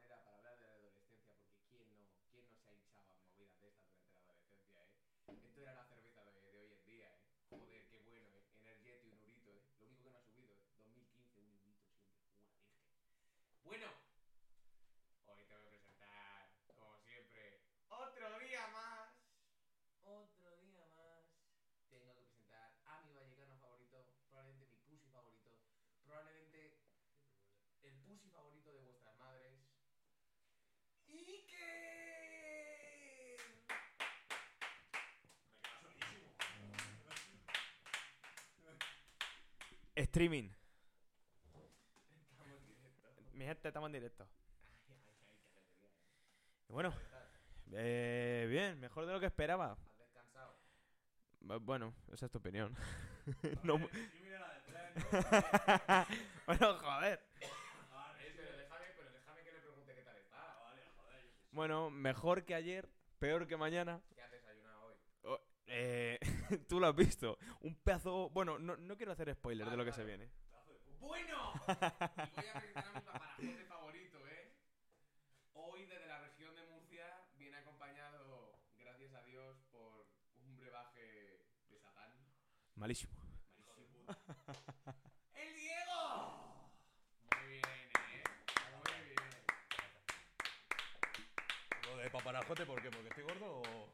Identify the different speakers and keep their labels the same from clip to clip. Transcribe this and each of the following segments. Speaker 1: eh. eh.
Speaker 2: Streaming. Mi gente, estamos en directo. Y bueno, eh, bien, mejor de lo que esperaba. Bu- Bueno, esa es tu opinión. No mu- bueno, joder. Bueno, mejor que ayer, peor que mañana. Oh, eh, tú lo has visto. Un pedazo. Bueno, no, no quiero hacer spoiler de lo que se viene.
Speaker 1: ¡Bueno! Y voy a presentar a mi paparajote favorito, ¿eh? Hoy, desde la región de Murcia, viene acompañado, gracias a Dios, por un brebaje de Satán.
Speaker 2: Malísimo.
Speaker 1: Malísimo. ¡El Diego! Muy bien, ¿eh? Muy bien.
Speaker 3: ¿Lo de paparajote por qué? ¿Porque estoy gordo o...?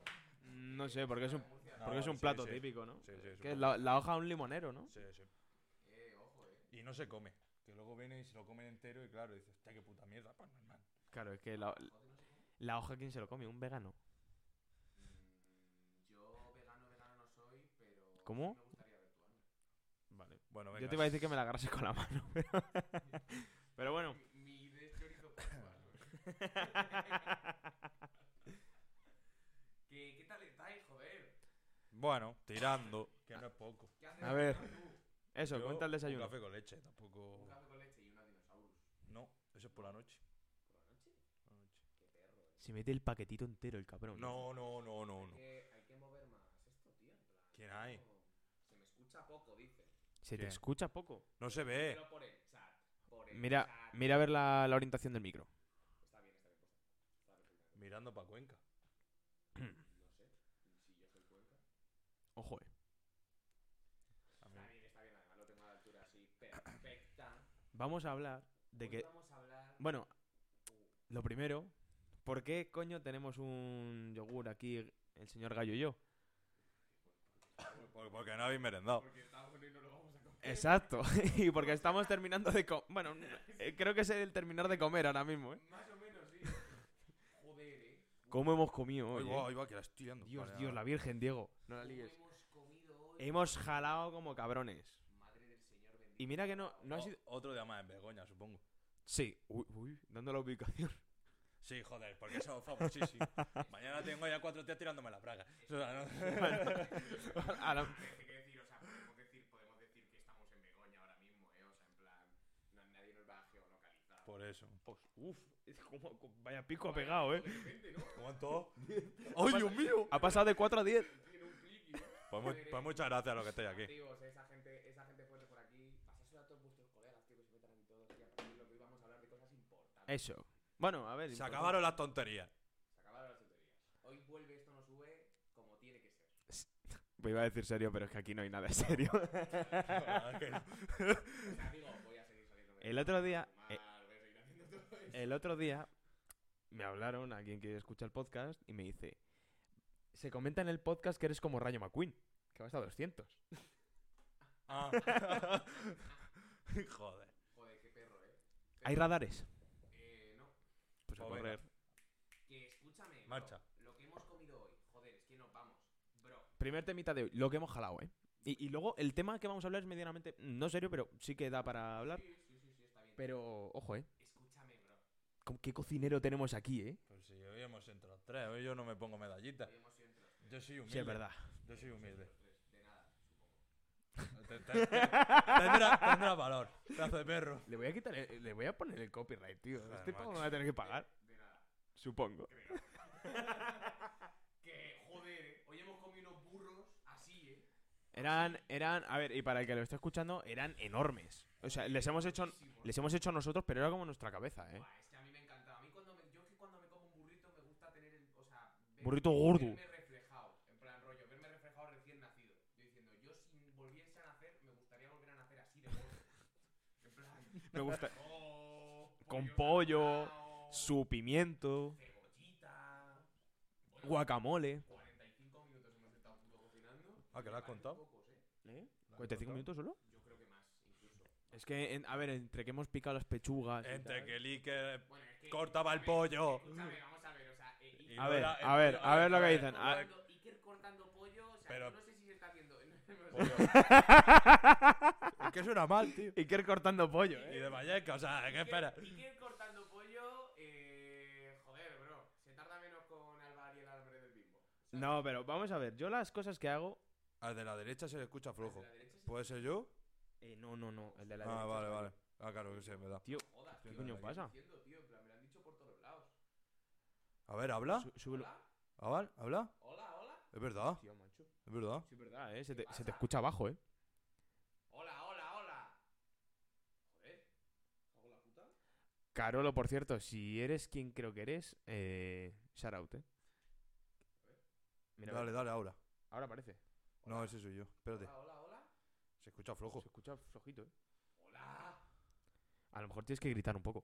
Speaker 2: No sé, porque es un,
Speaker 3: No,
Speaker 2: porque es un
Speaker 3: sí,
Speaker 2: plato
Speaker 3: sí.
Speaker 2: típico, ¿no?
Speaker 3: Sí, sí, es un
Speaker 2: Que
Speaker 3: plato.
Speaker 2: es la, la hoja de un limonero, ¿no?
Speaker 3: Sí, sí.
Speaker 1: Eh, ojo, ¿eh?
Speaker 3: Y no se come. Que luego viene y se lo comen entero y claro, dices, hostia, qué puta mierda. Pues normal.
Speaker 2: Claro, es que la, la hoja, ¿quién se lo come? Un vegano.
Speaker 1: Mm, Yo vegano, vegano no soy, pero... sí
Speaker 2: ¿Cómo?
Speaker 1: Me gustaría ver tu hambre.
Speaker 2: Vale.
Speaker 3: Bueno, venga.
Speaker 2: Yo te iba a decir que me la agarrase con la mano, pero, pero bueno.
Speaker 1: Mi- Mi idea es chorizo pascual, ¿eh? ¿Qué, ¿Qué tal estáis, joder?
Speaker 3: Bueno, tirando, que no es poco.
Speaker 1: ¿Qué haces?
Speaker 2: A ver.
Speaker 1: tú?
Speaker 2: Eso,
Speaker 3: Yo,
Speaker 2: cuenta el
Speaker 3: Un
Speaker 2: desayuno.
Speaker 3: café con leche,
Speaker 1: Un
Speaker 3: tampoco...
Speaker 1: café con leche y una dinosaurus.
Speaker 3: No, eso es por la noche. Por la noche.
Speaker 2: Se mete el paquetito entero el cabrón. eh.
Speaker 3: No, no, no, no, no.
Speaker 1: Que hay que mover más esto, tío. en plan,
Speaker 3: ¿Quién hay?
Speaker 1: no- Se me escucha poco, dice.
Speaker 2: Se te
Speaker 3: ¿Qué?
Speaker 2: escucha poco.
Speaker 3: No se ve.
Speaker 1: Pero por el chat. Por el
Speaker 2: Eh. Mira,
Speaker 1: chat.
Speaker 2: mira a ver la, la orientación del micro.
Speaker 1: Está bien, está bien. pues, está perfectamente.
Speaker 3: Mirando para Cuenca.
Speaker 1: No sé. Si yo soy cuenca.
Speaker 2: Ojo, eh.
Speaker 3: A mí-
Speaker 1: Está bien, está bien. Además, lo tengo a la altura así perfecta.
Speaker 2: Vamos a hablar de
Speaker 1: Hoy
Speaker 2: que.
Speaker 1: Vamos a hablar.
Speaker 2: Bueno, lo primero, ¿por qué coño tenemos un yogur aquí, el señor Gallo y yo?
Speaker 3: Por- Porque no habéis merendado.
Speaker 1: Porque está bueno y no lo vamos a
Speaker 2: Eh,
Speaker 1: comer.
Speaker 2: Exacto, y porque estamos terminando de comer. Bueno, eh, creo que es el terminar de comer ahora mismo, ¿eh?
Speaker 1: Más o menos, sí. Joder, eh.
Speaker 2: ¿Cómo hemos comido
Speaker 3: Ahí
Speaker 2: hoy?
Speaker 3: va,
Speaker 2: eh?
Speaker 3: ahí va, que la estoy liando.
Speaker 2: Dios,
Speaker 3: Vale,
Speaker 2: Dios, la
Speaker 3: ahora.
Speaker 2: Virgen, Diego. No la
Speaker 1: ¿Cómo
Speaker 2: ligues.
Speaker 1: hemos comido hoy?
Speaker 2: Hemos jalado como cabrones.
Speaker 1: Madre del Señor bendito.
Speaker 2: Eh, Y mira que no, no ha
Speaker 3: O-
Speaker 2: sido.
Speaker 3: Otro día más en Begoña, supongo.
Speaker 2: Sí, uy, uy, dando la ubicación.
Speaker 3: Sí, joder, porque eso es famosísimo. Mañana tengo ya cuatro tías tirándome la praga. O sea, no-
Speaker 2: A la-
Speaker 1: Hay que decir, o sea, podemos decir, podemos decir que estamos en Begoña ahora mismo, ¿eh? O sea, en plan, no, nadie nos va a geolocalizar.
Speaker 3: Por eso.
Speaker 2: Pues, uf, es como- vaya pico ha pegado, ¿eh?
Speaker 1: De repente, ¿no?
Speaker 3: ¿Cuánto? ¡Ay, Dios mío!
Speaker 2: Ha pasado de 4 a 10.
Speaker 1: Tiene un clic, ¿no?
Speaker 3: Pues, mu- pues muchas gracias a los que estáis aquí.
Speaker 1: Activos, esa gente, esa gente fuerte por aquí. Pasárselo a todos vuestros colegas, tío, que se metan aquí todos. Y a partir de lo que hoy vamos a hablar de cosas importantes.
Speaker 2: Eso. Bueno, a ver.
Speaker 3: Se acabaron las tonterías.
Speaker 1: Se acabaron las tonterías. Hoy vuelve Esto No Sube como tiene que ser.
Speaker 2: Me Pues iba a decir serio, pero es que aquí no hay nada serio.
Speaker 3: Ah,
Speaker 1: O sea, digo, voy a seguir saliendo. de
Speaker 2: El otro día- eh,
Speaker 1: fumar, Voy a seguir haciendo todo eso.
Speaker 2: El otro día me hablaron a quien que escucha el podcast y me dice: Se comenta en el podcast que eres como Rayo McQueen, que vas a 200.
Speaker 3: Ah. Joder.
Speaker 1: Joder, qué perro, ¿eh?
Speaker 2: Hay radares.
Speaker 1: Eh, no.
Speaker 2: Pues a
Speaker 3: Pues venga.
Speaker 2: correr.
Speaker 1: Que escúchame. bro.
Speaker 3: Marcha.
Speaker 1: Lo que hemos comido hoy. Joder, es que nos vamos. Bro.
Speaker 2: Primer temita de hoy, lo que hemos jalado, ¿eh? Y, y luego el tema que vamos a hablar es medianamente. No serio, pero sí que da para hablar.
Speaker 1: Sí, sí, sí, sí, está bien.
Speaker 2: Pero, ojo, ¿eh?
Speaker 1: Escúchame, bro.
Speaker 2: ¿Con qué cocinero tenemos aquí, eh?
Speaker 3: Pues sí, hoy hemos entrado tres. Hoy yo no me pongo medallita.
Speaker 1: Hoy hemos sido entre los tres.
Speaker 3: Yo soy humilde.
Speaker 2: Sí, es verdad.
Speaker 3: Yo soy humilde.
Speaker 1: Los tres. De nada, supongo.
Speaker 3: Te- te- Tendrá, tendrá valor. Pedazo de perro.
Speaker 2: Le voy a quitar, el- le voy a poner el copyright, tío.
Speaker 3: Joder,
Speaker 2: este pago
Speaker 3: macho.
Speaker 2: lo va a tener que pagar,
Speaker 1: De nada.
Speaker 2: supongo.
Speaker 1: Que, joder, ¿eh? Hoy hemos comido unos burros así, ¿eh?
Speaker 2: Eran, eran, a ver, y para el que lo esté escuchando, eran enormes. O sea, les hemos hecho,
Speaker 1: Buenísimo.
Speaker 2: les hemos hecho nosotros, pero era como nuestra cabeza, eh.
Speaker 1: Buah, es que a mí me encantaba. A mí cuando me, yo es que cuando me como un burrito me gusta tener el, o sea, ver-
Speaker 2: Burrito gordo.
Speaker 1: verme reflejado, en plan rollo, verme reflejado recién nacido. Yo diciendo, yo si volviese a nacer, me gustaría volver a nacer así de gordo. En plan,
Speaker 2: Me gusta
Speaker 1: oh,
Speaker 2: Con pollo,
Speaker 1: salteado,
Speaker 2: su pimiento,
Speaker 1: cebollita. Bueno,
Speaker 2: guacamole.
Speaker 1: 45 minutos hemos estado puro cocinando.
Speaker 3: Ah, ¿que lo has contado?
Speaker 1: Pocos, ¿eh?
Speaker 2: ¿Eh? ¿45 minutos solo?
Speaker 1: Yo creo que más, incluso.
Speaker 2: Es que, en- a ver, entre que hemos picado las pechugas. y
Speaker 3: Entre
Speaker 2: tal.
Speaker 3: que el Iker
Speaker 1: Bueno, es que.
Speaker 3: cortaba el
Speaker 1: escúchame,
Speaker 3: pollo.
Speaker 1: Escúchame, vamos a ver, o sea, eh,
Speaker 3: y
Speaker 2: A
Speaker 3: no
Speaker 2: ver,
Speaker 3: era-
Speaker 2: a ver, a ver lo que dicen. Ah,
Speaker 1: Iker
Speaker 2: A-
Speaker 1: cortando- Iker cortando pollo, o sea,
Speaker 3: Pero-
Speaker 1: yo no sé si se está viendo.
Speaker 3: Es que suena mal, tío.
Speaker 2: Iker cortando pollo,
Speaker 3: Y
Speaker 2: ¿eh?
Speaker 3: de Valleca, o sea, ¿qué espera?
Speaker 1: Iker, Iker cortando pollo, eh, joder, bro. Se tarda menos con Alvar y el Álvarez del Bimbo. ¿sabes?
Speaker 2: No, pero vamos a ver. Yo las cosas que hago...
Speaker 3: Al de la derecha se le escucha
Speaker 1: Al de
Speaker 3: flojo.
Speaker 1: la derecha se
Speaker 3: ¿Puede ser yo?
Speaker 2: Eh, no, no, no. El de la
Speaker 3: Ah,
Speaker 2: derecha
Speaker 3: vale,
Speaker 2: es
Speaker 3: vale. Ah, claro, que sí, es verdad.
Speaker 2: Tío,
Speaker 1: joda,
Speaker 2: ¿qué
Speaker 1: tío,
Speaker 2: coño
Speaker 1: lo que
Speaker 2: pasa?
Speaker 1: estoy diciendo, tío, en plan, me lo han dicho por todos lados.
Speaker 3: A ver, habla.
Speaker 2: Sú- súbelo.
Speaker 1: ¿Hola?
Speaker 3: Habla, habla.
Speaker 1: ¿Hola? ¿Hola?
Speaker 3: Es verdad,
Speaker 2: Tío, macho.
Speaker 3: es verdad.
Speaker 2: Sí, es verdad, ¿eh? Se
Speaker 1: ¿Qué
Speaker 2: te, se te
Speaker 1: pasa?
Speaker 2: escucha abajo, ¿eh?
Speaker 1: Hola, hola, hola. Joder. ¿Hago la puta?
Speaker 2: Carolo, por cierto, si eres quien creo que eres, eh, shout out, ¿eh? Mira, a ver,
Speaker 3: Dale, dale, ahora.
Speaker 2: ahora parece.
Speaker 3: No, ese soy yo. Espérate.
Speaker 1: Hola, hola, hola.
Speaker 3: Se escucha flojo.
Speaker 2: Se escucha flojito, ¿eh?
Speaker 1: Hola.
Speaker 2: A lo mejor tienes que gritar un poco.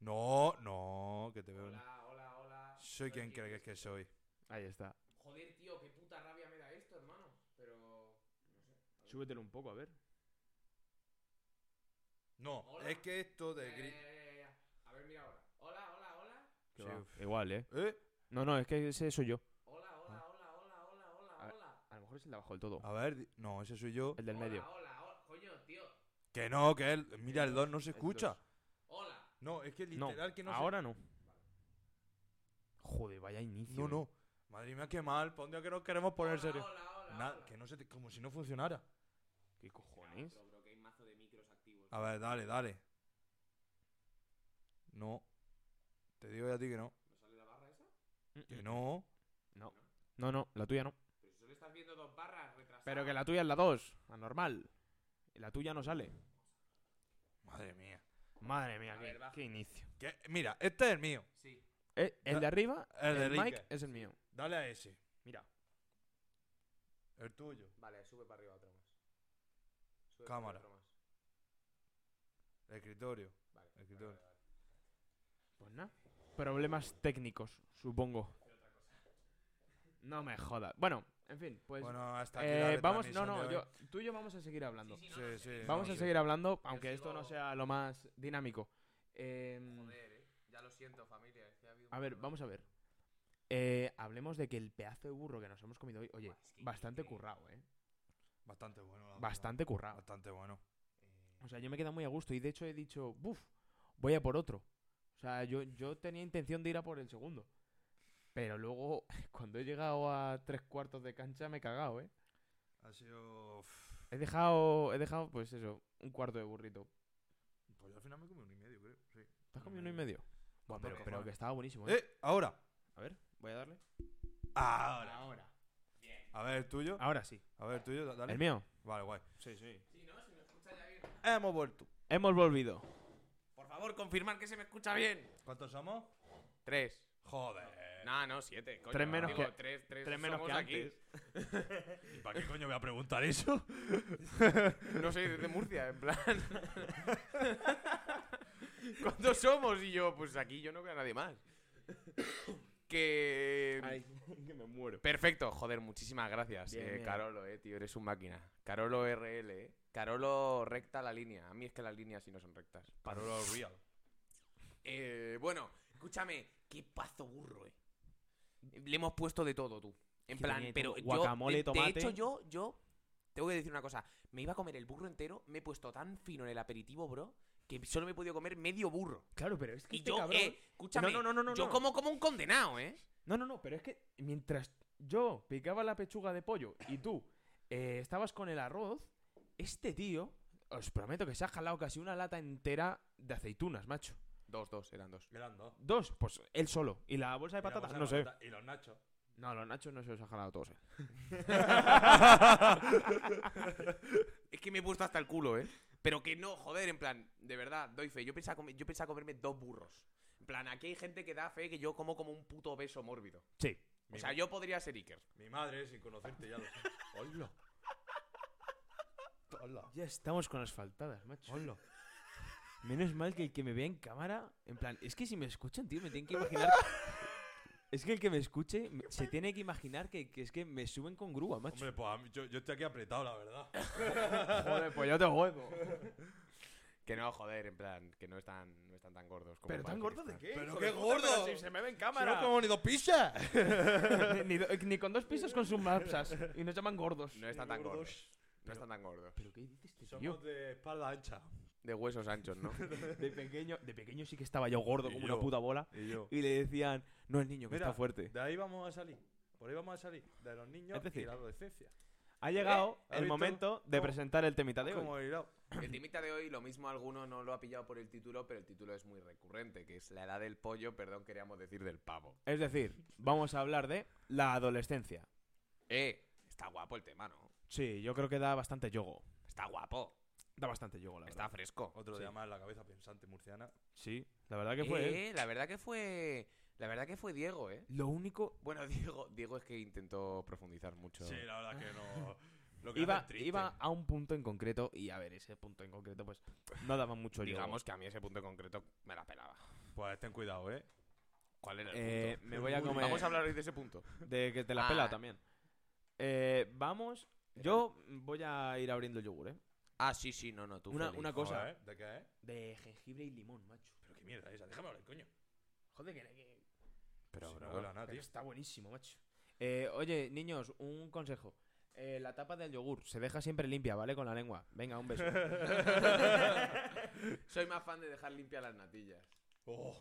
Speaker 3: No, no, que te veo.
Speaker 1: Hola, hola, hola.
Speaker 3: Soy quien
Speaker 1: Joder,
Speaker 3: crees
Speaker 1: tío,
Speaker 3: que soy.
Speaker 2: Ahí está.
Speaker 1: Joder, tío, qué puta rabia me da esto, hermano. Pero. No sé.
Speaker 2: Súbetelo un poco, a ver.
Speaker 3: No,
Speaker 1: Hola.
Speaker 3: es que esto de
Speaker 1: Eh,
Speaker 3: gri-
Speaker 1: eh, eh, A ver, mira ahora. Hola, hola, hola.
Speaker 2: Que
Speaker 3: Sí,
Speaker 2: va.
Speaker 3: uf.
Speaker 2: Igual, ¿eh?
Speaker 3: ¿Eh?
Speaker 2: No, no, es que ese soy yo.
Speaker 1: Hola, hola,
Speaker 3: Ah.
Speaker 1: hola, hola, hola, hola,
Speaker 2: A ver,
Speaker 1: hola.
Speaker 2: A lo mejor es el de abajo del todo.
Speaker 3: A ver, di- no, ese soy yo.
Speaker 2: El del
Speaker 1: Hola,
Speaker 2: medio.
Speaker 3: Ah,
Speaker 1: Hola, hola, coño, tío.
Speaker 3: Que no, que él. Mira, el 2 no se
Speaker 2: el
Speaker 3: escucha.
Speaker 2: dos.
Speaker 1: Hola.
Speaker 3: No, es que
Speaker 2: No,
Speaker 3: literal que no se-
Speaker 2: ahora no. Joder, vaya inicio.
Speaker 3: No,
Speaker 2: ¿eh?
Speaker 3: no. Madre mía, qué mal. Pon Dios que nos queremos poner
Speaker 1: hola,
Speaker 3: serio.
Speaker 1: Hola, hola,
Speaker 3: Nada,
Speaker 1: hola.
Speaker 3: que no se te- Como si no funcionara.
Speaker 2: ¿Qué cojones?
Speaker 1: Bro, que hay mazo de micros activos.
Speaker 3: A ver, dale, dale. No. Te digo ya a ti que no.
Speaker 1: ¿No sale la barra esa?
Speaker 3: Que no.
Speaker 2: No, no, la tuya no.
Speaker 1: Pero si solo estás viendo dos barras retrasadas.
Speaker 2: Pero que la tuya es la 2, anormal. Y la tuya no sale.
Speaker 3: Madre mía.
Speaker 2: Madre mía,
Speaker 1: A
Speaker 2: qué,
Speaker 1: ver, baja.
Speaker 2: qué inicio.
Speaker 3: Que- Mira, este es el mío.
Speaker 1: Sí.
Speaker 2: Eh, el
Speaker 3: Da-
Speaker 2: de arriba,
Speaker 3: el
Speaker 2: el,
Speaker 3: de
Speaker 2: mic
Speaker 3: Ricker.
Speaker 2: es el mío.
Speaker 3: Dale a ese.
Speaker 2: Mira.
Speaker 3: El tuyo.
Speaker 1: Vale, sube para arriba otro más. Sube
Speaker 3: para Cámara.
Speaker 1: Otro más.
Speaker 3: El escritorio.
Speaker 1: Vale.
Speaker 3: El escritorio.
Speaker 2: Pues nada. Problemas técnicos, supongo. No me jodas. Bueno, en fin, pues.
Speaker 3: Bueno, hasta aquí.
Speaker 2: eh,
Speaker 3: la
Speaker 2: vamos, no,
Speaker 3: retransmisión de
Speaker 2: no,
Speaker 3: hoy.
Speaker 2: yo, tú y yo vamos a seguir hablando.
Speaker 1: Sí, sí, no,
Speaker 3: Sí, sí.
Speaker 2: vamos
Speaker 3: no,
Speaker 2: a
Speaker 3: sí.
Speaker 2: seguir hablando, aunque esto no
Speaker 1: sigo-
Speaker 2: sea lo más dinámico. Em,
Speaker 1: Joder, eh. Ya lo siento, familia. es que ha habido un
Speaker 2: a ver,
Speaker 1: problema.
Speaker 2: vamos a ver. Eh, hablemos de que el pedazo de burro que nos hemos comido hoy, oye,
Speaker 1: Buah, es que
Speaker 2: bastante
Speaker 1: increíble.
Speaker 2: currado, ¿eh?
Speaker 3: Bastante bueno. la verdad.
Speaker 2: Bastante currado.
Speaker 3: Bastante bueno. Eh,
Speaker 2: O sea, yo me queda muy a gusto y de hecho he dicho, buf, voy a por otro. O sea, yo, yo tenía intención de ir a por el segundo. Pero luego, cuando he llegado a tres cuartos de cancha, me he cagado, ¿eh?
Speaker 3: Ha sido. uf,
Speaker 2: He dejado, he dejado, pues eso, un cuarto de burrito.
Speaker 3: Pues yo al final me comí uno y medio, creo. Sí.
Speaker 2: ¿Te has
Speaker 3: Uno
Speaker 2: comido
Speaker 3: y
Speaker 2: uno y medio? Buah,
Speaker 3: Con
Speaker 2: pero,
Speaker 3: dos
Speaker 2: pero
Speaker 3: cojones.
Speaker 2: que estaba buenísimo, ¿eh?
Speaker 3: ¡Eh! Ahora.
Speaker 2: A ver, voy a darle.
Speaker 3: Ahora.
Speaker 2: Ahora.
Speaker 3: A ver, el tuyo.
Speaker 2: Ahora sí.
Speaker 3: A ver, el tuyo. da- Dale.
Speaker 2: Ah. ¿El mío?
Speaker 3: Vale, guay.
Speaker 2: Sí, sí.
Speaker 1: Sí, ¿no? Se me escucha ya bien.
Speaker 3: Hemos vuelto.
Speaker 2: Hemos volvido.
Speaker 1: Por favor, confirmar que se me escucha bien.
Speaker 3: ¿Cuántos somos?
Speaker 1: Tres.
Speaker 3: Joder.
Speaker 1: No, no, siete. coño.
Speaker 2: Tres menos
Speaker 1: Digo,
Speaker 2: que-
Speaker 1: Tres, tres,
Speaker 2: tres menos
Speaker 1: somos
Speaker 2: que
Speaker 1: aquí.
Speaker 3: ¿Y para qué coño voy a preguntar eso?
Speaker 1: No soy de Murcia, en plan. ¿Cuántos somos? Y yo, pues aquí yo no veo a nadie más. Que.
Speaker 2: que me muero.
Speaker 1: Perfecto, joder, muchísimas gracias,
Speaker 2: Bien,
Speaker 1: eh,
Speaker 2: bien.
Speaker 1: Carolo, eh, tío, eres un máquina. Carolo RL, eh. Carolo recta la línea. A mí es que las líneas sí no son rectas.
Speaker 3: Parola real.
Speaker 1: Eh, bueno, escúchame, qué pazo burro, eh. Le hemos puesto de todo, tú. En
Speaker 2: Que
Speaker 1: plan,
Speaker 2: tenía de
Speaker 1: pero
Speaker 2: todo,
Speaker 1: yo-
Speaker 2: guacamole,
Speaker 1: de-
Speaker 2: tomate.
Speaker 1: De hecho, yo, yo tengo que decir una cosa. Me iba a comer el burro entero, me he puesto tan fino en el aperitivo, bro, que solo me he podido comer medio burro.
Speaker 2: Claro, pero es que
Speaker 1: Y
Speaker 2: este
Speaker 1: yo,
Speaker 2: cabrón...
Speaker 1: eh, escúchame,
Speaker 2: No, no, no, no,
Speaker 1: yo
Speaker 2: no.
Speaker 1: como como un condenado, eh.
Speaker 2: No, no, no, pero es que mientras yo picaba la pechuga de pollo y tú eh, estabas con el arroz, este tío, os prometo que se ha jalado casi una lata entera de aceitunas, macho.
Speaker 1: Dos, dos, eran dos.
Speaker 3: Eran dos.
Speaker 2: Dos, pues él solo. Y la bolsa de
Speaker 3: Y la
Speaker 2: patatas,
Speaker 3: bolsa de
Speaker 2: no sé.
Speaker 3: patata- Y los nachos.
Speaker 2: No, los nachos no se los ha jalado todos. eh. él.
Speaker 1: Es que me he puesto hasta el culo, ¿eh? Pero que no, joder, en plan, de verdad, doy fe. Yo pensaba, comer- yo pensaba comerme dos burros. En plan, aquí hay gente que da fe que yo como como un puto beso mórbido.
Speaker 2: Sí.
Speaker 1: O sea, yo podría ser Iker.
Speaker 3: Mi madre, sin conocerte, ya lo sé. Hola. Hola.
Speaker 2: Ya estamos con las faltadas, macho.
Speaker 3: Hola.
Speaker 2: Menos mal que el que me vea en cámara, en plan, es que si me escuchan, tío, me tienen que imaginar. es que el que me escuche me- se tiene que imaginar que, que es que me suben con grúa, macho.
Speaker 3: Hombre, pues a mí- yo, yo estoy aquí apretado, la verdad.
Speaker 2: Joder, pues yo te juego.
Speaker 1: Que no, joder, en plan, que no están, no están tan gordos. Como parece que están.
Speaker 2: qué?
Speaker 3: Pero
Speaker 2: hijo
Speaker 3: qué
Speaker 2: de puta, pero
Speaker 3: gordo.
Speaker 2: Si se me ve en
Speaker 3: Si no
Speaker 2: cámara.
Speaker 3: como ni dos pizzas.
Speaker 2: ni, ni do- ni con dos pisos con sus mapsas. Y nos llaman gordos.
Speaker 1: No están tan gordos. No están tan gordos.
Speaker 2: ¿Pero qué dices, este tío?
Speaker 3: Somos de espalda ancha.
Speaker 1: De huesos anchos, ¿no?
Speaker 2: De pequeño, de pequeño sí que estaba yo gordo
Speaker 3: Y
Speaker 2: como
Speaker 3: yo.
Speaker 2: una puta bola.
Speaker 3: Y yo.
Speaker 2: Y le decían, no, el niño, que
Speaker 3: Mira,
Speaker 2: está fuerte.
Speaker 3: De ahí vamos a salir. Por ahí vamos a salir. De los niños
Speaker 2: Es decir,
Speaker 3: y la adolescencia.
Speaker 2: Ha llegado
Speaker 3: ¿Has
Speaker 2: el
Speaker 3: visto?
Speaker 2: momento de
Speaker 3: ¿Cómo?
Speaker 2: presentar el temita de hoy.
Speaker 3: Como hilado.
Speaker 1: El timita de hoy, lo mismo alguno no lo ha pillado por el título, pero el título es muy recurrente, que es la edad del pollo, perdón, queríamos decir del pavo.
Speaker 2: Es decir, vamos a hablar de la adolescencia.
Speaker 1: Eh, está guapo el tema, ¿no?
Speaker 2: Sí, yo creo que da bastante yogo.
Speaker 1: Está guapo,
Speaker 2: Da bastante yogo, la verdad.
Speaker 1: está fresco.
Speaker 3: Otro
Speaker 2: Sí.
Speaker 3: día más la cabeza pensante murciana.
Speaker 2: Sí, la verdad que fue él.
Speaker 1: Eh, la verdad que fue, la verdad que fue Diego, ¿eh?
Speaker 2: Lo único...
Speaker 1: Bueno, Diego, Diego es que intentó profundizar mucho.
Speaker 3: Sí, la verdad que no. Lo que
Speaker 2: Iba,
Speaker 3: hacen triste.
Speaker 2: iba a un punto en concreto y a ver, ese punto en concreto pues no daba mucho yogo.
Speaker 1: Digamos que a mí ese punto en concreto me la pelaba.
Speaker 3: Pues ten cuidado, eh.
Speaker 1: ¿Cuál era el
Speaker 2: Eh,
Speaker 1: punto?
Speaker 2: me voy a comer...
Speaker 1: Vamos a hablar hoy de ese punto.
Speaker 2: De que te la
Speaker 1: Ah.
Speaker 2: pela también. Eh, vamos... Yo voy a ir abriendo el yogur, ¿eh?
Speaker 1: Ah, sí, sí, no, no, tú.
Speaker 2: Una-
Speaker 1: feliz.
Speaker 2: una cosa.
Speaker 3: Joder, ¿eh? ¿De qué, eh?
Speaker 2: De jengibre y limón, macho.
Speaker 3: Pero qué mierda esa. Déjame hablar, coño.
Speaker 2: Joder, que, que-
Speaker 1: Pero,
Speaker 3: Si no
Speaker 1: bro,
Speaker 3: huele a nada,
Speaker 2: pero
Speaker 3: tío.
Speaker 2: está buenísimo, macho. Eh, oye, niños, un consejo. Eh, la tapa del yogur se deja siempre limpia, ¿vale? Con la lengua. Venga, un beso.
Speaker 1: soy más fan de dejar limpias las natillas.
Speaker 3: Oh,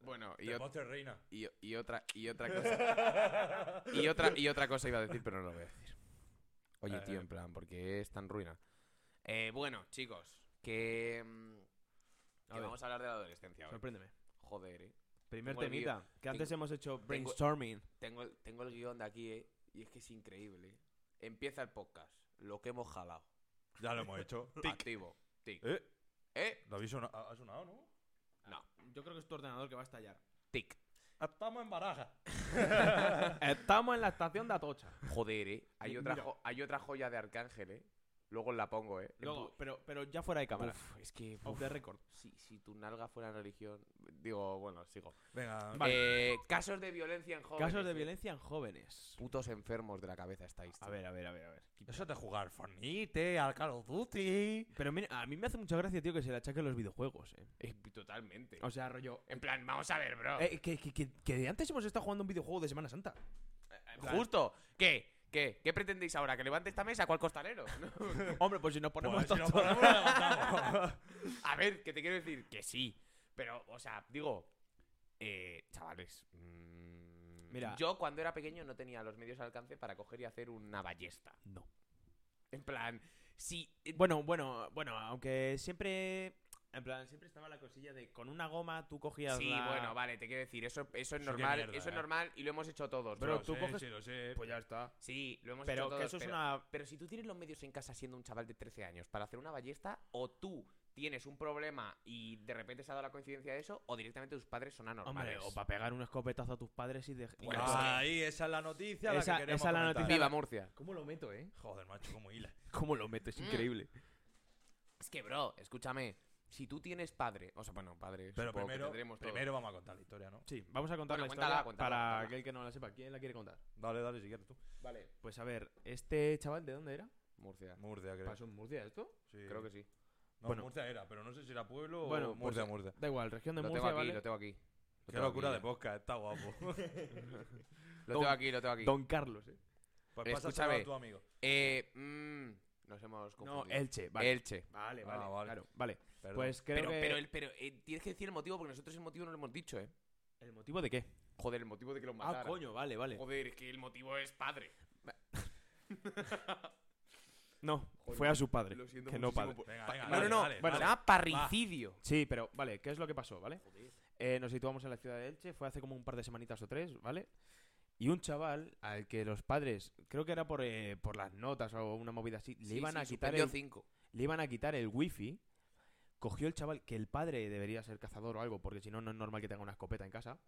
Speaker 1: Bueno, y,
Speaker 3: de
Speaker 1: ot-
Speaker 3: postre reina.
Speaker 1: y, y otra y otra cosa y otra y otra cosa iba a decir, pero no lo voy a decir. Oye,
Speaker 3: Eh.
Speaker 1: tío, en plan, porque es tan ruina. Eh, bueno, chicos, que, mm,
Speaker 2: A
Speaker 1: que
Speaker 2: ver.
Speaker 1: vamos a hablar de la adolescencia hoy.
Speaker 2: Sorpréndeme.
Speaker 1: Joder, eh.
Speaker 2: Primer
Speaker 1: Tengo el
Speaker 2: temita. Que antes
Speaker 1: Tengo-
Speaker 2: hemos hecho brainstorming.
Speaker 1: Tengo el, tengo el guión de aquí, eh, y es que es increíble. eh. Empieza el podcast, lo que hemos jalado.
Speaker 3: Ya lo hemos hecho. Tic.
Speaker 1: Activo. Tic.
Speaker 3: Eh,
Speaker 1: Eh,
Speaker 3: lo habéis sona- ha ha sonado, ¿no?
Speaker 1: No.
Speaker 2: Yo creo que es tu ordenador que va a estallar.
Speaker 1: tic.
Speaker 3: Estamos en baraja.
Speaker 2: Estamos en la estación de Atocha.
Speaker 1: Joder, eh. Hay
Speaker 2: Mi-
Speaker 1: otra,
Speaker 2: mira.
Speaker 1: jo- hay otra joya de Arcángel, eh. Luego os la pongo, eh.
Speaker 2: Luego, pero, pero ya fuera de cámara.
Speaker 1: Uf, es que.
Speaker 2: Off
Speaker 1: uf.
Speaker 2: the record.
Speaker 1: Si, si tu nalga fuera religión. Digo, bueno, sigo.
Speaker 3: Venga,
Speaker 1: Eh, casos de violencia en jóvenes.
Speaker 2: Casos de
Speaker 1: eh.
Speaker 2: violencia en jóvenes.
Speaker 1: Putos enfermos de la cabeza estáis.
Speaker 2: A
Speaker 1: tío.
Speaker 2: ver, a ver, a ver, a ver. Quita.
Speaker 3: Eso es de jugar Fornite, al Call of Duty.
Speaker 2: Pero mira, a mí me hace mucha gracia, tío, que se le achaquen los videojuegos, eh.
Speaker 1: Eh, totalmente.
Speaker 2: O sea, rollo.
Speaker 1: En plan, vamos a ver, bro.
Speaker 2: Eh, que, que- que- que antes hemos estado jugando un videojuego de Semana Santa.
Speaker 1: Justo. ¿Qué? ¿Qué? ¿Qué pretendéis ahora? ¿Que levante esta mesa? ¿Cuál costalero? No.
Speaker 2: Hombre, pues si nos ponemos
Speaker 3: Pues, si nos
Speaker 2: tochos.
Speaker 3: ponemos, lo levantamos.
Speaker 1: a ver, que te quiero decir que sí. Pero, o sea, digo. Eh, chavales. mm,
Speaker 2: Mira.
Speaker 1: Yo cuando era pequeño no tenía los medios al alcance para coger y hacer una ballesta.
Speaker 2: No.
Speaker 1: En plan, si. eh,
Speaker 2: Bueno, bueno, bueno, aunque siempre. En plan, siempre estaba la cosilla de con una goma tú cogías.
Speaker 1: Sí,
Speaker 2: la-
Speaker 1: bueno, vale, te quiero decir, eso, eso es
Speaker 3: Eso qué
Speaker 1: normal,
Speaker 3: mierda,
Speaker 1: eso es
Speaker 3: eh.
Speaker 1: normal y lo hemos hecho todos,
Speaker 2: Pero
Speaker 1: bro.
Speaker 2: tú
Speaker 3: Sí,
Speaker 2: coges-
Speaker 3: sí, lo sé.
Speaker 2: Pues ya está.
Speaker 1: Sí, lo hemos hecho
Speaker 2: Pero
Speaker 1: todos.
Speaker 2: que eso es
Speaker 1: pero,
Speaker 2: una.
Speaker 1: pero si tú tienes los medios en casa siendo un chaval de 13 años para hacer una ballesta, o tú tienes un problema y de repente se ha dado la coincidencia de eso, o directamente tus padres son
Speaker 2: Hombre,
Speaker 1: anormales.
Speaker 2: o para pegar un escopetazo a tus padres y de.
Speaker 1: Pues
Speaker 2: Bueno, ah.
Speaker 1: sí.
Speaker 3: ahí, esa es la noticia.
Speaker 2: Esa-
Speaker 3: la que queremos
Speaker 2: esa es la
Speaker 3: comentar.
Speaker 2: noticia.
Speaker 1: Viva Murcia.
Speaker 2: ¿Cómo lo meto, eh?
Speaker 3: Joder, macho, como hila.
Speaker 2: ¿Cómo lo meto? Es
Speaker 1: Mm.
Speaker 2: increíble.
Speaker 1: Es que, bro, escúchame, si tú tienes padre, o sea, bueno, padre,
Speaker 3: Pero
Speaker 1: supongo que
Speaker 3: primero,
Speaker 1: tendremos todos.
Speaker 3: primero vamos a contar la historia, ¿no?
Speaker 2: Sí, vamos a contar
Speaker 1: Bueno,
Speaker 2: la
Speaker 1: cuéntala,
Speaker 2: historia
Speaker 1: cuéntala,
Speaker 2: para
Speaker 1: cuéntala.
Speaker 2: aquel que no la sepa. ¿Quién la quiere contar?
Speaker 3: Dale, dale, si quieres tú.
Speaker 2: Vale. Pues a ver, este chaval, ¿de dónde era?
Speaker 1: Murcia.
Speaker 3: Murcia, creo.
Speaker 2: ¿Pasó en Murcia esto?
Speaker 3: Sí.
Speaker 1: Creo que sí.
Speaker 3: No,
Speaker 2: Bueno.
Speaker 3: Murcia era, pero no sé si era pueblo
Speaker 2: Bueno,
Speaker 3: o
Speaker 2: pues,
Speaker 3: Murcia, Murcia.
Speaker 2: Da igual, región de
Speaker 1: Lo
Speaker 2: Murcia,
Speaker 1: tengo aquí,
Speaker 2: ¿vale?
Speaker 1: lo tengo aquí. Lo
Speaker 3: Qué
Speaker 1: tengo
Speaker 3: locura
Speaker 1: aquí, eh.
Speaker 3: de podcast, está guapo.
Speaker 1: Lo tengo
Speaker 2: Don-
Speaker 1: aquí, lo tengo aquí.
Speaker 2: Don Carlos, eh.
Speaker 3: Pues pásaselo
Speaker 1: Escúchame.
Speaker 3: a tu amigo.
Speaker 1: Eh, mm, nos hemos
Speaker 2: No,
Speaker 1: confundido.
Speaker 2: Elche, vale.
Speaker 1: Elche.
Speaker 2: Vale, vale,
Speaker 3: Ah, vale.
Speaker 2: Claro, vale.
Speaker 3: Perdón.
Speaker 2: Pues creo
Speaker 1: Pero,
Speaker 2: que.
Speaker 1: pero, el, pero eh, tienes que decir el motivo porque nosotros el motivo no lo hemos dicho, ¿eh?
Speaker 2: ¿El motivo de qué?
Speaker 1: Joder, el motivo de que los
Speaker 2: Ah,
Speaker 1: mataran.
Speaker 2: coño, vale, vale.
Speaker 1: Joder, es que el motivo es padre.
Speaker 2: No,
Speaker 1: Joder,
Speaker 2: fue a su padre.
Speaker 1: Lo siento
Speaker 2: que no
Speaker 1: muchísimo
Speaker 2: padre.
Speaker 1: por-
Speaker 3: Venga,
Speaker 1: Pa-
Speaker 3: venga,
Speaker 1: no,
Speaker 3: dale,
Speaker 1: no, no.
Speaker 3: dale,
Speaker 1: bueno, se
Speaker 3: dale.
Speaker 1: llama Ah, parricidio.
Speaker 2: Sí, pero vale, ¿qué es lo que pasó, vale?
Speaker 1: Joder.
Speaker 2: Eh, nos situamos en la ciudad de Elche, fue hace como un par de semanitas o tres, ¿vale? Y un chaval al que los padres, creo que era por, eh, por las notas o una movida así, le,
Speaker 1: Sí,
Speaker 2: iban
Speaker 1: sí,
Speaker 2: a quitar
Speaker 1: suspendió
Speaker 2: el,
Speaker 1: cinco.
Speaker 2: le iban a quitar el wifi. Cogió el chaval, que el padre debería ser cazador o algo, porque si no, no es normal que tenga una escopeta en casa.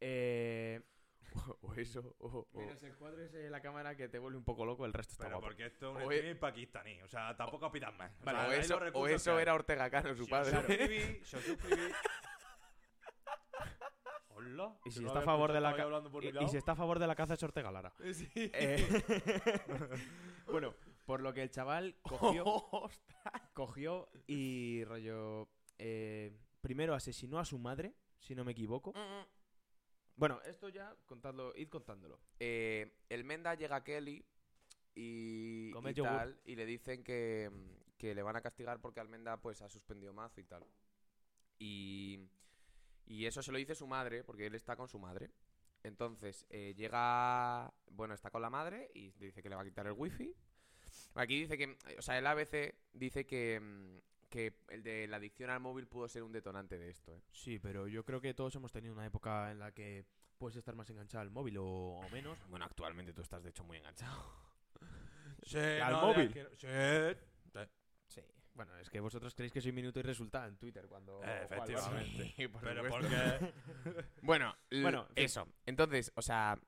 Speaker 2: Eh, o eso, o. o-
Speaker 1: Menos
Speaker 2: el cuadro es la cámara que te vuelve un poco loco, el resto está
Speaker 3: Pero
Speaker 2: guapo.
Speaker 3: porque esto es un
Speaker 1: O e-
Speaker 3: streaming pakistaní. O sea, tampoco pidas más. O
Speaker 1: o
Speaker 3: sea, hay
Speaker 1: eso, o
Speaker 3: los recursos
Speaker 1: eso
Speaker 3: que hay.
Speaker 1: era Ortega Cano, su
Speaker 3: Si os
Speaker 1: padre.
Speaker 3: suscribís, si os suscribís- Hola.
Speaker 2: Y
Speaker 3: que
Speaker 2: si
Speaker 3: no
Speaker 2: está a
Speaker 3: había
Speaker 2: favor de la
Speaker 3: escuchado, estaba
Speaker 2: ca-
Speaker 3: yo hablando por mi
Speaker 2: Y, y
Speaker 3: lado.
Speaker 2: si está a favor de la caza, es Ortega Lara. Eh, bueno, por lo que el chaval cogió, cogió y rollo. eh, primero asesinó a su madre, si no me equivoco.
Speaker 1: Mm, mm.
Speaker 2: Bueno, esto ya, contadlo, id contándolo.
Speaker 1: Eh, el Menda llega a Kelly y,
Speaker 2: Come
Speaker 1: y
Speaker 2: yogur.
Speaker 1: tal, y le dicen que, que le van a castigar porque Almenda pues ha suspendido mazo y tal. Y, y eso se lo dice su madre, porque él está con su madre. Entonces, eh, llega, bueno, está con la madre y dice que le va a quitar el wifi. Aquí dice que, eh, o sea, el ABC dice que, mm, que el de la adicción al móvil pudo ser un detonante de esto. ¿eh?
Speaker 2: Sí, pero yo creo que todos hemos tenido una época en la que puedes estar más enganchado al móvil o, o menos.
Speaker 1: Bueno, actualmente tú estás de hecho muy enganchado.
Speaker 3: Sí,
Speaker 2: ¿Al
Speaker 3: de
Speaker 2: móvil?
Speaker 3: adquirir- Sí.
Speaker 2: Sí. Bueno, es que vosotros creéis que soy minuto y resulta en Twitter cuando.
Speaker 3: Eh,
Speaker 2: juego al Barça.
Speaker 3: efectivamente.
Speaker 2: Sí, por
Speaker 3: Pero
Speaker 2: supuesto.
Speaker 3: porque.
Speaker 1: Bueno, l-
Speaker 2: Bueno, en fin.
Speaker 1: eso. Entonces, o sea,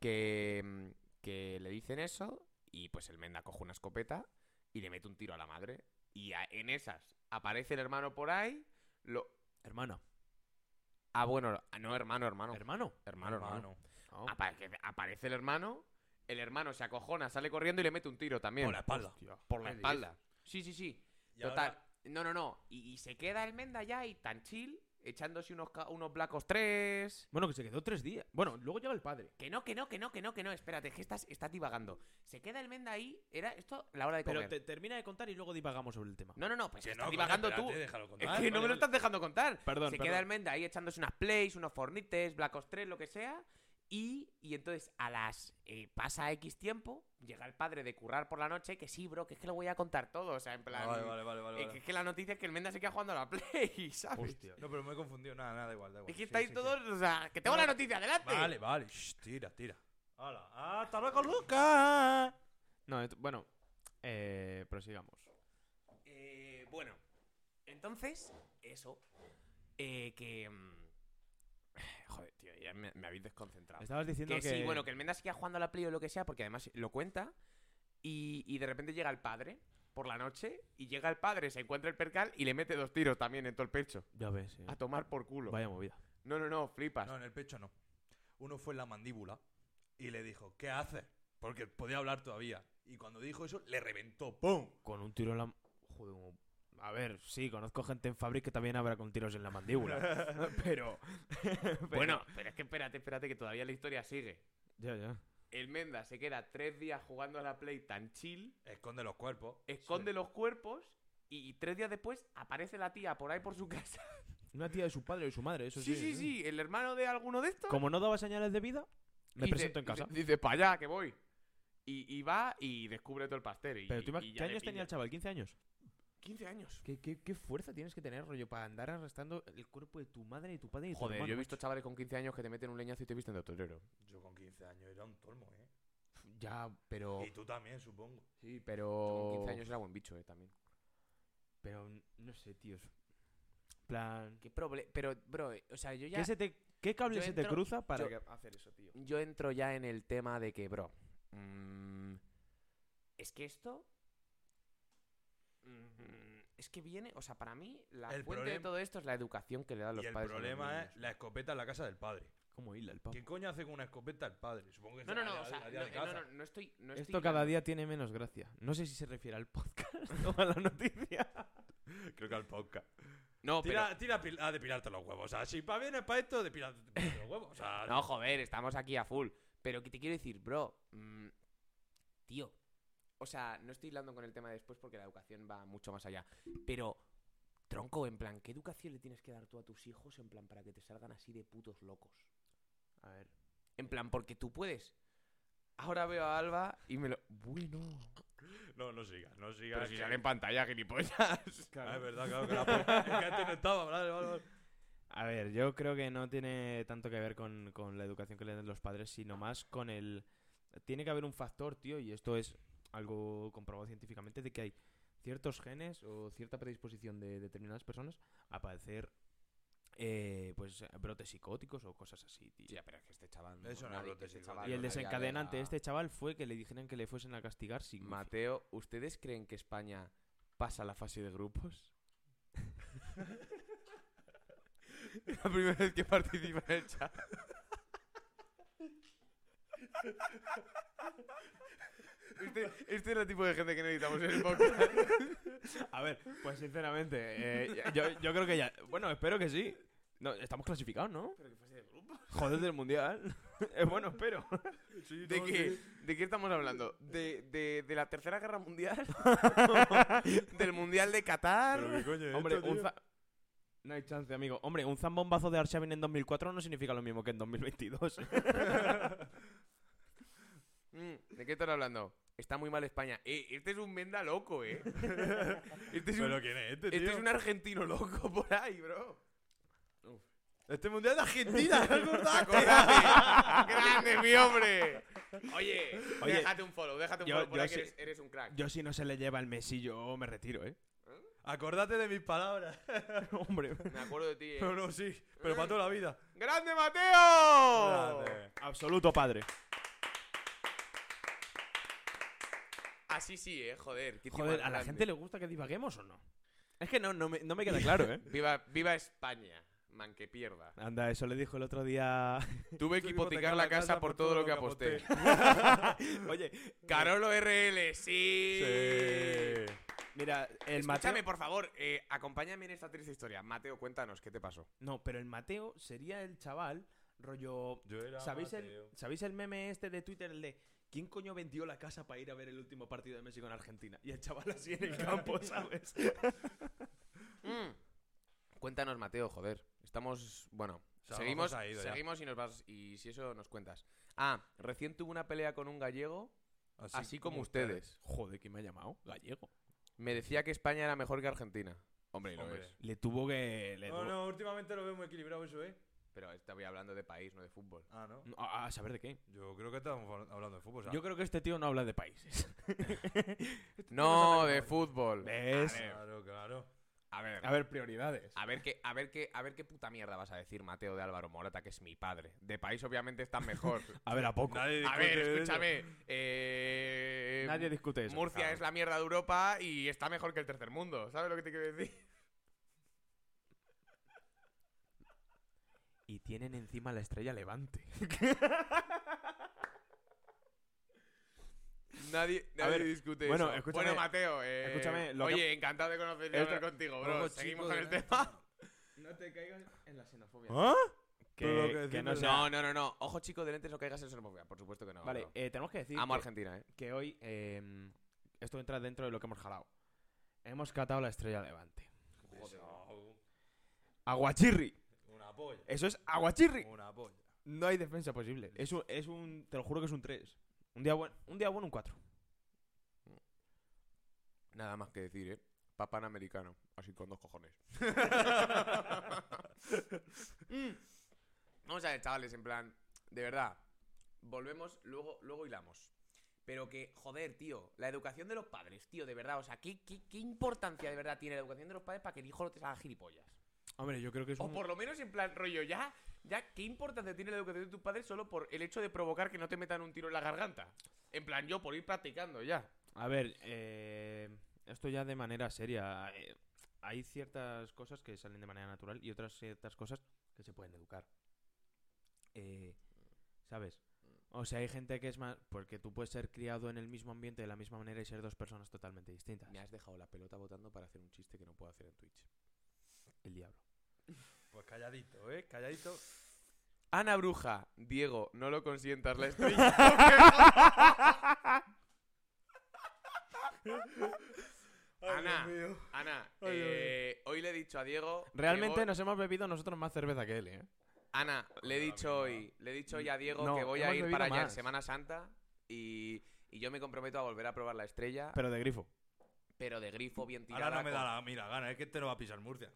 Speaker 1: que, mm, que le dicen eso y pues el Menda coge una escopeta y le mete un tiro a la madre. Y a- en esas aparece el hermano por ahí. Lo...
Speaker 2: Hermano.
Speaker 1: Ah, bueno, ah, no, hermano, hermano. Ah,
Speaker 2: Hermano.
Speaker 1: hermano, hermano.
Speaker 3: Hermano.
Speaker 2: Oh,
Speaker 1: Aparece, aparece el hermano, el hermano se acojona, sale corriendo y le mete un tiro también.
Speaker 3: Por la espalda.
Speaker 2: hostia.
Speaker 1: por la
Speaker 2: ¿Qué
Speaker 1: espalda. Sí, sí, sí.
Speaker 3: Y ahora-
Speaker 1: Total. No, no, no. Y, y se queda el Menda ya y tan chill, echándose unos, ca- unos blacos tres.
Speaker 2: Bueno, que se quedó tres días. Bueno, luego llega el padre.
Speaker 1: Que no, que no, que no, que no, que no. Espérate, que estás, estás divagando. Se queda el Menda ahí. Era esto la hora de
Speaker 2: Pero
Speaker 1: comer.
Speaker 2: te termina de contar y luego divagamos sobre el tema.
Speaker 1: No, no, no, pues
Speaker 3: que
Speaker 1: estás
Speaker 3: no,
Speaker 1: divagando
Speaker 3: coño,
Speaker 1: tú.
Speaker 3: espérate, déjalo
Speaker 1: Es que
Speaker 3: contar.
Speaker 1: no me
Speaker 3: Vale,
Speaker 1: lo
Speaker 3: vale.
Speaker 1: estás dejando contar.
Speaker 2: Perdón,
Speaker 1: se
Speaker 2: perdón.
Speaker 1: queda el Menda ahí echándose unas plays, unos fornites, Black Ops 3, lo que sea. Y, y entonces a las. eh, pasa X tiempo, llega el padre de currar por la noche. Que sí, bro, que es que lo voy a contar todo. O sea, en plan.
Speaker 3: Vale, vale, vale.
Speaker 1: eh,
Speaker 3: vale,
Speaker 1: que
Speaker 3: vale.
Speaker 1: es que la noticia es que el Menda se queda jugando a la play, ¿sabes?
Speaker 2: Hostia.
Speaker 3: No, pero me he confundido. Nada, nada, da igual, da igual.
Speaker 1: Es que
Speaker 3: Sí,
Speaker 1: estáis
Speaker 3: sí, sí.
Speaker 1: todos. O sea, que tengo
Speaker 3: No,
Speaker 1: la noticia, adelante.
Speaker 3: Vale, vale. Shh, tira, tira. ¡Hala! ¡Hasta luego, Lucas!
Speaker 2: No, et- bueno. Eh, prosigamos.
Speaker 1: Eh, bueno, entonces, eso. Eh, que. mm, Joder, tío, ya me, me habéis desconcentrado.
Speaker 2: Estabas diciendo
Speaker 1: Ah, Que
Speaker 2: que.
Speaker 1: sí, bueno, que el Menda sigue jugando a la Play o lo que sea, porque además lo cuenta. Y, y de repente llega el padre por la noche. Y llega el padre, se encuentra el percal y le mete dos tiros también en todo el pecho.
Speaker 2: Ya ves, eh.
Speaker 1: A tomar por culo.
Speaker 2: Vaya movida.
Speaker 1: No, no, no, flipas.
Speaker 3: No, en el pecho no. Uno fue en la mandíbula y le dijo, ¿qué haces? Porque podía hablar todavía. Y cuando dijo eso, le reventó. ¡Pum!
Speaker 2: Con un tiro en la. Joder, como- a ver, sí, conozco gente en Fabric que también habrá con tiros en la mandíbula.
Speaker 1: pero, Bueno, pero es que espérate, espérate, que todavía la historia sigue.
Speaker 2: ya, ya.
Speaker 1: El Menda se queda tres días jugando a la Play tan chill.
Speaker 3: Esconde los cuerpos.
Speaker 1: esconde los cuerpos y tres días después aparece la tía por ahí por su casa.
Speaker 2: Una tía de su padre o de su madre, eso sí.
Speaker 1: sí, sí, sí, el hermano de alguno de estos.
Speaker 2: Como no daba señales de vida, me
Speaker 1: dice-
Speaker 2: presento en casa.
Speaker 1: Dice, dice para allá, que voy. Y, y va y descubre todo el pastel. Y,
Speaker 2: Pero tú, ima-
Speaker 1: y
Speaker 2: ¿qué
Speaker 1: ya le
Speaker 2: años tenía el
Speaker 1: pilla.
Speaker 2: chaval? ¿15 años?
Speaker 1: 15 años.
Speaker 2: ¿Qué, qué, qué fuerza tienes que tener, rollo, para andar arrastrando el cuerpo de tu madre y tu padre y tu
Speaker 1: Joder,
Speaker 2: hermano,
Speaker 1: yo he visto
Speaker 2: macho?
Speaker 1: chavales con 15 años que te meten un leñazo y te visten de torero.
Speaker 3: Yo con 15 años era un tormo, ¿eh?
Speaker 2: Ya,
Speaker 1: Oh.
Speaker 2: pero...
Speaker 3: Y tú también, supongo.
Speaker 2: Sí,
Speaker 1: Eh, Yo con
Speaker 2: pero...
Speaker 1: 15 años era buen bicho, eh, también.
Speaker 2: Pero, no sé, tíos. plan...
Speaker 1: Qué problema. Pero, bro, eh, o sea, yo ya.
Speaker 2: ¿Qué, se te, qué cable
Speaker 1: yo
Speaker 2: se te
Speaker 1: entro-
Speaker 2: cruza para...?
Speaker 1: yo-
Speaker 2: que- hacer eso, tío?
Speaker 1: Yo entro ya en el tema de que, bro. mm, es que esto. mm, es que viene. O sea, para mí, la
Speaker 3: El
Speaker 1: fuente de
Speaker 3: problem-
Speaker 1: todo esto es la educación que le dan los
Speaker 3: y el
Speaker 1: padres. a los
Speaker 3: problema es
Speaker 1: niños.
Speaker 3: la escopeta en la casa del padre.
Speaker 2: ¿Cómo hila el pavo?
Speaker 3: ¿Qué coño hace con una escopeta el padre? Supongo que
Speaker 1: No, no,
Speaker 3: a-
Speaker 1: no,
Speaker 3: a-
Speaker 1: o sea,
Speaker 3: a
Speaker 1: no,
Speaker 3: día de
Speaker 1: eh,
Speaker 3: caza.
Speaker 1: no, no, no estoy. no estoy
Speaker 2: Esto cada
Speaker 1: hilando.
Speaker 2: día tiene menos gracia. No sé si se refiere al podcast o a la noticia.
Speaker 3: Creo que al podcast.
Speaker 1: No, Oh, pero.
Speaker 3: Tira, tira pil- a depilarte los huevos. O sea, si para bien es para esto, depilarte, depilarte los huevos. O sea,
Speaker 1: No, joder, estamos aquí a full. Pero que te quiero decir, bro. mm, tío. O sea, no estoy hablando con el tema de después porque la educación va mucho más allá. Pero, tronco, en plan, ¿qué educación le tienes que dar tú a tus hijos en plan para que te salgan así de putos locos?
Speaker 2: A ver.
Speaker 1: En plan, porque tú puedes. Ahora veo a Alba y me lo. Bueno.
Speaker 3: no, no sigas, no sigas.
Speaker 1: Pero si
Speaker 3: que-
Speaker 1: sale en pantalla, gilipollas.
Speaker 3: Ah, es verdad, claro que la es que antes no estaba, vale, vale, vale.
Speaker 2: A ver, yo creo que no tiene tanto que ver con, con la educación que le dan los padres, sino más con el... Tiene que haber un factor, tío, y esto es algo comprobado científicamente, de que hay ciertos genes o cierta predisposición de determinadas personas a padecer eh, pues brotes psicóticos o cosas así, tío.
Speaker 1: Ya, pero es que este chaval.
Speaker 3: Eso no
Speaker 1: nadie-
Speaker 3: hablo de
Speaker 1: este
Speaker 3: psicología.
Speaker 1: chaval
Speaker 2: Y
Speaker 1: no sabía
Speaker 2: el
Speaker 1: leer
Speaker 2: desencadenante de
Speaker 1: a-
Speaker 2: este chaval fue que le dijeron que le fuesen a castigar sin... wifi.
Speaker 1: Mateo, ¿ustedes creen que España pasa la fase de grupos? la primera vez que participa en el chat. Este, este es el tipo de gente que necesitamos en el podcast.
Speaker 2: A ver, pues sinceramente, eh, yo, yo creo que ya... Bueno, espero que sí. No, estamos clasificados, ¿no?
Speaker 1: Pero que fuese de grupo.
Speaker 2: Joder del mundial. es bueno, espero.
Speaker 1: ¿De qué, ¿De qué estamos hablando? ¿De, de, de la Tercera Guerra Mundial? ¿Del Mundial de Qatar?
Speaker 2: Hombre, un za- No hay chance, amigo. Hombre, un zambombazo de Arshavin en 2004 no significa lo mismo que en 2022.
Speaker 1: Mm, ¿De qué estás hablando? Está muy mal España. Eh, este es un menda loco, ¿eh? Este es, un,
Speaker 3: ¿Pero quién es este,
Speaker 1: este
Speaker 3: tío?
Speaker 1: es un argentino loco por ahí, bro.
Speaker 3: Este mundial de Argentina,
Speaker 1: ¡Grande! ¡Grande, mi hombre! Oye,
Speaker 2: Oye,
Speaker 1: déjate un follow, déjate un
Speaker 2: yo-
Speaker 1: follow por
Speaker 2: yo
Speaker 1: ahí que
Speaker 2: sé-
Speaker 1: eres, eres un crack.
Speaker 2: Yo si no se le lleva el mesillo, me retiro, ¿eh?
Speaker 3: Acordate de mis palabras.
Speaker 2: Hombre.
Speaker 1: Me acuerdo de ti, eh.
Speaker 3: No, no, sí. Pero para toda la vida.
Speaker 1: ¡Grande, Mateo!
Speaker 3: Grande.
Speaker 2: Absoluto padre.
Speaker 1: Así sí, eh, joder. qué tío
Speaker 2: Joder,
Speaker 1: más
Speaker 2: ¿a la
Speaker 1: grande.
Speaker 2: gente le gusta que divaguemos o no? Es que no, no, me, no me queda claro, ¿eh?
Speaker 1: Viva, viva España, man que pierda.
Speaker 2: Anda, eso le dijo el otro día...
Speaker 1: Tuve que hipotecar la casa por todo lo que aposté.
Speaker 2: Oye,
Speaker 1: Carolo RL, sí.
Speaker 3: Sí.
Speaker 2: mira, el Mateo...
Speaker 1: Escúchame, por favor, eh, acompáñame en esta triste historia. Mateo, cuéntanos, ¿qué te pasó?
Speaker 2: No, pero el Mateo sería el chaval rollo...
Speaker 3: Yo era
Speaker 2: ¿Sabéis el,
Speaker 3: Mateo.
Speaker 2: ¿Sabéis el meme este de Twitter el de ¿Quién coño vendió la casa para ir a ver el último partido de México en Argentina? Y el chaval así en el campo, ¿sabes?
Speaker 1: Mm. Cuéntanos, Mateo, joder. Estamos, bueno,
Speaker 3: sea,
Speaker 1: seguimos,
Speaker 3: vamos a ido ya.
Speaker 1: seguimos y nos vas y si eso nos cuentas. Ah, recién tuve una pelea con un gallego, así, como, ustedes.
Speaker 2: Joder, ¿quién me ha llamado? Gallego.
Speaker 1: Me decía que España era mejor que Argentina. Hombre, lo
Speaker 3: Hombre.
Speaker 1: es.
Speaker 2: Le tuvo que... le
Speaker 3: No,
Speaker 2: tuvo-
Speaker 3: no, últimamente lo veo muy equilibrado eso, ¿eh?
Speaker 1: Pero estaba hablando de país, no de fútbol.
Speaker 3: Ah, no.
Speaker 2: A, a saber de qué.
Speaker 3: Yo creo que estamos hab- hablando de fútbol. o sea,
Speaker 2: Yo creo que este tío no habla de países.
Speaker 1: No, de fútbol.
Speaker 2: ¿Ves?
Speaker 3: Ah, Claro, claro.
Speaker 1: A ver,
Speaker 2: A ver, prioridades.
Speaker 1: a ver qué, a ver qué, a ver qué puta mierda vas a decir, Mateo de Álvaro Morata, que es mi padre. De país obviamente está mejor.
Speaker 2: A ver, ¿a poco? Nadie,
Speaker 3: Nadie
Speaker 1: a ver,
Speaker 3: discute de eso.
Speaker 1: escúchame. eh,
Speaker 2: discute eso.
Speaker 1: Murcia
Speaker 3: Ah.
Speaker 1: es la mierda de Europa y está mejor que el tercer mundo. ¿Sabes lo que te quiero decir?
Speaker 2: Y tienen encima la estrella Levante.
Speaker 1: Nadie,
Speaker 2: A
Speaker 1: nadie
Speaker 2: ver,
Speaker 1: discute
Speaker 2: bueno,
Speaker 1: eso.
Speaker 2: escúchame-
Speaker 1: bueno, Mateo, eh,
Speaker 2: escúchame, lo que-
Speaker 1: oye, encantado de conocer y
Speaker 2: Esto-
Speaker 1: hablar contigo, bro.
Speaker 3: Ojo,
Speaker 1: Seguimos
Speaker 3: chico,
Speaker 1: con
Speaker 3: de
Speaker 1: el
Speaker 3: la-
Speaker 1: tema.
Speaker 2: No te caigas en la xenofobia.
Speaker 3: ¿Ah? Pero lo
Speaker 2: Que,
Speaker 3: que
Speaker 2: que no
Speaker 3: decimos-
Speaker 1: No,
Speaker 2: sea...
Speaker 1: no, no, no. Ojo, chico, de lentes no caigas en xenofobia. Por supuesto que no.
Speaker 2: Vale,
Speaker 1: bro.
Speaker 2: eh, tenemos que decir
Speaker 1: Amo a
Speaker 2: que,
Speaker 1: Argentina, eh.
Speaker 2: que hoy eh, esto entra dentro de lo que hemos jalado. Hemos catado la estrella Levante.
Speaker 3: Pesado.
Speaker 2: Aguachirri.
Speaker 3: Una polla.
Speaker 2: Eso es aguachirri.
Speaker 3: Una polla.
Speaker 2: No hay defensa posible. Es un, es un te lo juro que es un 3. Un día bueno, un día bueno un 4.
Speaker 1: Nada más que decir, eh. Papán americano. Así con dos cojones. Mm. Vamos a ver, chavales, en plan, de verdad. Volvemos, luego, luego hilamos. Pero que, joder, tío, la educación de los padres, tío, de verdad. O sea, ¿qué, qué, qué importancia de verdad tiene la educación de los padres para que el hijo no te salga gilipollas?
Speaker 2: Hombre, yo creo que es
Speaker 1: O por lo menos en plan, rollo, ya, ya, ¿qué importancia tiene la educación de tus padres solo por el hecho de provocar que no te metan un tiro en la garganta? En plan, yo por ir practicando, ya.
Speaker 2: A ver, eh, esto ya de manera seria. eh, hay ciertas cosas que salen de manera natural y otras ciertas cosas que se pueden educar. Eh, ¿Sabes? O sea, hay gente que es más... Porque tú puedes ser criado en el mismo ambiente de la misma manera y ser dos personas totalmente distintas.
Speaker 1: Me has dejado la pelota votando para hacer un chiste que no puedo hacer en Twitch.
Speaker 2: El diablo.
Speaker 3: Pues calladito, ¿eh? Calladito.
Speaker 1: Ana Bruja, Diego, no lo consientas la estrella. Ana.
Speaker 3: Dios mío.
Speaker 1: Ana,
Speaker 3: Ay, ay, ay.
Speaker 1: eh, hoy le he dicho a Diego. que
Speaker 2: Realmente
Speaker 1: voy-
Speaker 2: nos hemos bebido nosotros más cerveza que él, ¿eh?
Speaker 1: Ana, le he
Speaker 3: Hola,
Speaker 1: dicho
Speaker 3: mi
Speaker 1: hoy, le he dicho hoy a Diego
Speaker 2: Mm, No,
Speaker 1: que voy a
Speaker 2: hemos
Speaker 1: ir
Speaker 2: bebido
Speaker 1: para allá en
Speaker 2: más.
Speaker 1: Semana Santa y, y yo me comprometo a volver a probar la estrella, pero,
Speaker 2: Pero de grifo.
Speaker 1: de grifo bien tirada.
Speaker 3: Ahora no me
Speaker 1: con-
Speaker 3: da la mira, gana. Es que te lo va a pisar Murcia.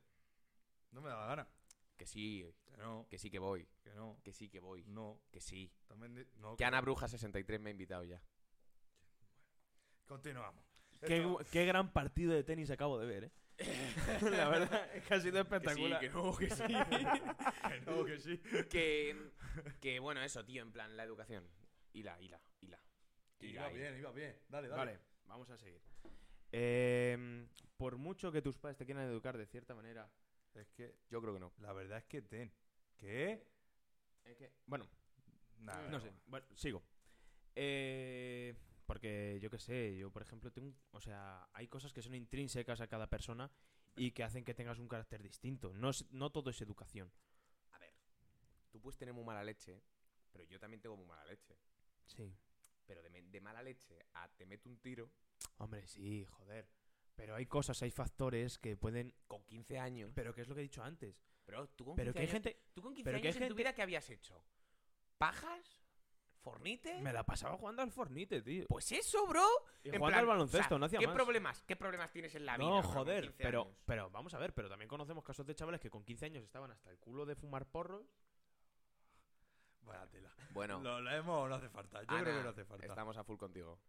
Speaker 3: No me da la gana.
Speaker 1: Que sí,
Speaker 3: Que no,
Speaker 1: que sí que voy,
Speaker 3: que no.
Speaker 1: que sí que voy,
Speaker 3: No.
Speaker 1: que sí.
Speaker 3: También di- no.
Speaker 1: Que Ana Bruja 63 me ha invitado ya.
Speaker 3: Continuamos.
Speaker 2: Qué,
Speaker 3: Esto-
Speaker 2: gu- qué gran partido de tenis acabo de ver, ¿eh? la verdad es que ha sido
Speaker 1: Que sí,
Speaker 2: espectacular.
Speaker 1: que no, que sí.
Speaker 3: que no, que sí.
Speaker 1: que, que bueno, eso, tío, en plan, la educación. Hila, hila, hila.
Speaker 3: Iba bien, iba bien. Dale, dale.
Speaker 2: Vale, vamos a seguir. Em, por mucho que tus padres te quieran educar de cierta manera,
Speaker 3: Es que
Speaker 1: Yo creo que no.
Speaker 3: la verdad es que ten. ¿Qué?
Speaker 2: es que- bueno,
Speaker 3: Nada.
Speaker 2: no sé. Bueno, sigo. Eh, porque yo qué sé, yo por ejemplo tengo, un- o sea, hay cosas que son intrínsecas a cada persona y que hacen que tengas un carácter distinto. No es- no todo es educación.
Speaker 1: tú puedes tener muy mala leche, pero yo también tengo muy mala leche.
Speaker 2: Sí.
Speaker 1: Pero de, me- de mala leche a te meto un tiro,
Speaker 2: Hombre, sí, joder. Pero hay cosas, hay factores que pueden.
Speaker 1: con 15 años.
Speaker 2: Pero que es lo que he dicho antes.
Speaker 1: Pero tú con 15
Speaker 2: Pero que hay
Speaker 1: años-
Speaker 2: gente.
Speaker 1: ¿Tú con 15
Speaker 2: pero que hay
Speaker 1: años en tu
Speaker 2: gente-
Speaker 1: vida qué habías hecho? ¿Pajas? ¿Fornite?
Speaker 2: Me la pasaba jugando al Fornite, tío.
Speaker 1: eh. Pues eso, bro.
Speaker 2: Y
Speaker 1: En
Speaker 2: jugando
Speaker 1: plan,
Speaker 2: al baloncesto,
Speaker 1: o sea,
Speaker 2: no hacía
Speaker 1: ¿qué
Speaker 2: más.
Speaker 1: Problemas, ¿Qué problemas tienes en la vida?
Speaker 2: No,
Speaker 1: bro, con
Speaker 2: joder,
Speaker 1: 15
Speaker 2: pero,
Speaker 1: años?
Speaker 2: pero vamos a ver, pero también conocemos casos de chavales que con 15 años estaban hasta el culo de fumar porros.
Speaker 3: Vaya tela.
Speaker 1: Bueno,
Speaker 3: ¿Lo leemos o no hace falta? Yo creo
Speaker 1: Ana,
Speaker 3: que no hace falta.
Speaker 1: Estamos a full contigo.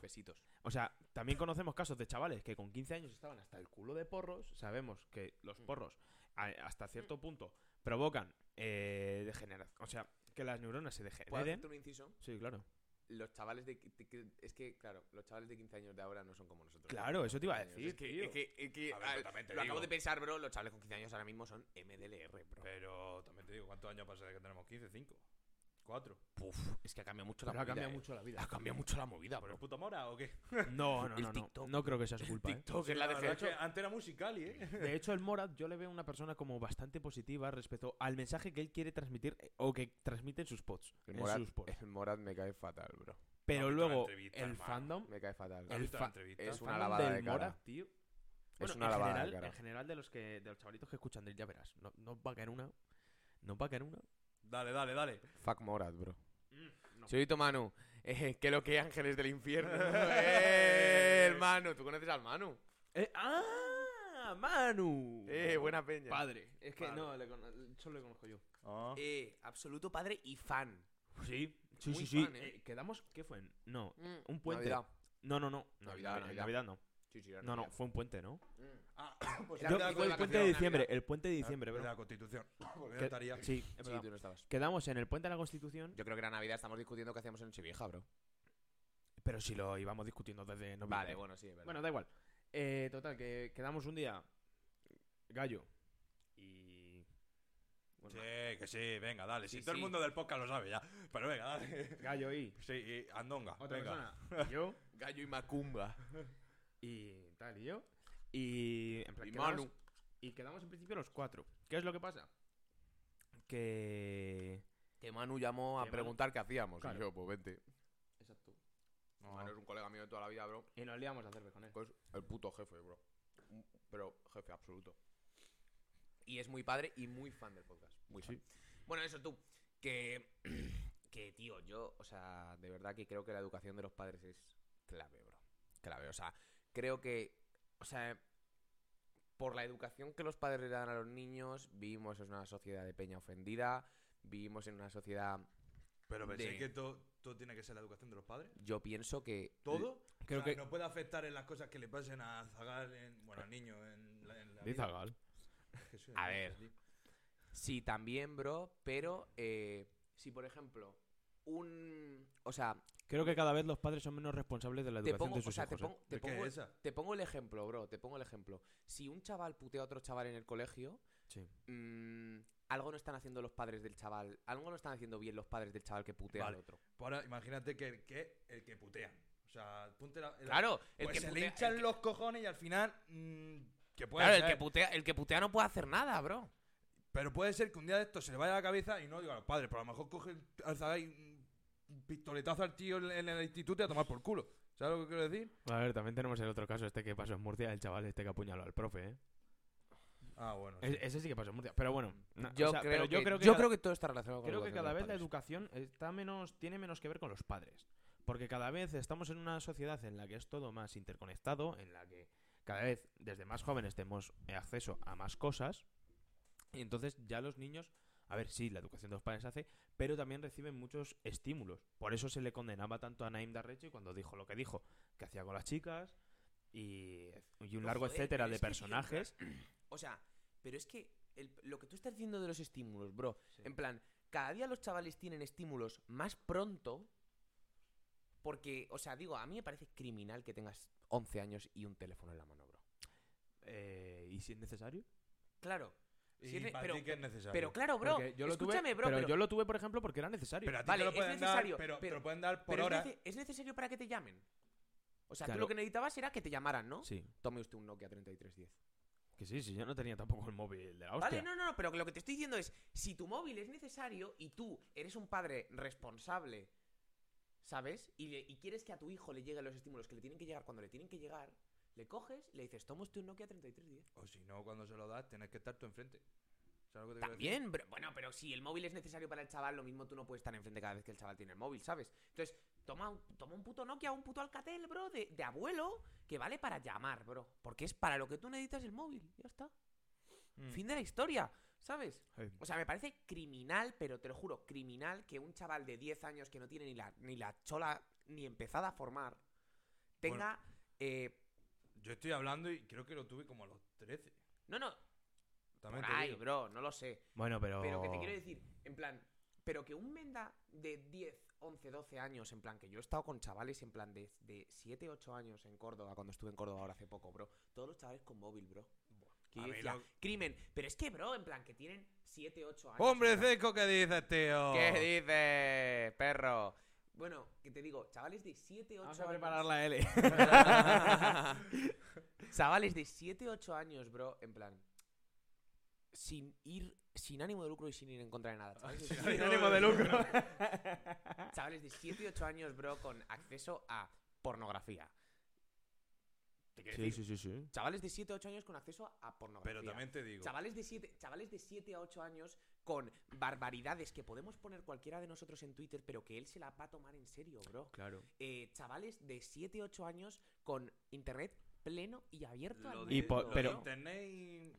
Speaker 1: Besitos.
Speaker 2: O sea, también conocemos casos de chavales que con 15 años estaban hasta el culo de porros. Sabemos que los
Speaker 1: Mm.
Speaker 2: porros, a- hasta cierto punto, provocan eh, degeneración. O sea, que las neuronas se
Speaker 1: ¿Puedo
Speaker 2: degeneren.
Speaker 1: hacerte un inciso?
Speaker 2: Sí, claro.
Speaker 1: Los chavales de... de- que- es que, claro, los chavales de 15 años de ahora no son como nosotros.
Speaker 2: Claro, eso te iba a
Speaker 1: 15 años.
Speaker 2: decir, tío.
Speaker 1: Es que, es que, es que,
Speaker 3: A ver,
Speaker 1: ah,
Speaker 3: pero también te
Speaker 1: lo acabo
Speaker 3: digo.
Speaker 1: de pensar, bro. Los chavales con 15 años ahora mismo son MDLR,
Speaker 2: Eh.
Speaker 1: bro.
Speaker 3: Pero también te digo, ¿cuántos años pasa desde que tenemos? ¿15? ¿5? ¿4?
Speaker 1: Puf, es que ha cambiado mucho la
Speaker 2: Pero ha
Speaker 1: movida.
Speaker 2: cambiado
Speaker 1: eh.
Speaker 2: mucho la vida.
Speaker 1: Ha cambiado mucho la movida,
Speaker 3: ¿Por el
Speaker 1: bro.
Speaker 3: puto Mora o qué?
Speaker 2: No, no,
Speaker 1: El
Speaker 2: no. No,
Speaker 1: TikTok.
Speaker 2: no creo que sea su culpa. ¿eh?
Speaker 1: TikTok es la
Speaker 3: verdad es que
Speaker 1: defensa.
Speaker 3: antes era musical, ¿eh?
Speaker 2: De hecho, el Morad yo le veo una persona como bastante positiva respecto al mensaje que él quiere transmitir eh, o que transmite en sus pods. en sus pods.
Speaker 1: el Morad me cae fatal, bro.
Speaker 2: Pero
Speaker 3: visto la
Speaker 2: luego,
Speaker 3: entrevista,
Speaker 2: el
Speaker 3: hermano.
Speaker 2: fandom.
Speaker 1: Me cae fatal.
Speaker 2: El
Speaker 3: ¿Has visto la
Speaker 2: fa-
Speaker 3: entrevista?
Speaker 1: es
Speaker 2: el
Speaker 1: una
Speaker 2: fandom
Speaker 1: lavada
Speaker 2: del
Speaker 1: de cara.
Speaker 2: Morad, tío.
Speaker 1: Es
Speaker 2: Eh, Bueno,
Speaker 1: una
Speaker 2: en
Speaker 1: lavada
Speaker 2: general,
Speaker 1: de cara.
Speaker 2: En general, de los, que, de los chavalitos que escuchan de él, ya verás. No, no va a caer una. No va a caer una.
Speaker 3: Dale, dale, dale.
Speaker 1: Fuck Morad, bro.
Speaker 2: no.
Speaker 1: Señorito Manu, eh, que lo que ángeles del infierno. eh, hermano, ¿tú conoces al Manu?
Speaker 2: Eh, ¡Ah! ¡Manu!
Speaker 1: Eh, buena peña.
Speaker 2: Padre. Es que
Speaker 3: Padre.
Speaker 2: no, le cono- solo le conozco yo.
Speaker 3: Ah.
Speaker 1: Eh, absoluto padre y fan.
Speaker 2: Sí, sí,
Speaker 1: Muy
Speaker 2: sí. sí.
Speaker 1: fan, ¿eh?
Speaker 2: Eh, quedamos. ¿Qué fue? No,
Speaker 1: Mm.
Speaker 2: Un puente.
Speaker 1: Navidad.
Speaker 2: no, no. no.
Speaker 1: Navidad,
Speaker 2: en
Speaker 1: Navidad.
Speaker 2: no.
Speaker 1: Sí, sí, era
Speaker 2: No, no,
Speaker 1: Navidad.
Speaker 2: fue un puente, ¿no?
Speaker 1: Mm.
Speaker 3: Ah, pues
Speaker 1: Yo-
Speaker 3: era
Speaker 2: Yo-
Speaker 3: de la
Speaker 1: digo,
Speaker 2: fue el
Speaker 1: vacaciones,
Speaker 2: puente de
Speaker 1: Navidad.
Speaker 2: diciembre, el puente de diciembre,
Speaker 3: de
Speaker 2: bro.
Speaker 3: la Constitución. Porque
Speaker 2: Que-
Speaker 3: no estaría.
Speaker 2: Sí, es
Speaker 1: Sí,
Speaker 2: verdad.
Speaker 1: tú no estabas.
Speaker 2: Quedamos en el puente de la Constitución,
Speaker 1: Yo creo que era Navidad, estamos discutiendo qué hacíamos en Nochevieja, bro.
Speaker 2: pero si lo íbamos discutiendo desde noviembre.
Speaker 1: Vale, bueno, sí, es verdad.
Speaker 2: Bueno, da igual. Eh, total, que quedamos un día gallo y...
Speaker 3: Sí, que sí, venga, dale. Si
Speaker 1: Sí,
Speaker 3: todo
Speaker 1: sí.
Speaker 3: el mundo del podcast lo sabe ya. Pero venga, dale.
Speaker 2: Gallo y...
Speaker 3: Sí, y Andonga.
Speaker 2: Otra
Speaker 3: venga.
Speaker 2: persona. y yo
Speaker 1: Gallo y Macumba.
Speaker 2: y tal, y yo. Y... En plan,
Speaker 1: Y
Speaker 2: quedamos-
Speaker 1: Manu.
Speaker 2: Y quedamos en principio los cuatro. ¿Qué es lo que pasa? Que...
Speaker 1: Que Manu llamó a
Speaker 2: Que Manu-
Speaker 1: preguntar qué hacíamos.
Speaker 2: Claro.
Speaker 1: Y yo, pues vente.
Speaker 2: Exacto.
Speaker 1: Manu es un colega mío de toda la vida, bro.
Speaker 2: Y nos liamos a hacer con él.
Speaker 1: Es Pues, el puto jefe, bro. Un- Pero jefe absoluto. Y es muy padre y muy fan del podcast. Muy fan. Bueno, eso tú. Que, que, tío, yo, o sea, de verdad que creo que la educación de los padres es clave, bro. Clave, o sea, creo que, o sea, por la educación que los padres le dan a los niños, vivimos en una sociedad de peña ofendida, vivimos en una sociedad,
Speaker 3: Pero pensé
Speaker 1: De-
Speaker 3: que todo, todo tiene que ser la educación de los padres.
Speaker 1: yo pienso que...
Speaker 3: ¿Todo?
Speaker 2: Creo
Speaker 3: O
Speaker 1: Ah,
Speaker 3: sea,
Speaker 2: que-
Speaker 3: No puede afectar en las cosas que le pasen a Zagal, en, bueno, al niño. En la, en la vida. Que soy
Speaker 1: A
Speaker 3: el
Speaker 1: ver.
Speaker 3: niño,
Speaker 1: Sí, también, bro, pero eh, si, por ejemplo, un... O sea,
Speaker 2: Creo que cada vez los padres son menos responsables de la
Speaker 1: Te
Speaker 2: educación
Speaker 1: pongo,
Speaker 2: de
Speaker 1: o
Speaker 2: sus
Speaker 1: sea, te
Speaker 2: hijos. ¿eh?
Speaker 1: pongo, te
Speaker 3: ¿De qué
Speaker 1: pongo-
Speaker 3: es esa?
Speaker 1: te pongo el ejemplo, bro, te pongo el ejemplo. Si un chaval putea a otro chaval en el colegio,
Speaker 2: Sí.
Speaker 1: mm, algo no están haciendo los padres del chaval, algo no están haciendo bien los padres del chaval que putea
Speaker 3: Vale.
Speaker 1: al otro.
Speaker 3: Pues ahora imagínate que el que, el que putean. O sea, ponte la. la-
Speaker 1: Claro, el
Speaker 3: pues
Speaker 1: que
Speaker 3: se
Speaker 1: putea,
Speaker 3: le hinchan
Speaker 1: el que-
Speaker 3: los cojones y al final. mm, que puede
Speaker 1: claro, el
Speaker 3: ser.
Speaker 1: que putea, el que putea no puede hacer nada, bro.
Speaker 3: Pero puede ser que un día de esto se le vaya la cabeza y no diga a los padres, pero a lo mejor coge al Zagal y un un pistoletazo al tío en, en el instituto y a tomar por culo. ¿Sabes lo que quiero decir?
Speaker 2: A ver, también tenemos el otro caso, este que pasó en Murcia, el chaval este que apuñaló al profe, ¿eh?
Speaker 3: Ah, bueno. sí.
Speaker 2: E- ese sí que pasó en Murcia, pero bueno. na- o
Speaker 1: Mm, Yo,
Speaker 2: sea,
Speaker 1: creo,
Speaker 2: pero yo
Speaker 1: que,
Speaker 2: creo que
Speaker 1: yo
Speaker 2: cada,
Speaker 1: creo que todo está relacionado con
Speaker 2: creo que
Speaker 1: educación
Speaker 2: cada
Speaker 1: de los
Speaker 2: vez la
Speaker 1: padres.
Speaker 2: educación está menos, tiene menos que ver con los padres. Porque cada vez estamos en una sociedad en la que es todo más interconectado, en la que cada vez desde más jóvenes tenemos eh, acceso a más cosas. Y entonces ya los niños, a ver, sí, la educación de los padres hace, pero también reciben muchos estímulos. Por eso se le condenaba tanto a Naim Darreche cuando dijo lo que dijo, que hacía con las chicas y, y un
Speaker 1: Pero,
Speaker 2: largo
Speaker 1: joder,
Speaker 2: etcétera
Speaker 1: pero
Speaker 2: de
Speaker 1: es que, tío, en plan,
Speaker 2: personajes.
Speaker 1: O sea, pero es que el- lo que tú estás diciendo de los estímulos, bro,
Speaker 2: Sí.
Speaker 1: en plan, cada día los chavales tienen estímulos más pronto porque, o sea, digo, a mí me parece criminal que tengas 11 años y un teléfono en la mano, bro.
Speaker 2: Eh, ¿Y si es necesario?
Speaker 1: Claro,
Speaker 3: Y
Speaker 1: si es ne-
Speaker 3: para
Speaker 1: pero-
Speaker 3: ti que es necesario.
Speaker 1: pero claro, bro,
Speaker 2: Porque yo lo tuve-
Speaker 1: escúchame, bro,
Speaker 2: pero,
Speaker 1: pero-
Speaker 2: yo lo tuve, por ejemplo, porque era necesario.
Speaker 3: Pero a ti
Speaker 1: Vale,
Speaker 3: te lo
Speaker 1: es
Speaker 3: pueden
Speaker 1: necesario,
Speaker 3: dar, pero,
Speaker 1: pero-
Speaker 3: te lo pueden dar por
Speaker 1: pero es
Speaker 3: hora.
Speaker 1: nece- es necesario para que te llamen. O sea, tú
Speaker 2: Claro.
Speaker 1: lo que necesitabas era que te llamaran, ¿no?
Speaker 2: sí.
Speaker 1: Tome usted un Nokia 3310.
Speaker 2: Que sí, sí, yo no tenía tampoco el móvil de la hostia.
Speaker 1: Vale, no, no, no, pero que lo que te estoy diciendo es, si tu móvil es necesario y tú eres un padre responsable, ¿sabes? Y, le- y quieres que a tu hijo le lleguen los estímulos que le tienen que llegar cuando le tienen que llegar, le coges y le dices, toma usted un Nokia 3310.
Speaker 3: O si no, cuando se lo das, tienes que estar tú enfrente. ¿Sabes lo que te quiero decir?
Speaker 1: También, pero, bueno, pero si el móvil es necesario para el chaval, lo mismo tú no puedes estar enfrente cada vez que el chaval tiene el móvil, ¿sabes? Entonces, toma un, toma un puto Nokia, un puto Alcatel, bro, de, de abuelo, que vale para llamar, bro. Porque es para lo que tú necesitas el móvil, ya está.
Speaker 3: Mm.
Speaker 1: Fin de la historia, ¿sabes?
Speaker 2: Eh,
Speaker 1: O sea, me parece criminal, pero te lo juro, criminal que un chaval de 10 años que no tiene ni la, ni la chola ni empezada a formar tenga. eh,
Speaker 3: Yo estoy hablando y creo que lo tuve como a los 13.
Speaker 1: no, no,
Speaker 3: También
Speaker 1: por
Speaker 3: te
Speaker 1: ahí,
Speaker 3: digo.
Speaker 1: bro, no lo sé.
Speaker 2: Bueno, pero...
Speaker 1: Pero que te quiero decir, en plan, pero que un menda de 10, 11, 12 años, en plan, que yo he estado con chavales, en plan, de, de 7, 8 años en Córdoba, cuando estuve en Córdoba ahora hace poco, bro. Todos los chavales con móvil, bro. Que
Speaker 3: a
Speaker 1: yo
Speaker 3: mí
Speaker 1: decía,
Speaker 3: lo-
Speaker 1: crimen. Pero es que, bro, en plan, que tienen 7, 8 años.
Speaker 3: ¡Hombre
Speaker 1: en plan,
Speaker 3: seco que dices, tío!
Speaker 1: ¿Qué dices, perro? Bueno, que te digo, chavales de 7, 8
Speaker 2: Vamos
Speaker 1: años.
Speaker 2: a preparar la L.
Speaker 1: chavales de 7, 8 años, bro, en plan. Sin ir, sin ánimo de lucro y sin ir en contra de nada. Chavales de,
Speaker 2: Sin ánimo de lucro.
Speaker 1: chavales de 7, 8 años, bro, con acceso a pornografía. Te quiero
Speaker 2: Sí,
Speaker 1: decir,
Speaker 2: sí, sí, sí.
Speaker 1: Chavales de 7, 8 años con acceso a pornografía.
Speaker 3: Pero también te digo.
Speaker 1: Chavales de 7, chavales de 7 a 8 años con barbaridades que podemos poner cualquiera de nosotros en Twitter, pero que él se la va a tomar en serio, bro.
Speaker 2: Claro.
Speaker 1: Eh, chavales de 7, 8 años con internet pleno y abierto
Speaker 3: lo
Speaker 1: al
Speaker 3: de-
Speaker 2: Y po-
Speaker 1: mundo,
Speaker 3: lo de
Speaker 2: pero-
Speaker 1: bro.
Speaker 3: internet y...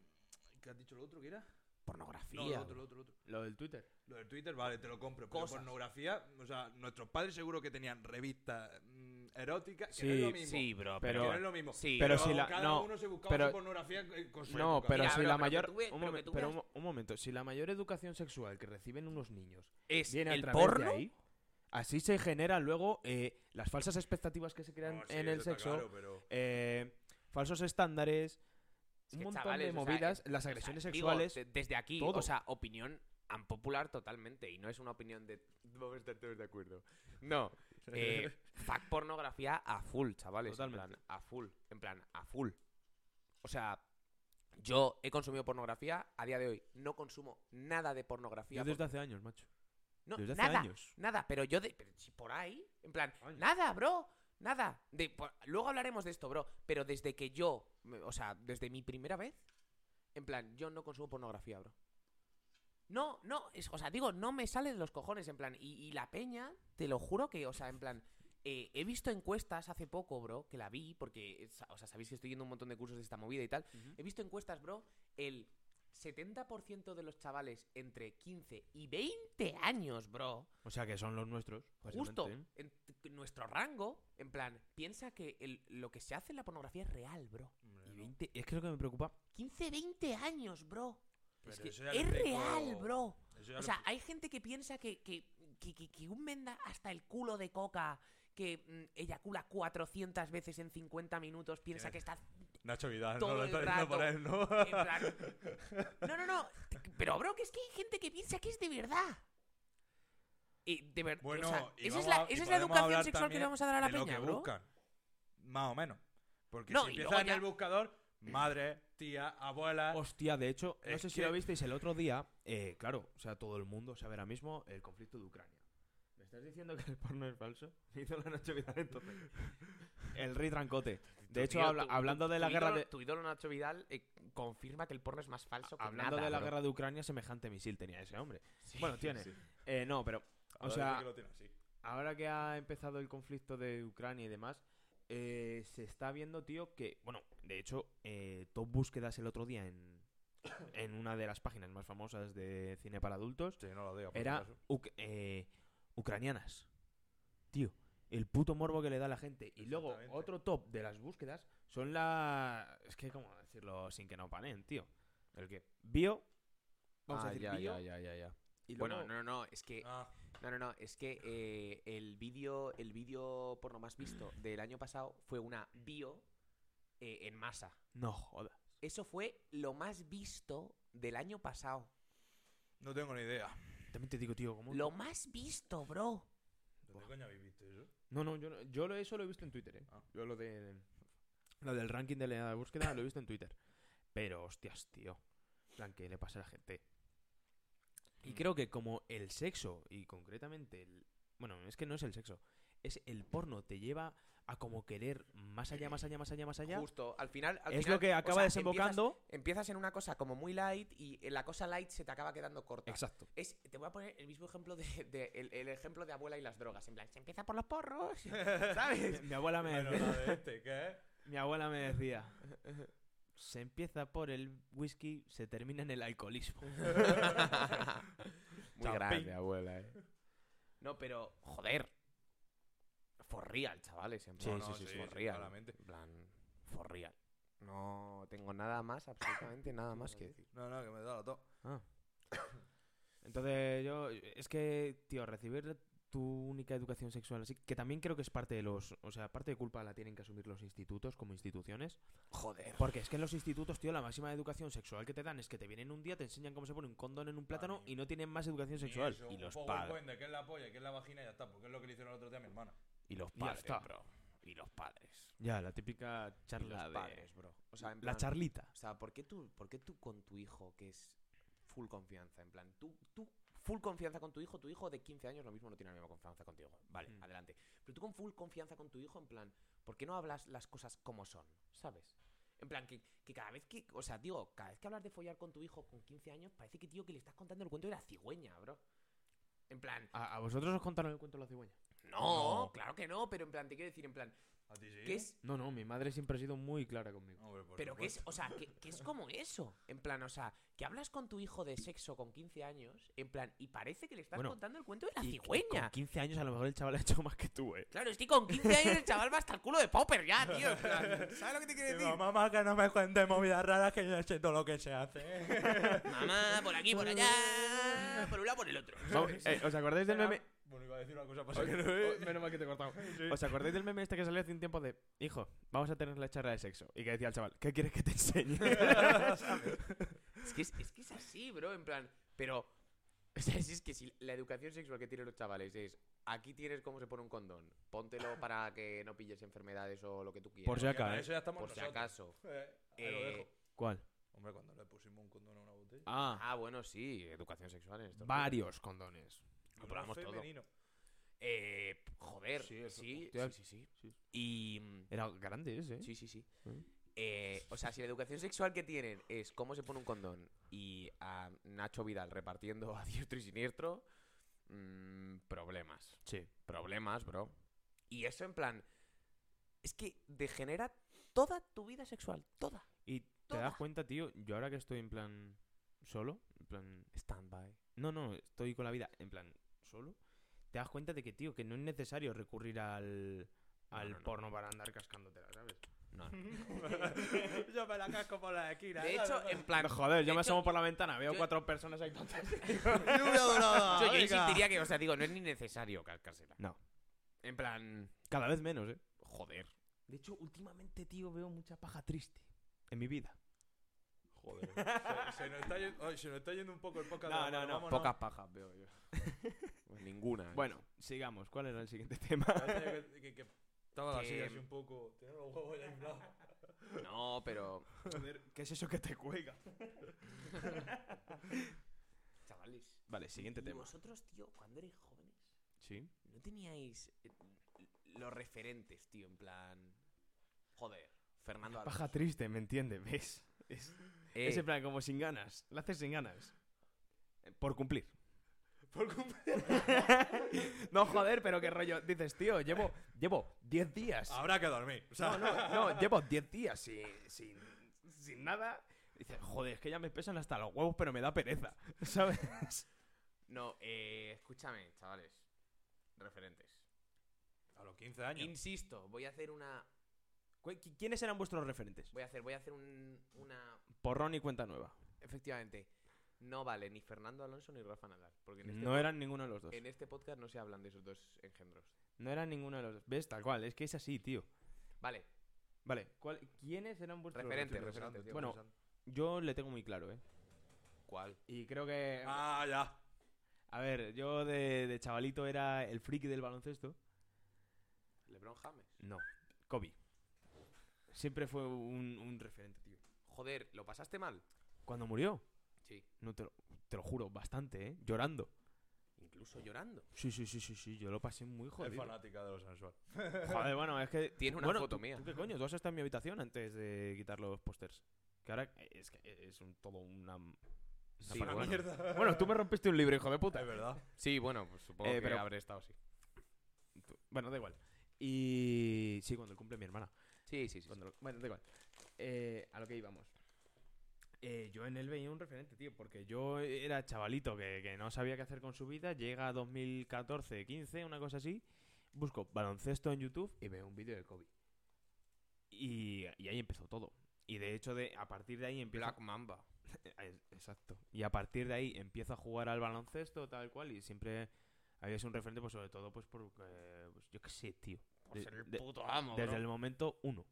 Speaker 3: ¿Qué has dicho lo otro que era?
Speaker 1: pornografía.
Speaker 3: No, lo otro, lo otro, lo otro.
Speaker 2: Lo del Twitter.
Speaker 3: Lo del Twitter, vale, te lo compro. Pero
Speaker 1: Cosas.
Speaker 3: pornografía, o sea, nuestros padres seguro que tenían revistas mm, eróticas, que no es
Speaker 2: Sí,
Speaker 3: lo mismo.
Speaker 1: Sí, bro,
Speaker 3: que
Speaker 2: pero-
Speaker 3: no es lo mismo.
Speaker 1: Sí,
Speaker 2: pero si la-
Speaker 3: cada
Speaker 2: no,
Speaker 3: uno se buscaba
Speaker 2: pero-
Speaker 3: su pornografía eh, con su
Speaker 2: No,
Speaker 3: época.
Speaker 2: pero
Speaker 1: Mira,
Speaker 2: si
Speaker 1: bro,
Speaker 2: la
Speaker 1: pero que
Speaker 2: mayor...
Speaker 1: tú ve-
Speaker 2: un,
Speaker 1: pero
Speaker 2: momen-
Speaker 1: que tú
Speaker 2: pero
Speaker 1: veas-
Speaker 2: un mo- un momento. Si la mayor educación sexual que reciben unos niños
Speaker 1: es
Speaker 2: viene a
Speaker 1: el
Speaker 2: través
Speaker 1: porno.
Speaker 2: de ahí, así se generan luego eh, las falsas expectativas que se crean
Speaker 3: No, sí,
Speaker 2: en
Speaker 3: eso
Speaker 2: el
Speaker 3: está
Speaker 2: sexo,
Speaker 3: claro, pero-
Speaker 2: eh, falsos estándares,
Speaker 1: que,
Speaker 2: un montón
Speaker 1: chavales,
Speaker 2: de
Speaker 1: o sea,
Speaker 2: movidas,
Speaker 1: eh,
Speaker 2: las
Speaker 1: o sea,
Speaker 2: agresiones
Speaker 1: digo,
Speaker 2: sexuales...
Speaker 1: de- desde aquí,
Speaker 2: todo.
Speaker 1: o sea, opinión unpopular totalmente. Y no es una opinión de. Vamos a estar todos de acuerdo. No. Eh, fuck pornografía a full, chavales. En
Speaker 2: Totalmente.
Speaker 1: plan, a full. En plan, a full. O sea, yo he consumido pornografía. A día de hoy no consumo nada de pornografía.
Speaker 2: Yo desde
Speaker 1: porque-
Speaker 2: hace años, macho.
Speaker 1: no,
Speaker 2: desde hace
Speaker 1: nada,
Speaker 2: años.
Speaker 1: Nada, pero yo de, pero si por ahí, en plan,
Speaker 2: Años.
Speaker 1: nada, bro, nada. De, por- luego hablaremos de esto, bro, pero desde que yo, me- o sea, desde mi primera vez, en plan, yo no consumo pornografía, bro. No, no, es, o sea, digo, no me sale de los cojones, en plan, y, y la peña, te lo juro que, o sea, en plan, eh, he visto encuestas hace poco, bro, que la vi, porque, eh, sa- o sea, sabéis que estoy yendo a un montón de cursos de esta movida y tal. He visto encuestas, bro, el 70% de los chavales entre 15 y 20 años, bro,
Speaker 2: O sea que son los nuestros.
Speaker 1: justo
Speaker 2: básicamente.
Speaker 1: en t- nuestro rango, en plan, piensa que el- lo que se hace en la pornografía es real, bro.
Speaker 3: Hombre,
Speaker 2: Y
Speaker 3: no.
Speaker 2: 20 es que lo que me preocupa.
Speaker 1: 15, 20 años, bro.
Speaker 3: Pero
Speaker 1: es que
Speaker 3: eso ya lo
Speaker 1: es
Speaker 3: explicó-
Speaker 1: real, bro.
Speaker 3: eso ya
Speaker 1: O
Speaker 3: lo
Speaker 1: sea, hay gente que piensa que, que, que- que- que un menda hasta el culo de coca que mm, eyacula 400 veces en 50 minutos piensa
Speaker 3: Tienes-
Speaker 1: que está
Speaker 3: Nacho Vidal,
Speaker 1: todo
Speaker 3: no lo
Speaker 1: el
Speaker 3: está diciendo por
Speaker 1: rato,
Speaker 3: él, ¿no?
Speaker 1: en plan... No, no, no. Pero, bro, que es que hay gente que piensa que es de verdad. Y de verdad.
Speaker 3: Bueno,
Speaker 1: o sea,
Speaker 3: y
Speaker 1: esa es
Speaker 3: vamos
Speaker 1: la,
Speaker 3: a-
Speaker 1: esa
Speaker 3: y
Speaker 1: es la
Speaker 3: podemos
Speaker 1: educación
Speaker 3: hablar
Speaker 1: sexual que
Speaker 3: también
Speaker 1: le vamos a dar a la
Speaker 3: de lo
Speaker 1: peña,
Speaker 3: que
Speaker 1: bro.
Speaker 3: buscan. Más o menos. Porque
Speaker 1: No,
Speaker 3: si
Speaker 1: y luego
Speaker 3: empiezas en
Speaker 1: ya-
Speaker 3: el buscador, madre, tía, abuela.
Speaker 2: Hostia, de hecho, no
Speaker 3: Es
Speaker 2: sé si
Speaker 3: que-
Speaker 2: lo visteis el otro día. eh, claro, o sea, todo el mundo sabe ahora mismo el conflicto de Ucrania. ¿Me estás diciendo que el porno es falso? Me hizo la Nacho Vidal entonces. El rey trancote. De hecho,
Speaker 1: Tío,
Speaker 2: habla-
Speaker 1: tu-
Speaker 2: hablando
Speaker 1: tu-
Speaker 2: de la
Speaker 1: tu
Speaker 2: guerra
Speaker 1: ídolo-
Speaker 2: de,
Speaker 1: Tu ídolo Nacho Vidal eh, confirma que el porno es más falso que
Speaker 2: hablando
Speaker 1: nada,
Speaker 2: de la
Speaker 1: bro.
Speaker 2: guerra de Ucrania, semejante misil tenía ese hombre. bueno, tiene.
Speaker 3: sí.
Speaker 2: Eh, no, pero, o
Speaker 3: Ahora
Speaker 2: sea,
Speaker 3: dice que lo tiene así.
Speaker 2: ahora que ha empezado el conflicto de Ucrania y demás, eh, se está viendo, tío, que, bueno, de hecho, eh, top búsquedas el otro día en, en una de las páginas más famosas de cine para adultos
Speaker 3: Sí, no lo diga, por si
Speaker 2: era
Speaker 3: acaso.
Speaker 2: uc- eh, ucranianas. Tío, el puto morbo que le da a la gente. Y luego,
Speaker 3: Exactamente.
Speaker 2: otro top de las búsquedas son la... Es que, ¿cómo decirlo sin que no panen, tío? El que... Bio. Vamos
Speaker 1: Ah,
Speaker 2: a decir
Speaker 1: ya, ya,
Speaker 2: bio.
Speaker 1: ya, ya, ya.
Speaker 2: Y
Speaker 1: Bueno,
Speaker 2: luego-
Speaker 1: no, no, no, es que,
Speaker 3: Ah,
Speaker 1: no, no, no, es que eh, el vídeo, el vídeo porno más visto del año pasado fue una bio eh, en masa.
Speaker 2: No, joda.
Speaker 1: Eso fue lo más visto del año pasado.
Speaker 3: no tengo ni idea.
Speaker 2: También te digo, tío, ¿cómo?
Speaker 1: Lo más visto, bro.
Speaker 3: ¿Dónde coño habéis visto eso?
Speaker 2: No, no, yo, no- yo lo, eso lo he visto en Twitter, ¿eh?
Speaker 3: Ah.
Speaker 2: Yo lo de... Lo del ranking de la búsqueda lo he visto en Twitter. Pero hostias, tío. En plan, ¿qué le pasa a la gente? Y creo que como el sexo, y concretamente el... Bueno, es que no es el sexo. Es el porno, te lleva a como querer más allá, más allá, más allá, más allá.
Speaker 1: Justo, al final. al
Speaker 2: es
Speaker 1: final,
Speaker 2: lo que
Speaker 1: o
Speaker 2: acaba
Speaker 1: sea,
Speaker 2: desembocando...
Speaker 1: Empiezas, empiezas en una cosa como muy light y la cosa light se te acaba quedando corta.
Speaker 2: Exacto.
Speaker 1: Es- te voy a poner el mismo ejemplo de, de- el, el ejemplo de abuela y las drogas. En plan, se empieza por los porros.
Speaker 2: Mi,
Speaker 1: Ah, ¿Sabes?
Speaker 2: mi abuela me
Speaker 3: Bueno,
Speaker 2: decía,
Speaker 3: la de este, ¿qué?
Speaker 2: mi abuela me decía, se empieza por el whisky, se termina en el alcoholismo.
Speaker 1: muy grande.
Speaker 4: abuela, eh.
Speaker 1: No, pero, joder. For real, chavales. En
Speaker 2: Sí,
Speaker 1: plan,
Speaker 2: sí,
Speaker 1: no,
Speaker 2: sí, sí,
Speaker 1: for
Speaker 3: sí,
Speaker 1: real.
Speaker 3: claramente.
Speaker 1: En plan, for real. No tengo nada más, absolutamente nada más que decir.
Speaker 3: No, no, que me da la tos.
Speaker 2: Entonces yo, es que, tío, recibir tu única educación sexual así, que también creo que es parte de los, o sea, parte de culpa la tienen que asumir los institutos como instituciones,
Speaker 1: Joder.
Speaker 2: porque es que en los institutos, tío, la máxima educación sexual que te dan es que te vienen un día, te enseñan cómo se pone un condón en un plátano
Speaker 3: mí-
Speaker 2: y no tienen más educación
Speaker 3: Ni
Speaker 2: sexual.
Speaker 3: eso,
Speaker 2: Y
Speaker 3: un
Speaker 2: los padres.
Speaker 3: PowerPoint de qué es la polla, qué es la vagina y ya está, porque es lo que le hicieron el otro día a mi hermana.
Speaker 1: Y los
Speaker 2: Ya
Speaker 1: padres,
Speaker 2: está.
Speaker 1: bro. Y los padres.
Speaker 2: Ya, la típica
Speaker 1: Y
Speaker 2: charla
Speaker 1: los
Speaker 2: de...
Speaker 1: padres, bro. O sea, en
Speaker 2: La
Speaker 1: plan,
Speaker 2: charlita.
Speaker 1: O sea, ¿por qué, tú, ¿por qué tú con tu hijo, que es full confianza? En plan, tú, tú full confianza con tu hijo, tu hijo de 15 años lo mismo no tiene la misma confianza contigo. Vale,
Speaker 2: Mm.
Speaker 1: adelante. Pero tú con full confianza con tu hijo, en plan, ¿por qué no hablas las cosas como son? ¿Sabes? En plan, que, que cada vez que, o sea, digo, cada vez que hablas de follar con tu hijo con 15 años, parece que, tío, que le estás contando el cuento de la cigüeña, bro. En plan,
Speaker 2: ¿A, a vosotros os contaron el cuento de la cigüeña?
Speaker 1: no,
Speaker 3: No.
Speaker 1: claro que no, pero en plan, te quiero decir, en plan,
Speaker 3: ¿A ti sí?
Speaker 1: que es
Speaker 2: No, no, mi madre siempre ha sido muy clara conmigo.
Speaker 3: Hombre, por
Speaker 1: Pero que es,
Speaker 3: supuesto.
Speaker 1: o sea, que, que es como eso. En plan, o sea, que hablas con tu hijo de sexo con 15 años, en plan, y parece que le estás
Speaker 2: Bueno,
Speaker 1: contando el cuento de la
Speaker 2: Y- y Con
Speaker 1: cigüeña.
Speaker 2: 15 años a lo mejor el chaval ha hecho más que tú, eh.
Speaker 1: Claro, es que con 15 años el chaval va hasta el culo de Popper ya, tío. en plan, ¿Sabes lo que te quiero
Speaker 3: Que
Speaker 1: decir?
Speaker 3: mamá, mamá, que no me cuentes movidas raras que yo sé todo lo que se hace. ¿eh?
Speaker 1: Mamá, por aquí, por allá, por un lado, por el otro.
Speaker 2: eh, ¿Os acordáis del meme?
Speaker 3: Bueno, iba a decir una cosa para que no
Speaker 1: eh.
Speaker 2: Oh, Menos mal que te he cortado. ¿Os acordáis del meme este que salió hace un tiempo de Hijo, vamos a tener la charla de sexo? Y que decía el chaval, ¿qué quieres que te enseñe?
Speaker 1: Es que es, es que es así, bro, en plan, pero... O sea, si es que si la educación sexual que tienen los chavales es, aquí tienes cómo se pone un condón, póntelo para que no pilles enfermedades o lo que tú quieras.
Speaker 2: Por si acaso,
Speaker 3: Para
Speaker 2: ¿eh?
Speaker 3: eso ya estamos
Speaker 1: por si
Speaker 3: nosotros.
Speaker 1: acaso.
Speaker 3: Eh, ahí lo
Speaker 1: Eh,
Speaker 3: dejo.
Speaker 2: ¿Cuál?
Speaker 3: Hombre, cuando le pusimos un condón a una botella.
Speaker 2: Ah,
Speaker 1: Ah, bueno, sí, educación sexual en esto.
Speaker 2: varios condones.
Speaker 3: Y
Speaker 1: lo
Speaker 3: uno
Speaker 1: probamos todo.
Speaker 3: femenino.
Speaker 1: Eh, joder,
Speaker 2: Sí,
Speaker 1: sí,
Speaker 2: eso-
Speaker 1: sí,
Speaker 2: hostia.
Speaker 1: sí, sí, Y... mm,
Speaker 2: Era grande ese, ¿eh?
Speaker 1: Sí, sí, sí.
Speaker 2: ¿Eh?
Speaker 1: Eh, o sea, si la educación sexual que tienen es cómo se pone un condón y a Nacho Vidal repartiendo a diestro y siniestro, mm, problemas.
Speaker 2: Sí.
Speaker 1: Problemas, bro. Y eso en plan... Es que degenera toda tu vida sexual, toda.
Speaker 2: Y te
Speaker 1: Toda.
Speaker 2: das cuenta, tío, yo ahora que estoy en plan solo, en plan...
Speaker 1: Stand-by.
Speaker 2: No, no, estoy con la vida en plan solo. Te das cuenta de que, tío, que no es necesario recurrir al, al
Speaker 1: no, no.
Speaker 2: porno para andar cascándotela, ¿sabes?
Speaker 1: No,
Speaker 3: yo me la casco por la esquina.
Speaker 1: De hecho, en plan...
Speaker 2: Joder, yo
Speaker 1: de
Speaker 2: me
Speaker 1: hecho-
Speaker 2: asomo por la ventana, veo
Speaker 1: yo-
Speaker 2: cuatro personas ahí tontas.
Speaker 1: Yo, yo insistiría que, o sea, digo, no es ni necesario cascársela.
Speaker 2: No.
Speaker 1: En plan...
Speaker 2: Cada vez menos, ¿eh?
Speaker 1: Joder.
Speaker 2: De hecho, últimamente, tío, veo mucha paja triste en mi vida.
Speaker 3: Joder. Se, se nos está yendo, ay, se nos está yendo un poco el podcast.
Speaker 2: No,
Speaker 3: de la
Speaker 2: no,
Speaker 3: mano,
Speaker 2: no,
Speaker 3: vámonos.
Speaker 1: Pocas pajas veo yo. Pues ninguna.
Speaker 2: Bueno, sigamos. ¿Cuál era el siguiente tema?
Speaker 3: Parece que, que- que estaba la
Speaker 1: Que-
Speaker 3: silla así un poco. Tiene los huevos ya inflados.
Speaker 1: No, pero.
Speaker 2: ¿Qué es eso que te cuelga?
Speaker 1: Chavales.
Speaker 2: Vale, siguiente
Speaker 1: ¿y
Speaker 2: tema.
Speaker 1: Vosotros, tío, cuando erais jóvenes,
Speaker 2: Sí.
Speaker 1: no teníais eh, los referentes, tío, en plan. Joder. Fernando Alonso.
Speaker 2: Paja triste, ¿me entiendes? ¿Ves? Es,
Speaker 1: Eh,
Speaker 2: es en plan, como sin ganas. La haces sin ganas. Eh, Por cumplir.
Speaker 3: Por culpa-
Speaker 2: No, joder, pero qué rollo. Dices, tío, llevo llevo 10 días.
Speaker 3: Habrá que dormir. O sea,
Speaker 2: No, no, no, llevo 10 días sin, sin, sin nada. Dices, joder, es que ya me pesan hasta los huevos, pero me da pereza. ¿Sabes?
Speaker 1: No, eh, escúchame, chavales. Referentes.
Speaker 3: A los 15 años.
Speaker 1: Insisto, voy a hacer una.
Speaker 2: ¿Cu- qui- ¿Quiénes eran vuestros referentes?
Speaker 1: Voy a hacer, voy a hacer un, una.
Speaker 2: Porrón y cuenta nueva.
Speaker 1: Efectivamente. No vale ni Fernando Alonso ni Rafa Nadal. Porque en este,
Speaker 2: No eran ninguno de los dos.
Speaker 1: en este podcast no se hablan de esos dos engendros.
Speaker 2: No eran ninguno de los dos. ¿Ves? Tal cual, es que es así, tío.
Speaker 1: Vale,
Speaker 2: Vale, ¿cuál- ¿quiénes eran vuestros
Speaker 1: Referentes, referentes,
Speaker 2: referentes?
Speaker 1: tío,
Speaker 2: Bueno, Yo le tengo muy claro, ¿eh?
Speaker 1: ¿cuál?
Speaker 2: Y creo que...
Speaker 3: Ah, ya.
Speaker 2: A ver, yo de, de chavalito era el friki del baloncesto.
Speaker 1: LeBron James.
Speaker 2: No, Kobe. Siempre fue un, un referente, tío.
Speaker 1: joder, ¿lo pasaste mal?
Speaker 2: Cuando murió,
Speaker 1: Sí.
Speaker 2: no te lo, te lo juro, bastante, ¿eh? Llorando.
Speaker 1: Incluso llorando.
Speaker 2: Sí, sí, sí, sí, sí, yo lo pasé muy
Speaker 3: Es
Speaker 2: jodido.
Speaker 3: fanática de lo sensual.
Speaker 2: Joder, bueno, es que...
Speaker 1: Tiene una
Speaker 2: bueno,
Speaker 1: foto
Speaker 2: tú-
Speaker 1: mía.
Speaker 2: ¿tú qué coño? Tú has estado en mi habitación antes de quitar los pósters. Que ahora es, que es un- todo una... una
Speaker 1: Sí,
Speaker 2: faena.
Speaker 1: bueno.
Speaker 3: Mierda.
Speaker 2: Bueno, tú me rompiste un libro, hijo de puta.
Speaker 3: Es verdad.
Speaker 1: Sí, bueno, pues supongo
Speaker 2: Eh,
Speaker 1: que
Speaker 2: pero-
Speaker 1: habré estado así.
Speaker 2: Tú- Bueno, da igual. Y... Sí, cuando cumple mi hermana.
Speaker 1: Sí, sí, sí.
Speaker 2: Cuando lo- Bueno, da igual. Eh, a lo que íbamos. Eh, yo en él veía un referente, tío, porque yo era chavalito que, que no sabía qué hacer con su vida. Llega 2014, 15, una cosa así. Busco baloncesto en YouTube y veo un vídeo de Kobe. Y, y ahí empezó todo. Y de hecho, de, a partir de ahí empiezo.
Speaker 1: Black Mamba.
Speaker 2: Eh, Exacto. Y a partir de ahí empiezo a jugar al baloncesto, tal cual, y siempre había sido un referente, pues sobre todo, pues por. eh, pues, yo qué sé, tío. De- de-
Speaker 1: puto amo,
Speaker 2: desde el momento uno.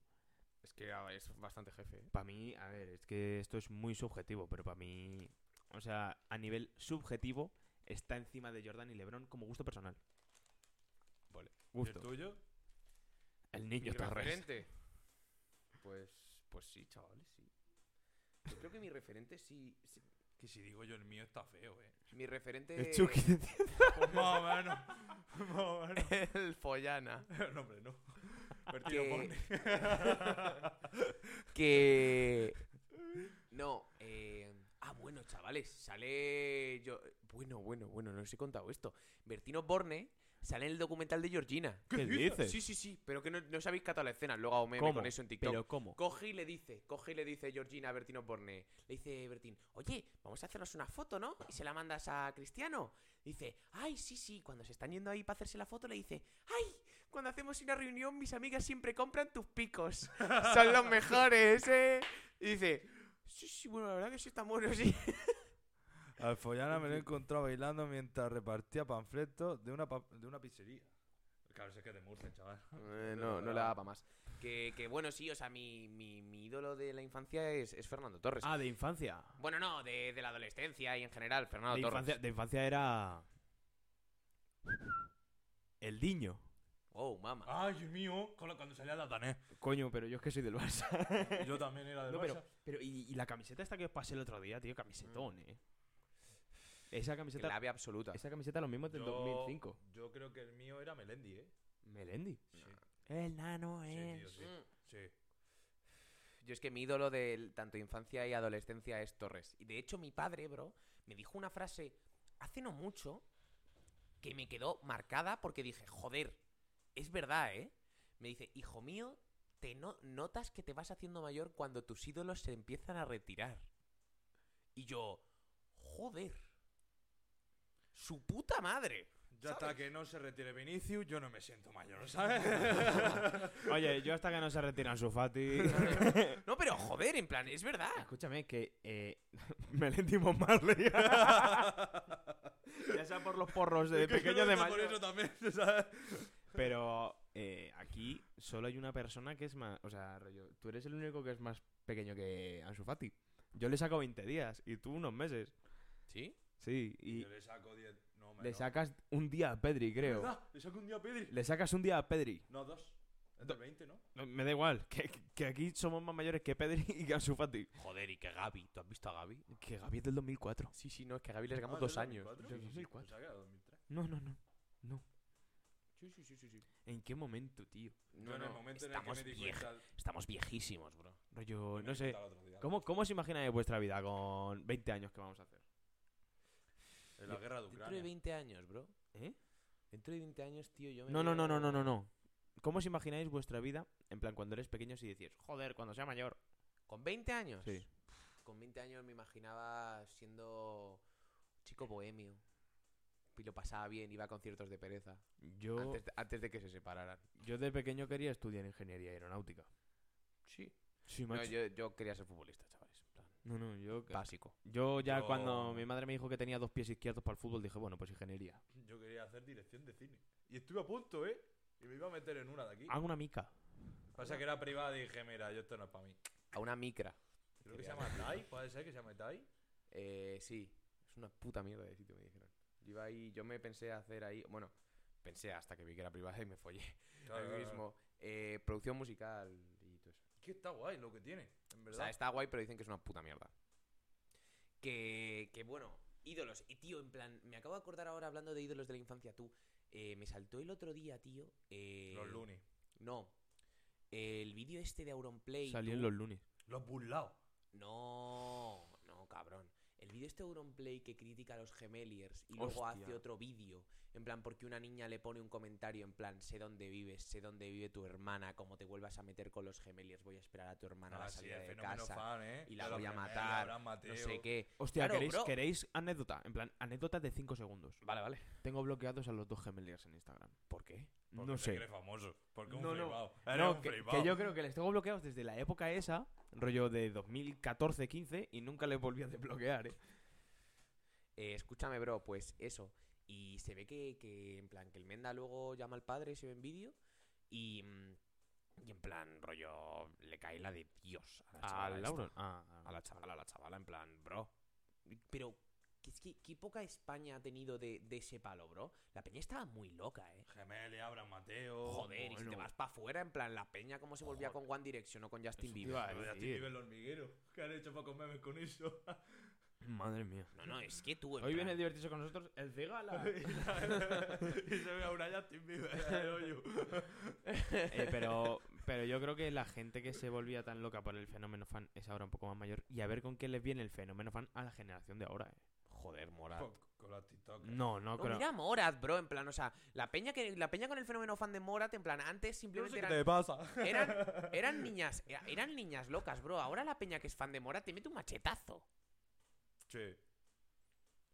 Speaker 1: Es que ah, es bastante jefe. ¿eh?
Speaker 2: Para mí, a ver, es que esto es muy subjetivo, pero para mí. O sea, a nivel subjetivo, está encima de Jordan y LeBron como gusto personal.
Speaker 1: Vale.
Speaker 3: ¿Y el
Speaker 2: Gusto.
Speaker 3: tuyo?
Speaker 2: El
Speaker 1: ¿Mi
Speaker 2: niño Torres.
Speaker 1: referente? Pues, pues sí, chavales, sí. Yo creo que mi referente sí... sí.
Speaker 3: Que si digo yo el mío está feo, eh.
Speaker 1: Mi referente...
Speaker 2: El Chucky.
Speaker 3: Pues más o menos. Más o menos.
Speaker 1: el Follana.
Speaker 3: No, hombre, no. Bertino
Speaker 1: Que-
Speaker 3: Borne.
Speaker 1: Que... No, eh... Ah, bueno, chavales, sale... Yo... Bueno, bueno, bueno, no os he contado esto. Bertino Borne sale en el documental de Georgina.
Speaker 2: ¿Qué dices?
Speaker 1: Sí, sí, sí, pero que no, no sabéis catar la escena. Luego hago meme
Speaker 2: ¿Cómo?
Speaker 1: con eso en TikTok.
Speaker 2: Pero ¿cómo?
Speaker 1: Coge y le dice, coge y le dice Georgina a Bertino Borne. Le dice Bertín, oye, vamos a hacernos una foto, ¿no? Y se la mandas a Cristiano. Dice, ay, sí, sí. Cuando se están yendo ahí para hacerse la foto, le dice, ay, cuando hacemos una reunión, mis amigas siempre compran tus picos. Son los mejores, ¿eh? Y dice, sí, sí, bueno, la verdad que sí está bueno, sí.
Speaker 3: Al Follana me lo he encontrado bailando mientras repartía panfletos de una, pa- de una pizzería. Claro, sé que es de Murcia, chaval.
Speaker 1: Eh, no, no le daba para más. Que, que bueno, sí, o sea, mi, mi, mi ídolo de la infancia es, es Fernando Torres.
Speaker 2: Ah, de infancia.
Speaker 1: Bueno, no, de, de la adolescencia y en general, Fernando
Speaker 2: De
Speaker 1: Torres.
Speaker 2: infancia, de infancia era. El niño.
Speaker 1: Oh, mamá.
Speaker 3: Ay, Dios mío, con lo- cuando salía la Danés.
Speaker 2: Coño, pero yo es que soy del Barça.
Speaker 3: Yo también era de
Speaker 2: No, pero, pero y, y la camiseta esta que os pasé el otro día, tío, camisetón, eh. Esa camiseta,
Speaker 1: Clave absoluta.
Speaker 2: esa camiseta lo mismo es del 2005.
Speaker 3: Yo creo que el mío era Melendi, ¿eh?
Speaker 2: Melendi.
Speaker 3: Sí,
Speaker 2: El nano
Speaker 3: sí, tío, sí.
Speaker 1: Mm.
Speaker 3: sí.
Speaker 1: Yo es que mi ídolo de tanto infancia y adolescencia es Torres. Y de hecho, mi padre, bro, me dijo una frase hace no mucho que me quedó marcada porque dije, joder, es verdad, ¿eh? Me dice, hijo mío, te no notas que te vas haciendo mayor cuando tus ídolos se empiezan a retirar. Y yo, joder. Su puta madre.
Speaker 3: Ya hasta
Speaker 1: ¿Sabes?
Speaker 3: que no se retire Vinicius, yo no me siento mayor, ¿sabes?
Speaker 2: Oye, yo hasta que no se retiran su Fati.
Speaker 1: No, pero joder, en plan, es verdad.
Speaker 2: Escúchame, que. Eh, Melendi y Bob Marley. ya sea por los porros de pequeño de
Speaker 3: Por
Speaker 2: mayor.
Speaker 3: eso también, ¿sabes?
Speaker 2: Pero eh, aquí solo hay una persona que es más. O sea, rollo, tú eres el único que es más pequeño que Ansu Fati. Yo le saco 20 días y tú unos meses.
Speaker 1: ¿Sí?
Speaker 2: Sí, y
Speaker 3: Yo le saco 10. No,
Speaker 2: le
Speaker 3: menos.
Speaker 2: sacas un día a Pedri, creo.
Speaker 3: ¿Verdad? Le saco un día a Pedri.
Speaker 2: Le sacas un día a Pedri.
Speaker 3: No, dos. Es de
Speaker 2: Do-
Speaker 3: 20, ¿no?
Speaker 2: No, me da igual, que, que aquí somos más mayores que Pedri y que Ansu Fati.
Speaker 1: Joder, y que Gaby. ¿Tú has visto a Gaby?
Speaker 2: Que Gaby es del 2004.
Speaker 1: Sí, sí, no, es que a Gaby le
Speaker 3: Ah,
Speaker 1: sacamos
Speaker 3: ¿es
Speaker 1: dos
Speaker 3: del
Speaker 1: años.
Speaker 2: Yo-
Speaker 3: 2004? Sí, sí, sí.
Speaker 2: 2004.
Speaker 3: Pues Pensaba que era 2003.
Speaker 2: No, no, no. No.
Speaker 1: Sí, sí, sí, sí. sí.
Speaker 2: ¿En qué momento, tío?
Speaker 1: No,
Speaker 3: Yo en el
Speaker 1: no,
Speaker 3: momento en el que
Speaker 1: estamos, Pues
Speaker 3: me di
Speaker 1: vieja-
Speaker 3: cuenta.
Speaker 1: estamos viejísimos, bro.
Speaker 2: Rollo,
Speaker 3: me
Speaker 2: no
Speaker 3: di
Speaker 2: sé.
Speaker 3: cuenta el otro día.
Speaker 2: ¿Cómo, ¿Cómo os imagináis vuestra vida con 20 años que vamos a hacer?
Speaker 3: En la guerra de
Speaker 1: Dentro de
Speaker 3: Ucrania.
Speaker 1: 20 años, bro.
Speaker 2: ¿Eh?
Speaker 1: Dentro de 20 años, tío, yo me
Speaker 2: No, no, no, no,
Speaker 1: veo-
Speaker 2: no, no, no. ¿Cómo os imagináis vuestra vida en plan cuando eres pequeño y decís, joder, cuando sea mayor?
Speaker 1: ¿Con 20 años?
Speaker 2: Sí.
Speaker 1: Con 20 años me imaginaba siendo chico bohemio. Y lo pasaba bien, iba a conciertos de pereza.
Speaker 2: Yo,
Speaker 1: Antes, de, antes de que se separaran.
Speaker 2: yo de pequeño quería estudiar ingeniería aeronáutica.
Speaker 1: Sí.
Speaker 2: Sí,
Speaker 1: No,
Speaker 2: macho.
Speaker 1: yo, yo quería ser futbolista, chavales. en plan,
Speaker 2: No, no, yo.
Speaker 1: Básico.
Speaker 2: Yo ya
Speaker 3: Yo-
Speaker 2: cuando mi madre me dijo que tenía dos pies izquierdos para el fútbol, dije, bueno, pues ingeniería.
Speaker 3: Yo quería hacer dirección de cine. Y estuve a punto, ¿eh? Y me iba a meter en una de
Speaker 1: Ah.
Speaker 3: aquí.
Speaker 2: Hago una mica.
Speaker 3: Pasa que era privada y dije, mira, yo esto no es para mí.
Speaker 1: A una micra.
Speaker 3: Creo que se llama Tai, puede ser que se llame Tai.
Speaker 1: Eh, sí, es una puta mierda de sitio, me dijeron. Yo iba ahí, yo me pensé hacer ahí, bueno, pensé hasta que vi que era privada y me follé.
Speaker 3: Claro,
Speaker 1: ahí
Speaker 3: claro,
Speaker 1: mismo. Eh, producción musical y todo eso.
Speaker 3: claro. Que está guay lo que tiene. En en
Speaker 1: O
Speaker 3: verdad.
Speaker 1: sea, está guay, pero dicen que es una puta mierda. Que, que bueno, ídolos. Y tío, en plan, me acabo de acordar ahora hablando de ídolos de la infancia, tú. eh, me saltó el otro día, tío. eh,
Speaker 3: Los Looney.
Speaker 1: No. El vídeo este de Auronplay.
Speaker 2: Salió
Speaker 1: tú.
Speaker 2: en los lunes.
Speaker 3: Los burlados.
Speaker 1: No, no, cabrón. El vídeo este de Auronplay que critica a los gemeliers y luego
Speaker 2: Hostia.
Speaker 1: hace otro vídeo. En plan, porque una niña le pone un comentario en plan, sé dónde vives, sé dónde vive tu hermana, como te vuelvas a meter con los gemeliers, voy a esperar a tu hermana a la
Speaker 3: Ah, sí,
Speaker 1: salida de
Speaker 3: el fenómeno
Speaker 1: casa.
Speaker 3: fan, ¿eh?
Speaker 1: y la
Speaker 3: De los
Speaker 1: voy a
Speaker 3: gemelos,
Speaker 1: matar,
Speaker 3: Abraham
Speaker 1: No
Speaker 3: Mateo.
Speaker 1: sé qué.
Speaker 2: Hostia,
Speaker 1: Claro,
Speaker 2: ¿queréis,
Speaker 1: bro.
Speaker 2: queréis anécdota? En plan, anécdotas de 5 segundos.
Speaker 1: Vale, vale.
Speaker 2: Tengo bloqueados a los dos gemeliers en Instagram.
Speaker 1: ¿Por qué?
Speaker 3: Porque
Speaker 2: no
Speaker 3: te
Speaker 2: sé.
Speaker 3: crees famoso. Porque un
Speaker 2: No, no.
Speaker 3: flipado.
Speaker 2: No,
Speaker 3: Eres un
Speaker 2: que,
Speaker 3: flipado.
Speaker 2: que yo creo que les tengo bloqueados desde la época esa, rollo de 2014-15, y nunca les volví a desbloquear, ¿eh?
Speaker 1: Eh, escúchame, bro, pues eso. Y se ve que, que, en plan, que el Menda luego llama al padre, se ve en vídeo. Y, mm, y en plan, rollo, le cae la de Dios a la chavala. esta.
Speaker 2: Ah,
Speaker 1: A la chavala, a la chavala, en plan, bro. Pero, que es que, qué poca España ha tenido de, de ese palo, bro. La peña estaba muy loca, eh.
Speaker 3: Gemelia, Abraham Mateo.
Speaker 1: Joder, y si te
Speaker 2: bueno.
Speaker 1: vas para afuera, en plan, la peña como se volvía con One Direction o con Justin
Speaker 2: Eso te
Speaker 1: Bieber.
Speaker 2: iba a
Speaker 3: Joder, ya te
Speaker 2: decir.
Speaker 3: vive el hormiguero. ¿Qué han hecho para comerme con eso?
Speaker 2: Madre mía.
Speaker 1: No, no, es que tú, en
Speaker 2: Hoy
Speaker 1: plan,
Speaker 2: viene a divertirse con nosotros el
Speaker 1: Ah.
Speaker 2: Cigala.
Speaker 3: y se ve a una Justin Bieber en el hoyo.
Speaker 2: Eh, pero, pero yo creo que la gente que se volvía tan loca por el fenómeno fan es ahora un poco más mayor. Y a ver con qué les viene el fenómeno fan a la generación de ahora, ¿eh?
Speaker 1: Joder, Morat.
Speaker 3: Con- Con la TikTok.
Speaker 2: No, no
Speaker 1: No,
Speaker 2: creo.
Speaker 1: mira a Morat, bro, en plan, o sea, la peña que la peña con el fenómeno fan de Morat, en plan, antes
Speaker 3: Yo no
Speaker 1: simplemente
Speaker 3: sé qué
Speaker 1: eran,
Speaker 3: te pasa.
Speaker 1: eran, eran niñas, era- eran niñas locas, bro. Ahora la peña que es fan de Morat te mete un machetazo.
Speaker 3: Sí.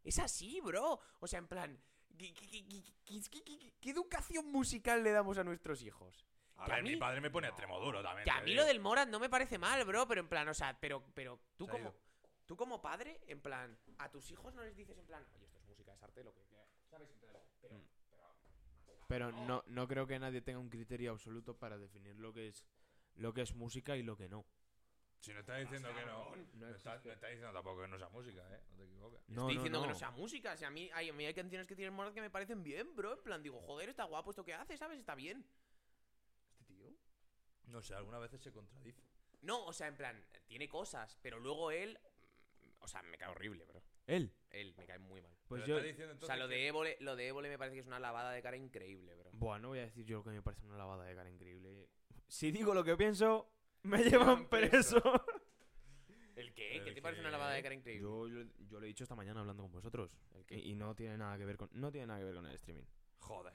Speaker 1: Es así, bro. O sea, en plan, ¿qué, qué- qué- qué- qué- qué- qué- qué- qué educación musical le damos a nuestros hijos?
Speaker 3: A
Speaker 1: Que a
Speaker 3: ver, mi
Speaker 1: mí-
Speaker 3: padre me pone extremo duro también.
Speaker 1: Que a
Speaker 3: te
Speaker 1: mí
Speaker 3: digo.
Speaker 1: lo del Morat no me parece mal, bro, pero en plan, o sea, pero, pero tú
Speaker 3: Se ha
Speaker 1: como,
Speaker 3: ido.
Speaker 1: tú como padre, en plan, a tus hijos no les dices en plan, oye, esto es música, es arte, lo que quieras", ¿sabes? En plan, pero-
Speaker 2: Mm.
Speaker 1: pero
Speaker 2: Pero no, no creo que nadie tenga un criterio absoluto para definir lo que es lo que es música y lo que no.
Speaker 3: Si no estás diciendo que no.
Speaker 2: No
Speaker 3: No estás
Speaker 2: existe.
Speaker 3: no estás diciendo tampoco que no sea música, ¿eh? No te equivoques.
Speaker 2: No,
Speaker 1: Estoy diciendo que
Speaker 2: no.
Speaker 1: no sea música. Si a mí, ay, a mí hay canciones que tienen moras que me parecen bien, bro. En plan, digo, joder, está guapo esto que hace, ¿sabes? Está bien. ¿Este tío?
Speaker 3: No sé, algunas veces se contradice.
Speaker 1: No, o sea, en plan, tiene cosas, pero luego él. mm, O sea, me cae horrible, bro.
Speaker 2: Él.
Speaker 1: Él me cae muy mal.
Speaker 2: Pues
Speaker 3: Pero
Speaker 2: yo.
Speaker 3: estás diciendo
Speaker 1: O sea,
Speaker 3: entonces
Speaker 1: lo
Speaker 3: que-
Speaker 1: de Évole, lo de Évole me parece que es una lavada de cara increíble, bro.
Speaker 2: Buah, no voy a decir yo lo que me parece una lavada de cara increíble. Si digo lo que pienso, me llevan preso.
Speaker 1: preso. ¿El qué?
Speaker 3: ¿El
Speaker 1: ¿Qué te parece una
Speaker 3: qué?
Speaker 1: lavada de cara increíble?
Speaker 2: Yo, lo- yo lo he dicho esta mañana hablando con vosotros. Y, y no tiene nada que ver con. No tiene nada que ver con el streaming.
Speaker 3: Joder.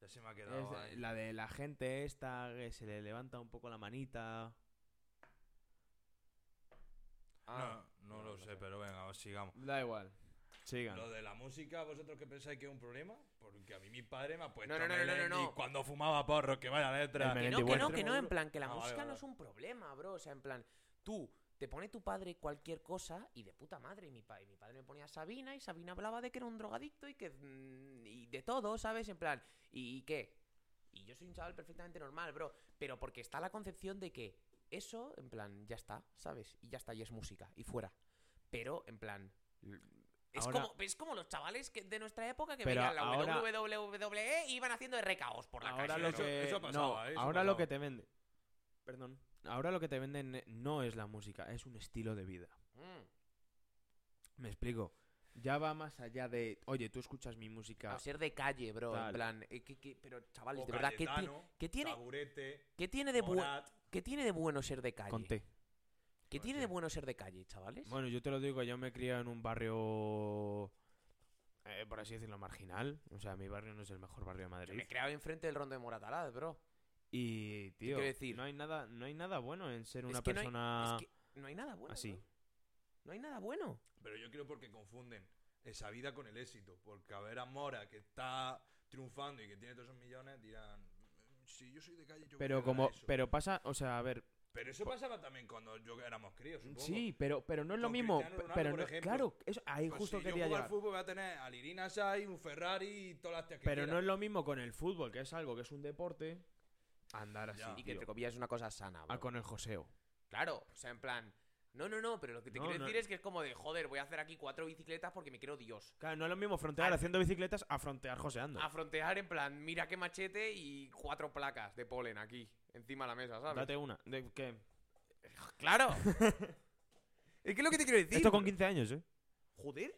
Speaker 3: Ya se me ha
Speaker 2: Es,
Speaker 3: quedado.
Speaker 2: eh,
Speaker 3: ahí.
Speaker 2: la de la gente esta que se le levanta un poco la manita.
Speaker 1: Ah,
Speaker 3: no, no lo sé, pero venga, sigamos.
Speaker 2: Da igual. Sigan.
Speaker 3: Lo de la música, ¿vosotros qué pensáis que es un problema? Porque a mí mi padre me ha puesto
Speaker 1: No, no, no, no, no,
Speaker 3: Melendi
Speaker 1: no.
Speaker 3: cuando fumaba porro, que vaya letra.
Speaker 2: El
Speaker 1: Que
Speaker 2: Melendi
Speaker 1: no, que no,
Speaker 2: Buendro.
Speaker 1: que no, en plan, que la
Speaker 3: Ah, vale,
Speaker 1: música
Speaker 3: vale.
Speaker 1: no es un problema, bro. O sea, en plan, tú te pone tu padre cualquier cosa y de puta madre. Y mi, pa- y mi padre me ponía a Sabina y Sabina hablaba de que era un drogadicto y que. mm, y de todo, ¿sabes? En plan, ¿y, y qué? Y yo soy un chaval perfectamente normal, bro. Pero porque está la concepción de que eso, en plan, ya está, ¿sabes? Y ya está, y es música, y fuera. Pero, en plan. l- Es,
Speaker 2: Ahora-
Speaker 1: como, es como los chavales que, de nuestra época que
Speaker 2: Pero
Speaker 1: veían la
Speaker 2: ahora-
Speaker 1: WWE y iban haciendo RKOs por la
Speaker 2: ahora
Speaker 1: calle.
Speaker 2: lo
Speaker 1: bro.
Speaker 3: eso-
Speaker 2: que
Speaker 3: eso pasaba,
Speaker 2: no,
Speaker 3: ¿eh? Eso
Speaker 2: ahora lo
Speaker 3: pasaba.
Speaker 2: que te venden. Perdón. Ahora lo que te venden no es la música, es un estilo de vida.
Speaker 1: Mm.
Speaker 2: Me explico. Ya va más allá de, oye, tú escuchas mi música.
Speaker 1: A ser de calle, bro. En
Speaker 2: Tal.
Speaker 1: plan, eh, que- que- pero chavales,
Speaker 3: O
Speaker 1: de verdad, ¿qué, ti-
Speaker 3: Cayetano,
Speaker 1: qué tiene,
Speaker 3: Taburete,
Speaker 1: qué tiene de bueno,
Speaker 3: Morat.
Speaker 1: ¿qué tiene de bueno ser de calle?
Speaker 2: Conté.
Speaker 1: ¿Qué
Speaker 3: Bueno,
Speaker 1: tiene
Speaker 3: sí.
Speaker 1: de bueno ser de calle, chavales?
Speaker 2: Bueno, yo te lo digo, yo me he criado en un barrio, eh, por así decirlo, marginal. O sea, mi barrio no es el mejor barrio de
Speaker 1: Yo
Speaker 2: Madrid.
Speaker 1: me he creado enfrente del rondo de Moratalaz, bro.
Speaker 2: Y, tío,
Speaker 1: quiero decir?
Speaker 2: no, hay nada, no hay nada bueno en ser una
Speaker 1: que no hay-
Speaker 2: persona
Speaker 1: Es que no hay nada bueno.
Speaker 2: así.
Speaker 1: bro. No hay nada bueno.
Speaker 3: Pero yo creo porque confunden esa vida con el éxito. Porque a ver a Mora, que está triunfando y que tiene todos esos millones, dirán... "Mm, Si yo soy de calle, yo voy a
Speaker 2: Pero
Speaker 3: dar
Speaker 2: como,
Speaker 3: eso".
Speaker 2: pero pasa, o sea, a ver,
Speaker 3: Pero eso pasaba también cuando yo éramos críos, supongo.
Speaker 2: sí, pero, pero no es lo
Speaker 3: Con
Speaker 2: mismo.
Speaker 3: Cristiano
Speaker 2: pe-
Speaker 3: Ronaldo,
Speaker 2: pero
Speaker 3: por
Speaker 2: no-
Speaker 3: ejemplo.
Speaker 2: claro, eso, ahí
Speaker 3: Pues
Speaker 2: justo
Speaker 3: si
Speaker 2: quería
Speaker 3: yo juego
Speaker 2: llegar.
Speaker 3: al fútbol voy a tener a Lirina Shai, un Ferrari y todas las tías que
Speaker 2: Pero no
Speaker 3: quiera.
Speaker 2: es lo mismo con el fútbol, que es algo que es un deporte, andar así,
Speaker 3: Ya. Y
Speaker 1: Y que
Speaker 2: tío,
Speaker 1: entre comillas es una cosa sana, bro.
Speaker 2: a Ah, con el joseo.
Speaker 1: Claro, o sea, en plan. No, no, no, pero lo que te
Speaker 2: No,
Speaker 1: quiero
Speaker 2: no.
Speaker 1: decir es que es como de, joder, voy a hacer aquí cuatro bicicletas porque me creo Dios.
Speaker 2: Claro, no es lo mismo frontear
Speaker 1: Ah.
Speaker 2: haciendo bicicletas a frontear joseando.
Speaker 1: A frontear en plan, mira qué machete y cuatro placas de polen aquí, encima de la mesa, ¿sabes?
Speaker 2: Date una. De, que
Speaker 1: Claro. es que es lo que te quiero decir.
Speaker 2: Esto con 15 años, ¿eh?
Speaker 1: Joder.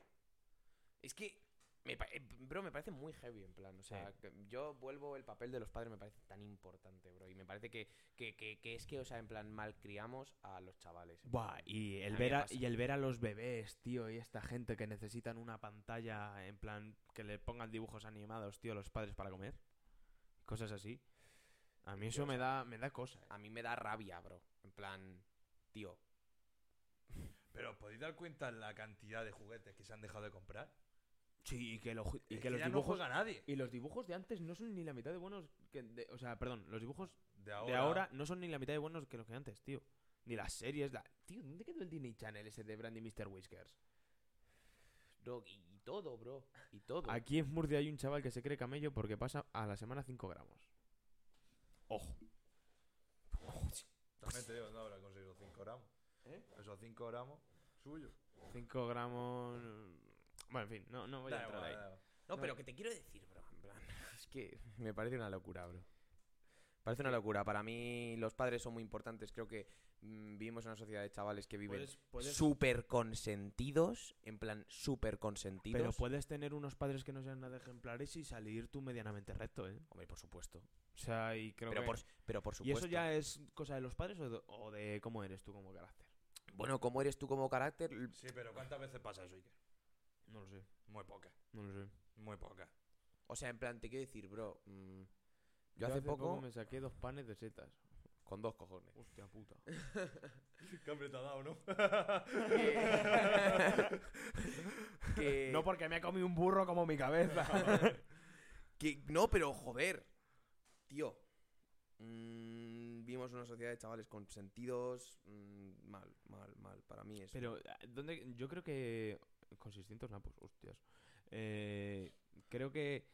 Speaker 1: Es que. Me, pa- eh, bro, me parece muy heavy, en plan. O sea, que yo vuelvo el papel de los padres, me parece tan importante, bro. Y me parece que, que, que, que es que, o sea, en plan, malcriamos a los chavales. en
Speaker 2: Buah,
Speaker 1: plan.
Speaker 2: y
Speaker 1: A
Speaker 2: el,
Speaker 1: mí me
Speaker 2: ver a,
Speaker 1: pasa.
Speaker 2: y el ver a los bebés, tío, y esta gente que necesitan una pantalla en plan que le pongan dibujos animados, tío, a los padres para comer. Cosas así. A mí
Speaker 1: Yo,
Speaker 2: eso
Speaker 1: o
Speaker 2: me
Speaker 1: sea,
Speaker 2: da, me da cosa. eh.
Speaker 1: A mí me da rabia, bro. En plan, tío.
Speaker 3: Pero ¿os podéis dar cuenta la cantidad de juguetes que se han dejado de comprar?
Speaker 2: Sí, y que, lo ju- y
Speaker 3: Es
Speaker 2: que los
Speaker 3: ya
Speaker 2: dibujos...
Speaker 3: no juega nadie.
Speaker 2: y los dibujos de antes no son ni la mitad de buenos que... de- o sea, perdón, los dibujos
Speaker 3: De ahora,
Speaker 2: de ahora no son ni la mitad de buenos que los que antes, tío. Ni las series, la... Tío, ¿dónde quedó el Disney Channel ese de Brandy Mr. Whiskers?
Speaker 1: Bro, y, y todo, bro. Y todo.
Speaker 2: Aquí en Murcia hay un chaval que se cree camello porque pasa a la semana 5 gramos. Ojo.
Speaker 3: También te digo, no habrá conseguido 5 gramos.
Speaker 2: ¿Eh?
Speaker 3: Esos 5 gramos suyos.
Speaker 2: 5 gramos... mm, Bueno, en fin, no, no voy a
Speaker 3: Da
Speaker 2: entrar
Speaker 3: igual,
Speaker 2: ahí.
Speaker 3: da igual.
Speaker 1: No,
Speaker 2: No,
Speaker 1: pero
Speaker 2: y-
Speaker 1: que te quiero decir, bro. En plan, es que me parece una locura, bro. Parece una locura. Para mí los padres son muy importantes. Creo que mm, vivimos en una sociedad de chavales que viven
Speaker 2: Puedes- puedes-
Speaker 1: súper consentidos. En plan, súper consentidos.
Speaker 2: Pero puedes tener unos padres que no sean nada ejemplares y salir tú medianamente recto, ¿eh?
Speaker 1: Hombre, por supuesto.
Speaker 2: O sea, y creo
Speaker 1: Pero
Speaker 2: que...
Speaker 1: por, pero por
Speaker 2: ¿Y
Speaker 1: supuesto.
Speaker 2: eso ya es cosa de los padres o de, o de cómo eres tú como carácter?
Speaker 1: Bueno, ¿cómo eres tú como carácter? L-
Speaker 3: Sí, pero ¿cuántas veces pasa eso, Iker?
Speaker 2: No lo sé,
Speaker 3: Muy pocas.
Speaker 2: no lo sé.
Speaker 3: Muy pocas.
Speaker 1: O sea, en plan, te quiero decir, bro. mm, yo hace poco,
Speaker 2: me saqué dos panes de setas.
Speaker 1: con dos cojones.
Speaker 2: Hostia puta.
Speaker 3: Qué apretadado, ¿no?
Speaker 1: Que-
Speaker 2: No porque me ha comido un burro como mi cabeza.
Speaker 1: Que, no, pero joder. Tío. Mm, vimos una sociedad de chavales consentidos. mm, mal, mal, mal. Para mí es.
Speaker 2: Pero, ah, ¿dónde? Yo creo que. Con 600 napos, hostias. Eh, creo que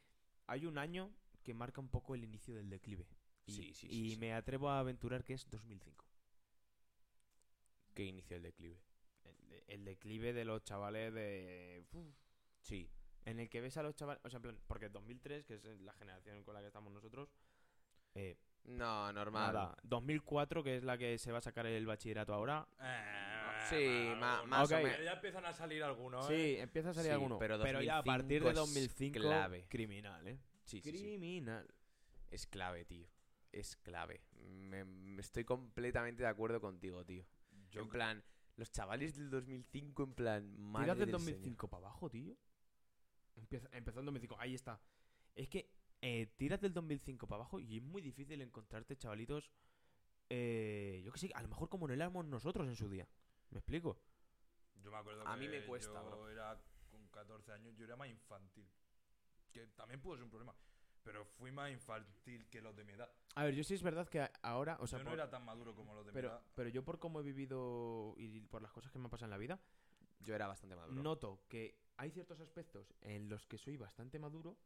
Speaker 2: hay un año que marca un poco el inicio del declive. Y,
Speaker 1: Sí, sí, sí,
Speaker 2: y
Speaker 1: sí.
Speaker 2: me atrevo a aventurar que es 2005.
Speaker 1: que inició el declive.
Speaker 2: El, de- el declive de los chavales de. uf,
Speaker 1: Sí.
Speaker 2: en el que ves a los chavales. O sea, en plan, porque 2003, que es la generación con la que estamos nosotros. eh,
Speaker 1: No, normal.
Speaker 2: nada. 2004, que es la que se va a sacar el bachillerato ahora.
Speaker 1: Sí, ma-
Speaker 3: más
Speaker 1: más
Speaker 2: o
Speaker 3: o
Speaker 2: Ok.
Speaker 3: menos.
Speaker 2: menos.
Speaker 3: Ya empiezan a salir algunos, ¿eh?
Speaker 2: Sí, empieza a salir
Speaker 1: Sí,
Speaker 2: alguno.
Speaker 1: pero
Speaker 2: Pero, ya a partir
Speaker 1: 2005
Speaker 2: de
Speaker 1: es
Speaker 2: 2005,
Speaker 1: clave.
Speaker 2: criminal, ¿eh?
Speaker 1: Sí, sí, sí.
Speaker 2: criminal.
Speaker 1: Es clave, tío. Es clave. Me, me estoy completamente de acuerdo contigo, tío. en plan, los chavales del 2005, en plan. Madre
Speaker 2: Tira del
Speaker 1: del señor.
Speaker 2: 2005 para abajo, tío. Empieza, empezó en 2005, ahí está. Es que eh, tiras del 2005 para abajo y es muy difícil encontrarte chavalitos. eh, yo que sé, a lo mejor como no éramos nosotros en su día. ¿Me explico?
Speaker 3: Yo me acuerdo
Speaker 1: A mí
Speaker 3: que
Speaker 1: me cuesta,
Speaker 3: yo
Speaker 1: bro.
Speaker 3: era con 14 años, yo era más infantil. Que también pudo ser un problema. Pero fui más infantil que los de mi edad.
Speaker 2: A ver, yo sí es verdad que a- ahora, o sea,
Speaker 3: yo no
Speaker 2: por-
Speaker 3: era tan maduro como los de mi
Speaker 2: pero,
Speaker 3: edad.
Speaker 2: pero yo por cómo he vivido y por las cosas que me han pasado en la vida,
Speaker 1: Yo era bastante maduro.
Speaker 2: noto que hay ciertos aspectos en los que soy bastante maduro,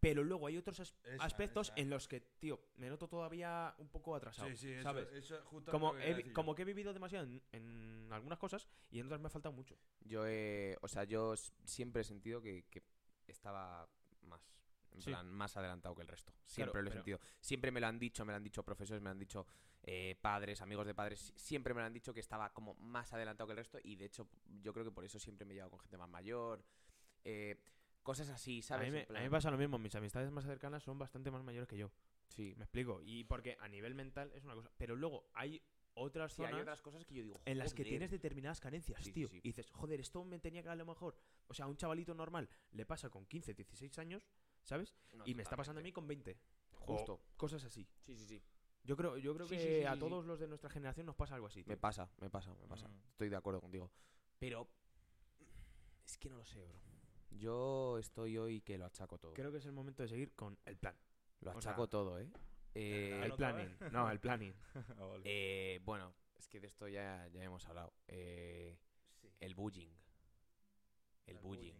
Speaker 2: pero luego hay otros as-
Speaker 3: Esa,
Speaker 2: aspectos
Speaker 3: esa.
Speaker 2: en los que, tío, me noto todavía un poco atrasado.
Speaker 3: Sí, sí, eso,
Speaker 2: ¿sabes?
Speaker 3: eso es justo
Speaker 2: como,
Speaker 3: lo que
Speaker 2: he,
Speaker 3: quería
Speaker 2: vi-
Speaker 3: decir Mm. yo.
Speaker 2: como que he vivido demasiado en, en algunas cosas y en otras me ha faltado mucho.
Speaker 1: Yo he, o sea, yo s- siempre he sentido que, que estaba más, en
Speaker 2: Sí.
Speaker 1: plan, más adelantado que el resto. Siempre lo he
Speaker 2: pero-
Speaker 1: sentido. Siempre me lo han dicho, me lo han dicho profesores, me lo han dicho eh, padres, amigos de padres. si- Siempre me lo han dicho que estaba como más adelantado que el resto y de hecho yo creo que por eso siempre me he llevado con gente más mayor. eh, cosas así,
Speaker 2: A
Speaker 1: ¿sabes?
Speaker 2: mí,
Speaker 1: En
Speaker 2: me, a mí me
Speaker 1: plan,
Speaker 2: pasa lo mismo, mis amistades más cercanas son bastante más mayores que yo.
Speaker 1: Sí,
Speaker 2: Me explico. Y porque a nivel mental es una cosa. Pero luego hay otras
Speaker 1: Sí, hay
Speaker 2: zonas
Speaker 1: otras cosas que yo digo.
Speaker 2: en las que
Speaker 1: "Joder".
Speaker 2: tienes determinadas carencias,
Speaker 1: Sí, sí,
Speaker 2: tío.
Speaker 1: sí.
Speaker 2: Y dices, joder, esto me tenía que a lo mejor. O sea, a un chavalito normal le pasa con 15, 16 años, ¿sabes?
Speaker 1: No,
Speaker 2: y me está pasando a mí
Speaker 1: totalmente.
Speaker 2: con 20.
Speaker 1: Justo.
Speaker 2: O cosas así.
Speaker 1: Sí, sí, sí.
Speaker 2: Yo creo, yo creo
Speaker 1: Sí,
Speaker 2: que
Speaker 1: sí, sí,
Speaker 2: a
Speaker 1: sí, sí.
Speaker 2: todos los de nuestra generación nos pasa algo así.
Speaker 1: Me
Speaker 2: tío.
Speaker 1: pasa, me pasa, me pasa.
Speaker 3: Mm.
Speaker 1: Estoy de acuerdo contigo. Pero es que no lo sé, bro. Yo estoy hoy que lo achaco todo.
Speaker 2: Creo que es el momento de seguir con el plan.
Speaker 1: Lo
Speaker 2: o sea,
Speaker 1: achaco todo, ¿eh? Eh,
Speaker 2: el
Speaker 3: Claro. otra vez.
Speaker 2: planning. No, el planning.
Speaker 3: Ah, vale.
Speaker 1: eh, bueno, es que de esto ya, ya hemos hablado. Eh, El bullying. El, bullying.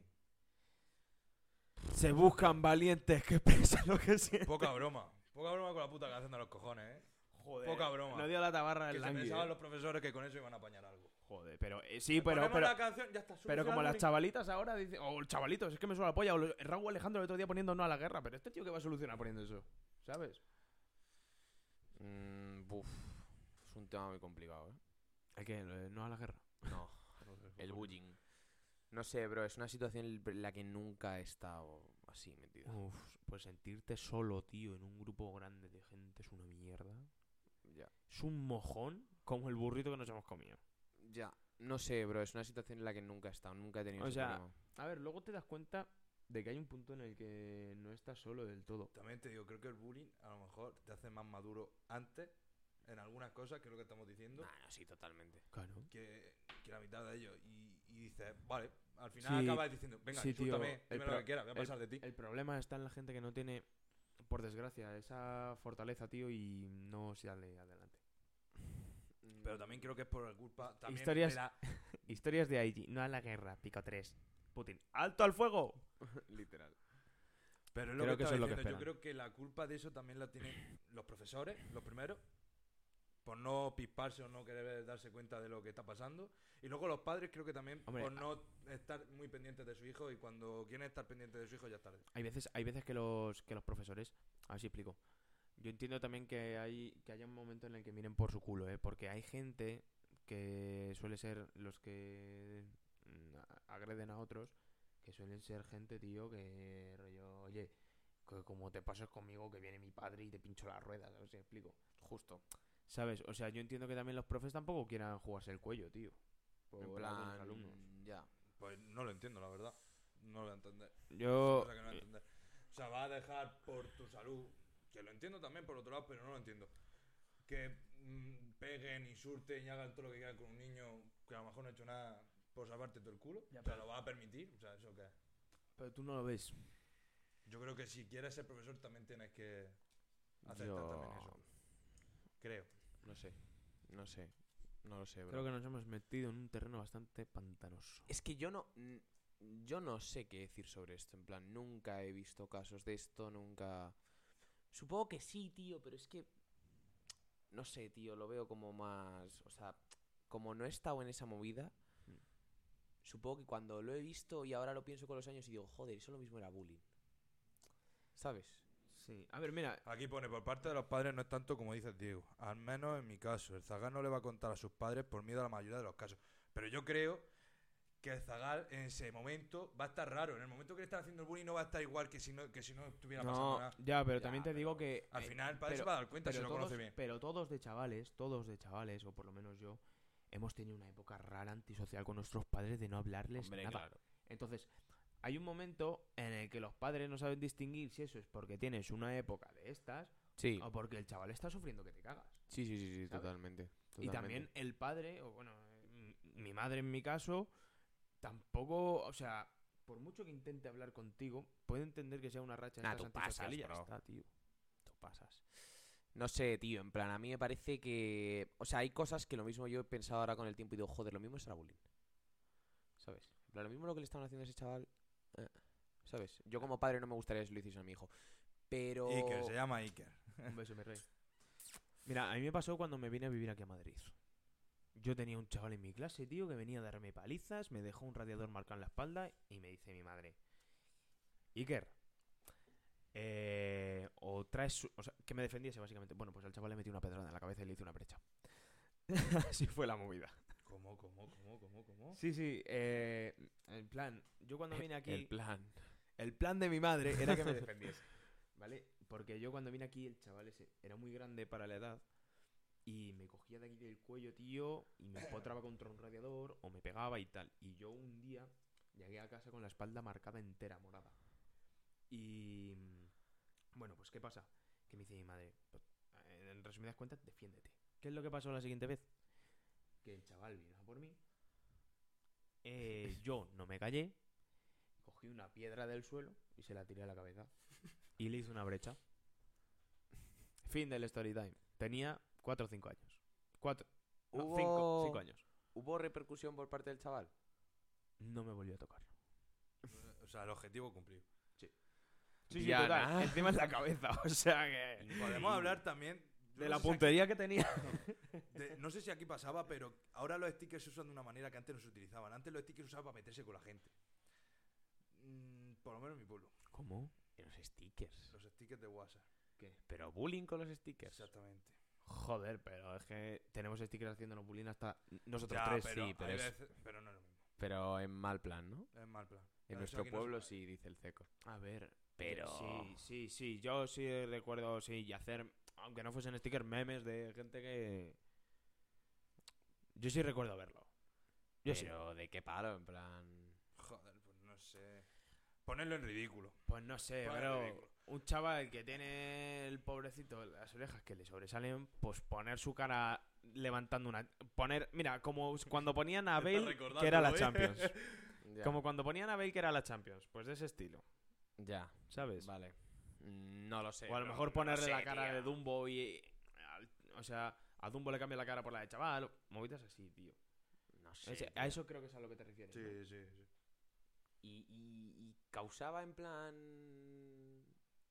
Speaker 2: Se buscan valientes que piensan lo que sienten.
Speaker 3: Poca broma. Poca broma con la puta canción de los cojones, ¿eh?
Speaker 2: Joder.
Speaker 3: Poca broma.
Speaker 2: No dio la tabarra el
Speaker 3: Que se
Speaker 2: langui,
Speaker 3: pensaban
Speaker 2: eh.
Speaker 3: los profesores que con eso iban a apañar algo.
Speaker 2: Joder, pero eh, sí, pero,
Speaker 3: Ponemos
Speaker 2: pero,
Speaker 3: la canción, ya está.
Speaker 2: pero
Speaker 3: solucionado
Speaker 2: como las
Speaker 3: el
Speaker 2: chavalitas ahora dicen, o el chavalito, es que me suena la polla, o lo- Raúl Alejandro el otro día poniendo no a la guerra, pero este tío que va a solucionar poniendo eso, ¿sabes?
Speaker 1: Mm, buf. Es un tema muy complicado, ¿eh?
Speaker 2: ¿El qué? ¿Lo- ¿No a la guerra?
Speaker 1: No, el bullying. No sé, bro, es una situación en la que nunca he estado así metido.
Speaker 2: Uf, pues sentirte solo, tío, en un grupo grande de gente es una mierda.
Speaker 1: Ya.
Speaker 2: Es un mojón como el burrito que nos hemos comido.
Speaker 1: Ya. No sé, bro, es una situación en la que nunca he estado, nunca he tenido
Speaker 2: O
Speaker 1: ese
Speaker 2: sea,
Speaker 1: problema.
Speaker 2: A ver, luego te das cuenta de que hay un punto en el que no estás solo del todo.
Speaker 3: También te digo, creo que el bullying a lo mejor te hace más maduro antes en algunas cosas, que es lo que estamos diciendo,
Speaker 1: Nah, Ah, no, sí, totalmente.
Speaker 2: Claro.
Speaker 3: que, que la mitad de ellos. Y, y dices, vale, al final
Speaker 2: Sí.
Speaker 3: acabas diciendo, venga,
Speaker 2: Sí, tío,
Speaker 3: insultame,
Speaker 2: el
Speaker 3: dime
Speaker 2: pro-
Speaker 3: lo que quieras, voy a
Speaker 2: el-
Speaker 3: pasar de ti.
Speaker 2: El problema está en la gente que no tiene, por desgracia, esa fortaleza, tío, y no sale adelante.
Speaker 3: Pero también creo que es por culpa también
Speaker 2: Historias-
Speaker 3: de la...
Speaker 2: Historias de IG, no a la guerra, pico 3. Putin, ¡alto al fuego!
Speaker 1: Literal.
Speaker 3: Pero es lo
Speaker 2: Creo
Speaker 3: que,
Speaker 2: que eso
Speaker 3: estaba
Speaker 2: es lo que
Speaker 3: diciendo, Yo
Speaker 2: esperan.
Speaker 3: creo que la culpa de eso también la tienen los profesores, los primeros, por no pisparse o no querer darse cuenta de lo que está pasando. Y luego los padres creo que también
Speaker 2: Hombre,
Speaker 3: por
Speaker 2: a-
Speaker 3: no estar muy pendientes de su hijo y cuando quieren estar pendientes de su hijo ya es tarde.
Speaker 2: Hay veces, hay veces que los, que los profesores. A ver si explico. Yo entiendo también que hay que haya un momento en el que miren por su culo, ¿eh? Porque hay gente que suele ser los que mm, a- agreden a otros, que suelen ser gente, tío, que rollo, oye, que como te pases conmigo, que viene mi padre y te pincho las ruedas, a ver si explico. Justo. ¿Sabes? O sea, yo entiendo que también los profes tampoco quieran jugarse el cuello, tío. Por
Speaker 1: En
Speaker 2: algunos
Speaker 1: plan,
Speaker 2: alumnos.
Speaker 1: ya.
Speaker 3: Pues no lo entiendo, la verdad. No lo voy a entender.
Speaker 2: Yo.
Speaker 3: Cosa que no voy a entender. O sea, va a dejar por tu salud, que lo entiendo también por otro lado, pero no lo entiendo. Que mm, peguen, insulten y hagan todo lo que quieran con un niño que a lo mejor no ha hecho nada por salvarte todo el culo. o sea, ¿lo va a permitir? O sea, ¿eso qué es?
Speaker 2: Pero tú no lo ves.
Speaker 3: Yo creo que si quieres ser profesor también tienes que aceptar
Speaker 1: Yo-
Speaker 3: también eso. Creo.
Speaker 1: No sé. No sé. No lo sé, bro.
Speaker 2: Creo que nos hemos metido en un terreno bastante pantanoso.
Speaker 1: Es que yo no. n- Yo no sé qué decir sobre esto. En plan, nunca he visto casos de esto, nunca. Supongo que sí, tío, pero es que. No sé, tío, lo veo como más. O sea, como no he estado en esa movida.
Speaker 2: Mm.
Speaker 1: Supongo que cuando lo he visto y ahora lo pienso con los años y digo, joder, eso lo mismo era bullying. ¿Sabes?
Speaker 2: Sí, a ver, mira,
Speaker 3: Aquí pone, por parte de los padres no es tanto como dice Diego. Al menos en mi caso, el zagal no le va a contar a sus padres por miedo a la mayoría de los casos. Pero yo creo que el zagal en ese momento va a estar raro. En el momento que le están haciendo el bullying no va a estar igual que si no, que si no estuviera pasando
Speaker 2: no,
Speaker 3: nada.
Speaker 2: ya, pero
Speaker 1: Ya,
Speaker 2: también te digo que
Speaker 3: Al
Speaker 2: eh,
Speaker 3: final el padre
Speaker 2: pero-
Speaker 3: se va a dar cuenta si lo
Speaker 2: todos,
Speaker 3: conoce bien.
Speaker 2: pero todos de chavales, todos de chavales, o por lo menos yo, hemos tenido una época rara antisocial con nuestros padres de no hablarles nada. Entonces, hay un momento en el que los padres no saben distinguir si eso es porque tienes una época de estas
Speaker 1: Sí.
Speaker 2: o porque el chaval está sufriendo que te cagas.
Speaker 1: Sí, sí, sí,
Speaker 2: ¿Sabes?
Speaker 1: totalmente,
Speaker 2: Y también el padre, o bueno, eh, m- mi madre en mi caso, tampoco, o sea, por mucho que intente hablar contigo, puede entender que sea una racha de
Speaker 1: Nah,
Speaker 2: estas
Speaker 1: tú pasas,
Speaker 2: antisocial y ya
Speaker 1: bro.
Speaker 2: está, tío. Tú pasas.
Speaker 1: No sé, tío, en plan, a mí me parece que. O sea, hay cosas que lo mismo yo he pensado ahora con el tiempo y digo, joder, lo mismo será bullying. ¿Sabes? En plan, lo mismo lo que le estaban haciendo a ese chaval. eh, ¿Sabes? Yo como padre no me gustaría que se lo hiciesen a mi hijo. Pero.
Speaker 3: Iker, se llama Iker.
Speaker 2: Un beso, mi rey. Mira, a mí me pasó cuando me vine a vivir aquí a Madrid. Yo tenía un chaval en mi clase, tío, que venía a darme palizas, me dejó un radiador marcado en la espalda y me dice mi madre, Iker, eh, o traes... su-", O sea, que me defendiese básicamente. Bueno, pues al chaval le metí una pedrada en la cabeza y le hice una brecha. Así fue la movida.
Speaker 3: ¿Cómo, cómo, cómo, cómo, cómo?
Speaker 2: Sí, sí, eh, en plan, yo cuando vine aquí...
Speaker 1: El plan.
Speaker 2: El plan de mi madre era que me defendiese. ¿Vale? Porque yo cuando vine aquí, el chaval ese era muy grande para la edad. Y me cogía de aquí del cuello, tío, y me empotraba contra un radiador, o me pegaba y tal. Y yo un día llegué a casa con la espalda marcada entera, morada. Y. mm, Bueno, pues ¿qué pasa? Que me dice mi madre, "Pues, eh, en resumidas cuentas, defiéndete. ¿Qué es lo que pasó la siguiente vez? Que el chaval vino a por mí. eh, yo no me callé, cogí una piedra del suelo y se la tiré a la cabeza. Y le hice una brecha. Fin del story time. Tenía 4 o 5 años. 4
Speaker 1: Hubo-
Speaker 2: 5 años.
Speaker 1: ¿Hubo repercusión por parte del chaval?
Speaker 2: No me volvió a tocar.
Speaker 3: O sea, el objetivo cumplido.
Speaker 2: Sí, sí,
Speaker 1: Diana.
Speaker 2: total. Encima en la cabeza, o sea que...
Speaker 3: Podemos hablar también...
Speaker 2: De
Speaker 3: no
Speaker 2: la
Speaker 3: sé si aquí-
Speaker 2: puntería que tenía.
Speaker 3: De- no sé si aquí pasaba, pero ahora los stickers se usan de una manera que antes no se utilizaban. Antes los stickers se usaban para meterse con la gente. Mm, por lo menos en mi pueblo.
Speaker 2: ¿Cómo?
Speaker 1: En los stickers.
Speaker 3: Los stickers de WhatsApp.
Speaker 1: Pero bullying con los stickers.
Speaker 3: Exactamente.
Speaker 2: Joder, pero es que tenemos stickers haciéndonos bullying hasta nosotros
Speaker 3: Ya,
Speaker 2: tres,
Speaker 3: pero
Speaker 2: sí, pero,
Speaker 3: hay
Speaker 2: es-
Speaker 3: veces- pero no es lo mismo.
Speaker 1: Pero en mal plan, ¿no?
Speaker 3: Es mal plan.
Speaker 1: En
Speaker 3: Eso
Speaker 1: nuestro
Speaker 3: aquí no se
Speaker 1: pueblo
Speaker 3: puede.
Speaker 1: sí, dice el ceco.
Speaker 2: A ver,
Speaker 1: Pero-
Speaker 2: Sí, sí, sí, yo sí recuerdo, sí, y hacer, aunque no fuesen stickers, memes de gente que... Yo sí recuerdo verlo. Yo sí.
Speaker 1: pero de qué palo, en plan.
Speaker 3: Joder, pues no sé. Ponerlo en ridículo.
Speaker 2: Pues no sé,
Speaker 3: Vaya
Speaker 2: bro.
Speaker 3: ridículo.
Speaker 2: Un chaval que tiene el pobrecito las orejas que le sobresalen, pues poner su cara levantando una. Poner. Mira, como us- cuando ponían a
Speaker 3: Está
Speaker 2: Bale que era
Speaker 3: recordándolo,
Speaker 2: la
Speaker 3: ¿eh?
Speaker 2: Champions.
Speaker 1: Ya.
Speaker 2: Como cuando ponían a Bale que era la Champions. Pues de ese estilo,
Speaker 1: Ya,
Speaker 2: ¿sabes?
Speaker 1: vale. Mm, No lo sé.
Speaker 2: o a lo
Speaker 1: no-
Speaker 2: mejor
Speaker 1: no
Speaker 2: ponerle
Speaker 1: sé,
Speaker 2: la cara
Speaker 1: tío.
Speaker 2: de Dumbo y. eh, al- o sea, a Dumbo le cambia la cara por la de chaval. o- Movidas así, tío.
Speaker 1: No sé.
Speaker 2: Ese-
Speaker 1: tío.
Speaker 2: a eso creo que es a lo que te refieres. ¿no?
Speaker 3: Sí, sí, sí.
Speaker 1: y, y- y causaba en plan.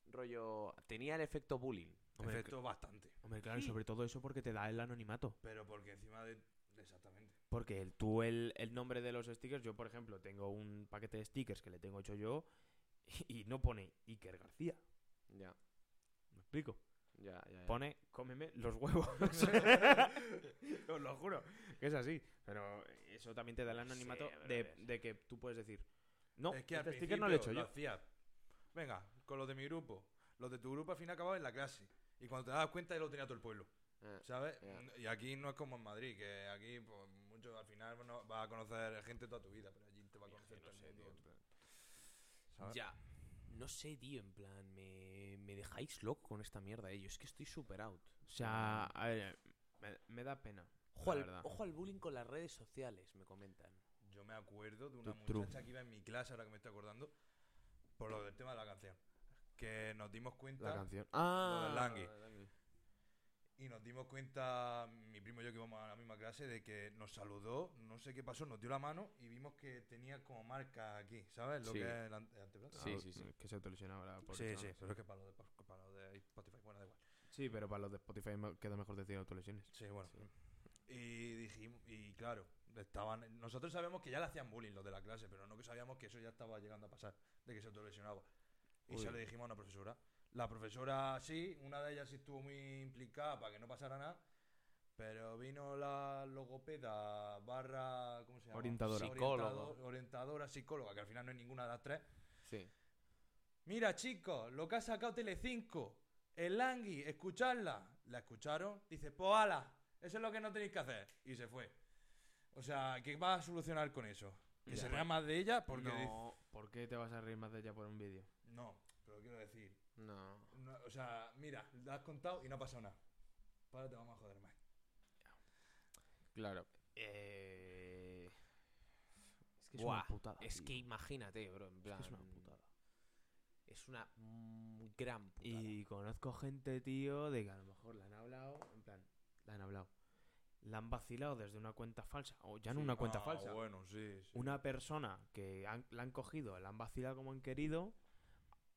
Speaker 1: Rollo. Tenía el efecto bullying.
Speaker 2: Hombre,
Speaker 3: Efecto bastante.
Speaker 2: Hombre, claro, y sobre todo eso porque te da el anonimato.
Speaker 3: Pero porque encima de. Exactamente.
Speaker 2: Porque el- tú el, el nombre de los stickers, yo por ejemplo tengo un paquete de stickers que le tengo hecho yo y, no pone Iker García.
Speaker 1: Ya,
Speaker 2: ¿Me explico?
Speaker 1: ya, ya. ya.
Speaker 2: Pone cómeme los huevos. Os lo juro, que es así. Pero eso también te da el
Speaker 1: No sé,
Speaker 2: anonimato
Speaker 1: bro,
Speaker 2: de,
Speaker 1: es-
Speaker 2: de que tú puedes decir, no,
Speaker 3: es que al
Speaker 2: este sticker no lo he hecho
Speaker 3: principio
Speaker 2: yo.
Speaker 3: lo hacía. Venga, con los de mi grupo. Los de tu grupo al fin acababan en la clase. Y cuando te dabas cuenta ya lo tenía todo el pueblo.
Speaker 1: Eh,
Speaker 3: ¿Sabes?
Speaker 1: Ya.
Speaker 3: N- Y aquí no es como en Madrid, que aquí pues, mucho al final bueno, vas a conocer gente toda tu vida, pero allí te va a conocer todo el mundo. ¿Sabes?
Speaker 1: Ya. No sé, tío, en plan. Me, me dejáis loco con esta mierda, eh. Yo es que estoy super out.
Speaker 2: O sea, a ver, me, me da pena.
Speaker 1: Ojo
Speaker 2: la
Speaker 1: al,
Speaker 2: verdad.
Speaker 1: ojo al bullying con las redes sociales, me comentan.
Speaker 3: Yo me acuerdo de una
Speaker 2: Tu- tru.
Speaker 3: muchacha que iba en mi clase, ahora que me estoy acordando, por lo del tema de la canción. Que nos dimos
Speaker 2: La
Speaker 3: cuenta,
Speaker 2: canción.
Speaker 3: del
Speaker 2: Ah,
Speaker 3: Langui. y nos dimos cuenta, mi primo y yo que íbamos a la misma clase, de que nos saludó, no sé qué pasó, nos dio la mano y vimos que tenía como marca aquí, ¿sabes? Lo
Speaker 1: Sí.
Speaker 3: que es el ante- el antebrazo.
Speaker 1: Sí,
Speaker 2: Ah,
Speaker 1: sí, sí.
Speaker 2: Que se autolesionaba la pobre
Speaker 3: Sí,
Speaker 2: chavala.
Speaker 3: sí, pero es que para lo de, para lo de Spotify, bueno, da igual.
Speaker 2: Sí, pero para los de Spotify me- queda mejor decir autolesiones.
Speaker 3: Sí, bueno. Y dijimos, y claro, estaban. Nosotros sabemos que ya le hacían bullying los de la clase, pero no que sabíamos que eso ya estaba llegando a pasar, de que se autolesionaba. Y se
Speaker 2: Uy.
Speaker 3: lo dijimos a una profesora. La profesora sí, una de ellas sí estuvo muy implicada para que no pasara nada. Pero vino la logopeda barra. ¿Cómo se llama?
Speaker 2: Orientadora.
Speaker 1: Psicóloga.
Speaker 3: Orientado- orientadora, psicóloga, que al final no es ninguna de las tres.
Speaker 1: Sí.
Speaker 3: Mira, chicos, lo que ha sacado Telecinco, el Langui, escuchadla. La escucharon, dice, pues ala, eso es lo que no tenéis que hacer. Y se fue. O sea, ¿qué vas a solucionar con eso? ¿Que
Speaker 2: Ya.
Speaker 3: se rea más de ella? Porque dice-
Speaker 2: no, ¿por qué te vas a reír más de ella por un vídeo?
Speaker 3: No, pero quiero decir.
Speaker 1: No.
Speaker 3: no, o sea, mira, la has contado y no ha pasado nada. Para te vamos a joder más.
Speaker 1: Claro.
Speaker 2: Eh... Es que
Speaker 1: Buah,
Speaker 2: es una putada.
Speaker 1: Es
Speaker 2: tío.
Speaker 1: que imagínate, bro, en plan.
Speaker 2: es una putada.
Speaker 1: Es una mm, gran putada.
Speaker 2: Y conozco gente, tío, de que a lo mejor la han hablado, en plan, la han hablado. La han vacilado desde una cuenta falsa, o ya no una
Speaker 3: Ah,
Speaker 2: cuenta falsa.
Speaker 3: Bueno, sí. sí.
Speaker 2: Una persona que han- la han cogido, la han vacilado como han querido,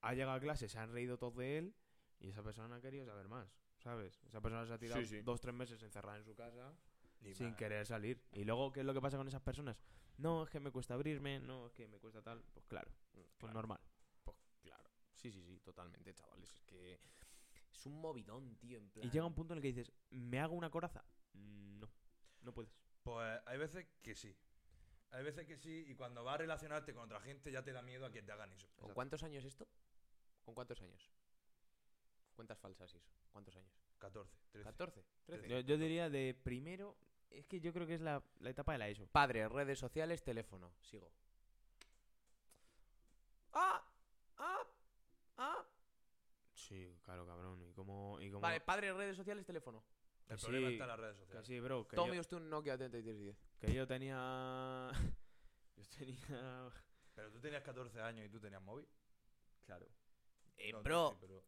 Speaker 2: ha llegado a clase, se han reído todos de él, y esa persona ha querido saber más, ¿sabes? Esa persona se ha tirado
Speaker 3: sí.
Speaker 2: dos, tres meses encerrada en su casa.
Speaker 3: Ni
Speaker 2: sin
Speaker 3: más.
Speaker 2: querer salir. Y luego, ¿qué es lo que pasa con esas personas? No, es que me cuesta abrirme, no, es que me cuesta tal. Pues claro,
Speaker 1: Mm,
Speaker 2: pues normal.
Speaker 1: Claro. Sí, sí, sí, totalmente, chavales. Es que. Es un movidón, tío, en plan.
Speaker 2: Y llega un punto en el que dices, ¿me hago una coraza? Mm, No, no puedes.
Speaker 3: Pues hay veces que sí. Hay veces que sí, y cuando vas a relacionarte con otra gente ya te da miedo a que te hagan eso.
Speaker 1: ¿Con cuántos años esto? ¿Con cuántos años? Cuentas falsas y eso. ¿Cuántos años?
Speaker 3: 14, 13.
Speaker 1: ¿14? ¿13?
Speaker 2: Yo, yo diría de primero, es que yo creo que es la, la etapa de la ESO.
Speaker 1: Padre, redes sociales, teléfono. Sigo. ¡Ah! ¡Ah! ¡Ah!
Speaker 2: Sí, claro, cabrón. ¿Y cómo? Y cómo
Speaker 1: Vale, padre, redes sociales, teléfono.
Speaker 2: que
Speaker 3: El problema
Speaker 2: sí,
Speaker 3: está en las redes
Speaker 2: que
Speaker 3: sociales.
Speaker 2: sí, bro. Que,
Speaker 1: Tome
Speaker 2: yo,
Speaker 1: usted un Nokia 3310.
Speaker 2: que yo tenía... yo tenía...
Speaker 3: Pero tú tenías 14 años y tú tenías móvil.
Speaker 2: Claro.
Speaker 1: Eh,
Speaker 3: No,
Speaker 1: bro,
Speaker 3: sí, pero-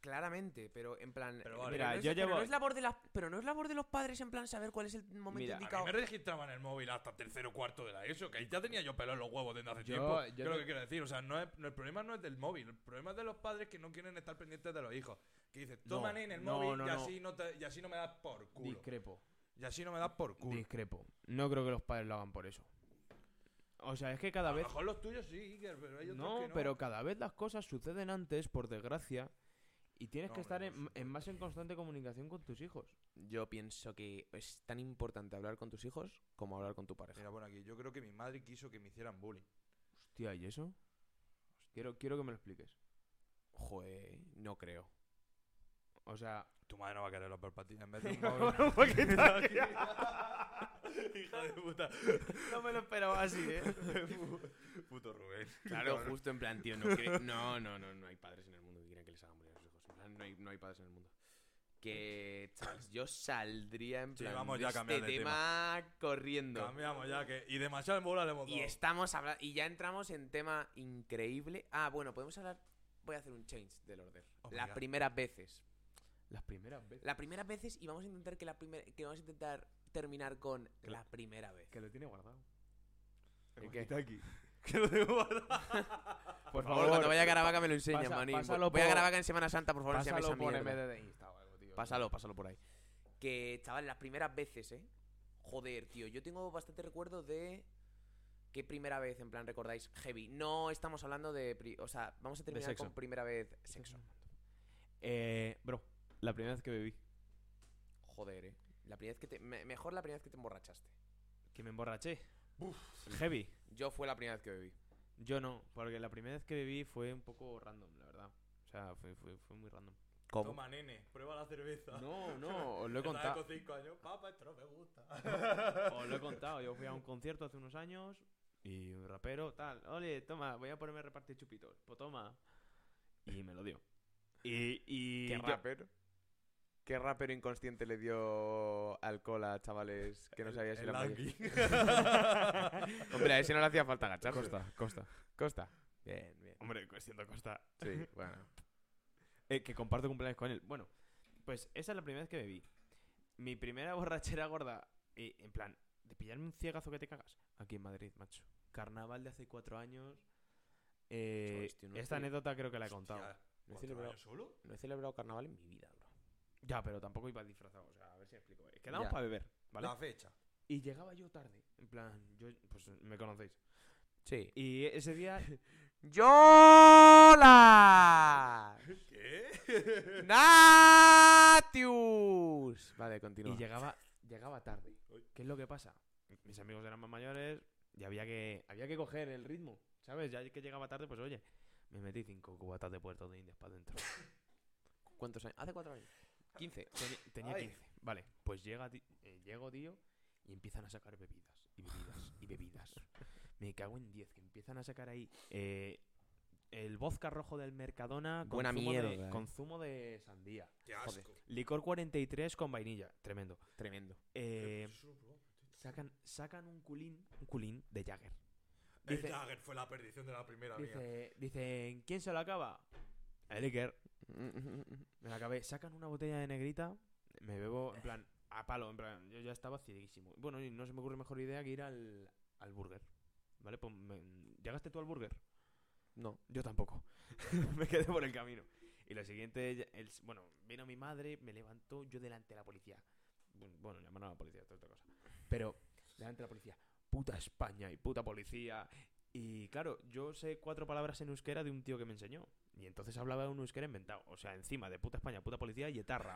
Speaker 1: Claramente, pero en plan.
Speaker 3: Pero vale.
Speaker 1: no
Speaker 2: Mira,
Speaker 1: es,
Speaker 2: yo
Speaker 1: pero
Speaker 2: llevo-
Speaker 1: no es labor de las, pero no es labor de los padres en plan saber cuál es el momento
Speaker 2: Mira, a mí
Speaker 3: A
Speaker 1: indicado.
Speaker 3: mí me registraban el móvil hasta tercero cuarto de la ESO, que ahí ya tenía yo pelo en los huevos desde hace
Speaker 2: Yo-
Speaker 3: tiempo.
Speaker 2: yo
Speaker 3: que es lo
Speaker 2: no-
Speaker 3: que quiero decir. O sea, no es- no, el problema no es del móvil, el problema es de los padres que no quieren estar pendientes de los hijos. Que dices,
Speaker 2: No,
Speaker 3: tómale en el
Speaker 2: no,
Speaker 3: móvil
Speaker 2: no,
Speaker 3: y,
Speaker 2: no.
Speaker 3: así no te- y así no me das por culo.
Speaker 2: Discrepo.
Speaker 3: Y así no me das por culo.
Speaker 2: Discrepo. No creo que los padres lo hagan por eso. O sea, es que cada
Speaker 3: a lo
Speaker 2: vez...
Speaker 3: mejor los tuyos sí, Iker, pero hay otros
Speaker 2: No,
Speaker 3: que no.
Speaker 2: pero cada vez las cosas suceden antes, por desgracia, Y tienes
Speaker 3: No,
Speaker 2: que
Speaker 3: hombre,
Speaker 2: estar
Speaker 3: por
Speaker 2: en, en
Speaker 3: supuesto.
Speaker 2: más en constante comunicación con tus hijos.
Speaker 1: Yo pienso que es tan importante hablar con tus hijos como hablar con tu pareja.
Speaker 3: Mira, bueno, aquí yo creo que mi madre quiso que me hicieran bullying.
Speaker 2: Hostia, ¿y eso? Quiero, quiero que me lo expliques.
Speaker 1: Joder, no creo.
Speaker 2: O sea...
Speaker 3: Tu madre no va a querer los palpatines en vez de un móvil.
Speaker 2: un poquito aquí.
Speaker 3: Hija de puta.
Speaker 2: no me lo esperaba así, ¿eh?
Speaker 3: Puto Rubén.
Speaker 1: Claro, justo en plan, tío, no, cre- no, no, no, no hay padres en el mundo que quieran que les hagan bullying a sus hijos. En plan, no hay, no hay padres en el mundo. Que, chavales, yo saldría en
Speaker 3: Sí,
Speaker 1: plan
Speaker 3: vamos
Speaker 1: de
Speaker 3: ya a
Speaker 1: este
Speaker 3: cambiar de
Speaker 1: tema, corriendo.
Speaker 3: Cambiamos ya que. Y demasiado en bola le hemos
Speaker 1: Y
Speaker 2: este,
Speaker 3: dado.
Speaker 1: estamos hablando, y ya entramos en tema increíble. Ah, bueno, podemos hablar, voy a hacer un change del order.
Speaker 3: Oh my
Speaker 1: Las
Speaker 3: God.
Speaker 1: primeras veces.
Speaker 2: Las primeras veces.
Speaker 1: Las primeras veces y vamos a intentar que la primer- que vamos a intentar terminar con la primera vez.
Speaker 2: Que lo tiene guardado.
Speaker 1: ¿El qué?
Speaker 2: Está aquí.
Speaker 3: Que lo tengo guardado.
Speaker 2: Por
Speaker 1: Por favor, cuando vaya a Caravaca me lo enseñas,
Speaker 2: pasa-
Speaker 1: manín.
Speaker 2: pásalo
Speaker 1: Voy a
Speaker 2: por-
Speaker 1: Caravaca en Semana Santa, por favor, enséñame
Speaker 2: Pásalo
Speaker 1: esa
Speaker 2: por
Speaker 1: mierda.
Speaker 2: MD de Insta o algo, tío.
Speaker 1: Pásalo, pásalo por ahí. Que, chaval, las primeras veces, ¿eh? Joder, tío, yo tengo bastante recuerdo de... ¿Qué primera vez, en plan, recordáis? Heavy. No estamos hablando de... pri- O sea, vamos a terminar
Speaker 2: sexo.
Speaker 1: con primera vez sexo.
Speaker 2: Eh, bro, la primera vez que bebí.
Speaker 1: Joder, ¿eh? La primera vez que te... me- mejor la primera vez que te emborrachaste.
Speaker 2: Que me emborraché. Heavy.
Speaker 1: Yo fue la primera vez que bebí.
Speaker 2: Yo no, porque la primera vez que bebí fue un poco random, la verdad. O sea, fue, fue, fue muy random.
Speaker 3: Toma, nene, prueba la cerveza.
Speaker 2: No, no, os lo he
Speaker 3: Estaba
Speaker 2: contado.
Speaker 3: con cinco años. Papá, esto no me gusta.
Speaker 2: Os lo he contado. Yo fui a un concierto hace unos años y un rapero, tal. Ole, toma, voy a ponerme a repartir chupitos. Pues toma. Y me lo dio. Y. y yo-
Speaker 1: rapero? ¿Qué rapero inconsciente le dio alcohol a chavales que
Speaker 3: El-
Speaker 1: sabían
Speaker 3: el Angui.
Speaker 1: Hombre, a ese no le hacía falta agachar.
Speaker 2: Costa, Costa.
Speaker 1: Costa. Bien, bien.
Speaker 2: Hombre, siendo Costa.
Speaker 1: Sí, bueno.
Speaker 2: Eh, que comparto cumpleaños con él. Bueno, pues esa es la primera vez que bebí. Mi primera borrachera gorda, eh, en plan, de pillarme un ciegazo que te cagas. Aquí en Madrid, macho. Carnaval de hace cuatro años. Eh,
Speaker 1: Chavales, tío, no estoy-
Speaker 2: esta anécdota creo que la he contado.
Speaker 1: No he,
Speaker 3: ¿Cuatro
Speaker 1: celebrado,
Speaker 3: años solo?
Speaker 1: no he celebrado carnaval en mi vida, bro.
Speaker 2: Ya, pero tampoco iba disfrazado. O sea, a ver si me explico. Eh, Quedamos
Speaker 1: Ya.
Speaker 2: para beber, ¿vale?
Speaker 3: La fecha.
Speaker 2: Y llegaba yo tarde. En plan, yo, pues me conocéis.
Speaker 1: Sí.
Speaker 2: Y ese día.
Speaker 1: ¡Yola!
Speaker 3: ¿Qué?
Speaker 1: ¡Natius! Vale, continúa.
Speaker 2: y llegaba, llegaba tarde.
Speaker 3: Uy.
Speaker 2: ¿Qué es lo que pasa? Mis amigos eran más mayores y había que, había que coger el ritmo, ¿sabes? Ya que llegaba tarde, pues oye, me metí cinco cubatas de puertos de indias para adentro.
Speaker 1: ¿Cuántos años? Hace cuatro años. 15.
Speaker 2: Tenía, tenía
Speaker 3: Ay.
Speaker 2: 15. Vale, pues llega, ti- eh, llego, tío, y empiezan a sacar bebidas, y bebidas, y bebidas. Me cago en 10, que empiezan a sacar ahí eh, el vodka rojo del Mercadona con,
Speaker 1: Buena
Speaker 2: zumo de-
Speaker 1: mierda, eh.
Speaker 2: con zumo de sandía.
Speaker 3: Qué
Speaker 2: Joder.
Speaker 3: asco.
Speaker 2: Licor 43 con vainilla, tremendo.
Speaker 1: Tremendo.
Speaker 2: Eh,
Speaker 3: Eso lo probamos.
Speaker 2: Sacan, sacan un culín, un culín de Jagger.
Speaker 3: El
Speaker 2: Dice-
Speaker 3: Jagger fue la perdición de la primera mía.
Speaker 2: Dice, dicen, ¿quién se lo acaba? El Iker. Me lo acabé. Sacan una botella de negrita, me bebo, en plan, a palo, en plan, yo ya estaba cidísimo. Bueno, y no se me ocurre mejor idea que ir al, al burger. ¿Vale? Pues me- ¿Llegaste tú al burger?
Speaker 1: No.
Speaker 2: Yo tampoco. me quedé por el camino. Y lo siguiente, ya- el- bueno, vino mi madre, me levantó yo delante de la policía. Bu- Bueno, llamaron a la policía, toda otra cosa. Pero delante de la policía, puta España y puta policía. Y claro, yo sé cuatro palabras en euskera de un tío que me enseñó. Y entonces hablaba un euskera inventado. O sea, encima de puta España, puta policía y etarra.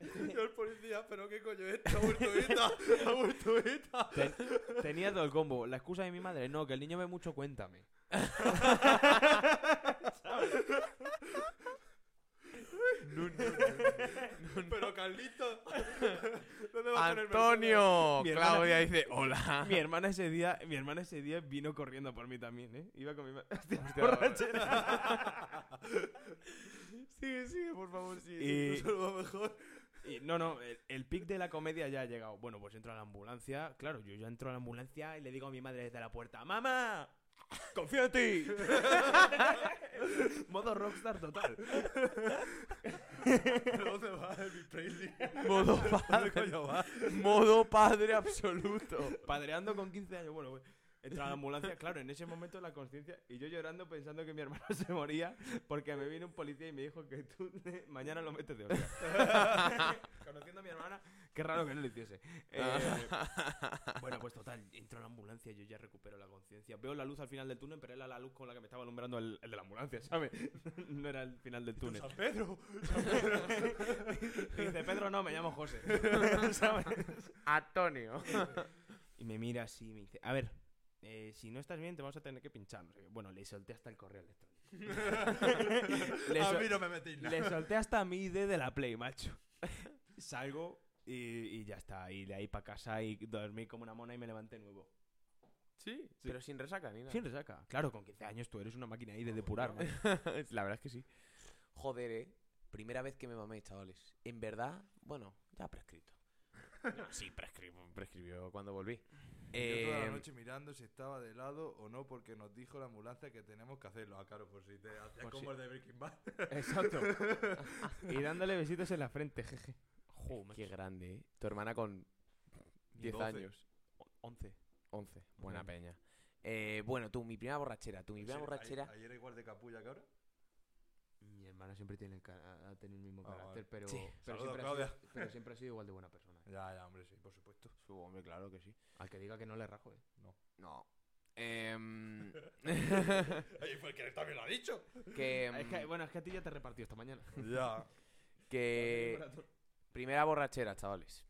Speaker 3: Yo el policía, pero qué coño es esta aburtuita, aburtuita.
Speaker 2: Ten- tenía todo el combo. La excusa de mi madre, no, que el niño ve mucho, cuéntame.
Speaker 3: Pero Carlitos, ¿dónde vas con el
Speaker 1: Antonio.
Speaker 2: Mi hermana-
Speaker 1: Claudia dice, hola.
Speaker 2: Mi hermana ese día, mi hermana ese día vino corriendo por mí también, ¿eh? Iba con mi ma- Hostia,
Speaker 1: Hostia, vale.
Speaker 2: sigue, sigue, por favor,
Speaker 3: Mercedes?
Speaker 2: sigue.
Speaker 3: Eso es lo mejor.
Speaker 2: Y no, no, el, el pic de la comedia ya ha llegado. Bueno, pues entro a la ambulancia. Claro, yo ya entro a la ambulancia y le digo a mi madre desde la puerta, ¡Mamá! ¡Confío en ti! Modo rockstar total.
Speaker 3: ¿Pero ¿Dónde vas, Elvis Presley?
Speaker 1: Modo
Speaker 3: ¿Dónde coño vas?
Speaker 1: Modo padre absoluto.
Speaker 2: Padreando con 15 años. Bueno, pues, entra a la ambulancia. Claro, en ese momento la conciencia. Y yo llorando pensando que mi hermano se moría porque me vino un policía y me dijo que tú mañana lo metes de hostia. Conociendo a mi hermana, Qué raro que no lo hiciese. Eh, bueno, pues total, entro a la ambulancia y yo ya recupero la conciencia. Veo la luz al final del túnel, pero era la luz con la que me estaba alumbrando el, el de la ambulancia, ¿sabes? No era el final del túnel.
Speaker 3: San Pedro.
Speaker 2: Y dice, Pedro, no, me llamo José. ¿Sabes?
Speaker 1: Antonio.
Speaker 2: Y me mira así y me dice, a ver, eh, si no estás bien te vamos a tener que pinchar. no sé qué. Bueno, le solté hasta el correo electrónico. Le
Speaker 3: a
Speaker 2: so-
Speaker 3: mí no me metís nada.
Speaker 2: Le solté hasta mi ID de la Play, macho. Salgo y, y ya está. Y de ahí para casa y dormí como una mona y me levanté nuevo.
Speaker 1: Sí, pero sin resaca ni nada.
Speaker 2: Sin resaca. Claro, con 15 años tú eres una máquina ahí de depurar, macho.
Speaker 1: La verdad es que sí. Joder, eh. Primera vez que me mamé, chavales. En verdad, bueno, ya prescrito. No, sí, prescri- prescribió cuando volví.
Speaker 3: Yo toda la
Speaker 1: Eh,
Speaker 3: noche mirando si estaba de lado o no, porque nos dijo la ambulancia que tenemos que hacerlo. Ah, claro, por si te hacías
Speaker 2: Por
Speaker 3: como
Speaker 2: si-
Speaker 3: el de Breaking Bad.
Speaker 2: Exacto. y dándole besitos en la frente, jeje. Jo,
Speaker 1: qué
Speaker 2: macho.
Speaker 1: grande, eh. Tu hermana con 10
Speaker 3: 12.
Speaker 1: años.
Speaker 2: 11.
Speaker 1: 11. Buena
Speaker 2: Bueno.
Speaker 1: peña. Eh, bueno, tú, mi primera borrachera. Tú, mi primera
Speaker 3: Sí,
Speaker 1: borrachera.
Speaker 3: Ayer, ayer era igual de capulla que ahora.
Speaker 2: Mi hermana siempre tiene el, cara- ha tenido el mismo
Speaker 3: Ah, vale.
Speaker 2: carácter, pero,
Speaker 1: Sí.
Speaker 2: pero,
Speaker 3: Saludos,
Speaker 2: siempre ha sido,
Speaker 3: Claudia.
Speaker 2: pero siempre ha sido igual de buena persona. ¿eh?
Speaker 3: Ya, ya, hombre, sí, por supuesto.
Speaker 1: hombre, claro que sí.
Speaker 2: Al que diga que no le rajo, ¿eh?
Speaker 1: No. Em,
Speaker 3: Oye, fue el que también lo ha dicho.
Speaker 1: que,
Speaker 2: Es que,
Speaker 1: mm,
Speaker 2: bueno, es que a ti ya te repartió esta mañana.
Speaker 3: Ya.
Speaker 1: que- Primera borrachera, chavales.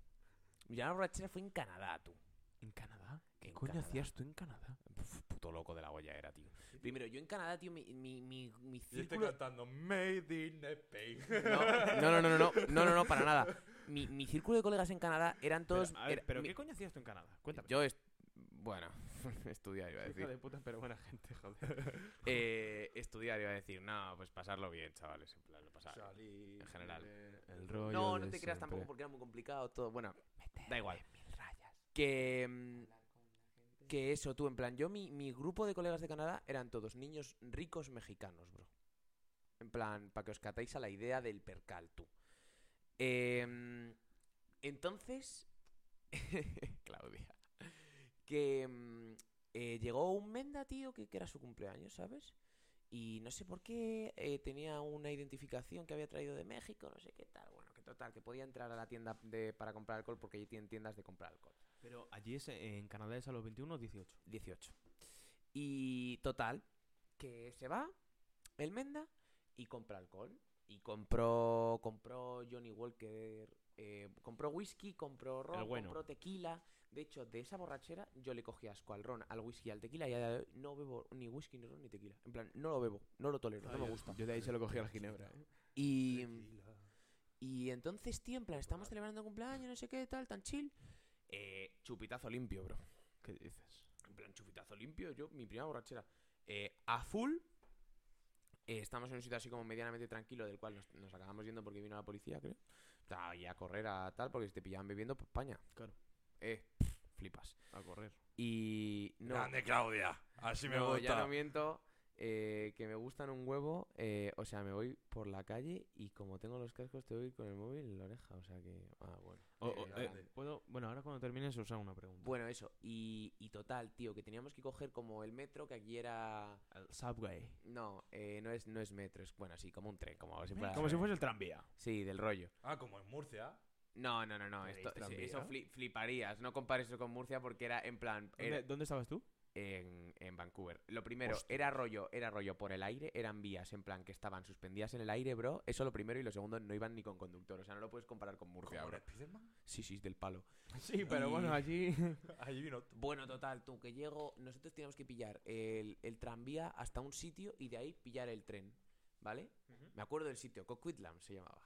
Speaker 1: Mi primera borrachera fue en Canadá, tú.
Speaker 2: ¿En Canadá? ¿Qué
Speaker 1: En
Speaker 2: coño
Speaker 1: Canadá.
Speaker 2: hacías tú en Canadá?
Speaker 1: Pf, Puto loco de la olla era, tío. Primero, yo en Canadá, tío, mi, mi, mi, mi
Speaker 3: Y estoy
Speaker 1: círculo...
Speaker 3: cantando Made in Spain.
Speaker 1: No, no, no, no, no, no, no, no, para nada. Mi, mi círculo de colegas en Canadá eran todos...
Speaker 2: pero, a ver,
Speaker 1: era-
Speaker 2: ¿pero
Speaker 1: mi-
Speaker 2: ¿qué coño hacías tú en Canadá? Cuéntame.
Speaker 1: Yo, est- bueno, estudiar iba a
Speaker 2: Hijo de
Speaker 1: decir.
Speaker 2: puta, pero buena gente, joder.
Speaker 1: Eh, estudiar iba a decir, no, pues pasarlo bien, chavales. En plan, lo pasaba bien.
Speaker 3: Salí.
Speaker 1: en general.
Speaker 3: eh,
Speaker 2: El rollo
Speaker 1: No, no
Speaker 2: de
Speaker 1: te creas
Speaker 2: siempre.
Speaker 1: tampoco porque era muy complicado todo. Bueno, da igual. Que, mm, que eso, tú, en plan, yo, mi, mi grupo de colegas de Canadá eran todos niños ricos mexicanos, bro. En plan, para que os catáis a la idea del percal, tú. Em, entonces, Claudia, que mm, eh, llegó un menda, tío, que, que era su cumpleaños, ¿sabes? Y no sé por qué eh, tenía una identificación que había traído de México, no sé qué tal. Bueno, que total, que podía entrar a la tienda de- para comprar alcohol porque allí tienen tiendas de comprar alcohol.
Speaker 2: Pero allí es, eh, en Canadá es a los 21 o 18.
Speaker 1: 18. Y total, que se va el Menda y compra alcohol. Y compró, compró Johnny Walker, eh, compró whisky, compró ron,
Speaker 2: El bueno.
Speaker 1: compró tequila. De hecho, de esa borrachera yo le cogí asco al ron, al whisky, al tequila y a día de hoy no bebo ni whisky, ni ron, ni tequila. En plan, no lo bebo, no lo tolero, no me gusta.
Speaker 2: Ah, Yo de ahí se lo cogí a la Ginebra. ¿eh?
Speaker 1: Y... mm,
Speaker 3: tequila.
Speaker 1: Y entonces, tío, en plan, estamos celebrando cumpleaños, no sé qué, tal, tan chill. Eh, chupitazo limpio, bro.
Speaker 2: ¿Qué dices?
Speaker 1: En plan, chupitazo limpio, yo, mi primera borrachera. Eh, a full. eh, estamos en un sitio así como medianamente tranquilo, del cual nos, nos acabamos yendo porque vino la policía, creo. O sea, y a correr a tal, porque si te pillaban bebiendo, pues España.
Speaker 2: Claro.
Speaker 1: Eh, pff, flipas.
Speaker 2: A correr.
Speaker 1: Y. No,
Speaker 3: Grande Claudia. Así me
Speaker 1: no, ya
Speaker 3: gusta.
Speaker 1: no miento. eh, que me gustan un huevo. eh, o sea, me voy por la calle y como tengo los cascos, te voy con el móvil en la oreja. O sea que. Ah, bueno.
Speaker 2: O-
Speaker 3: Eh,
Speaker 2: o, eh,
Speaker 3: grande.
Speaker 2: ¿puedo? Bueno, ahora cuando termines os hago una pregunta.
Speaker 1: Bueno, eso. Y, y total, tío, que teníamos que coger como el metro, que aquí era...
Speaker 2: El subway.
Speaker 1: No, eh, no, es, no es metro, es bueno, sí, como un tren, como si fuera...
Speaker 2: Como si fuese el tranvía.
Speaker 1: Sí, del rollo.
Speaker 3: Ah, como en Murcia.
Speaker 1: No, no, no, no,
Speaker 2: ¿Tenéis
Speaker 1: esto, es-
Speaker 2: tranvía?
Speaker 1: eso fli- fliparías. No compares eso con Murcia porque era en plan... era
Speaker 2: ¿Dónde, dónde estabas tú?
Speaker 1: en, en Vancouver. Lo primero, era rollo, era rollo por el aire, eran vías en plan que estaban suspendidas en el aire, bro. Eso lo primero y lo segundo, no iban ni con conductor. O sea, no lo puedes comparar con Murcia,
Speaker 3: ¿Como en
Speaker 1: bro.
Speaker 3: Spiderman?
Speaker 1: Sí, sí, es del palo.
Speaker 2: Sí,
Speaker 1: pero bueno,
Speaker 2: allí...
Speaker 3: Ahí vino.
Speaker 1: Bueno, total, tú que llego, nosotros teníamos que pillar el, el tranvía hasta un sitio y de ahí pillar el tren, ¿vale? Me acuerdo del sitio, Coquitlam se llamaba.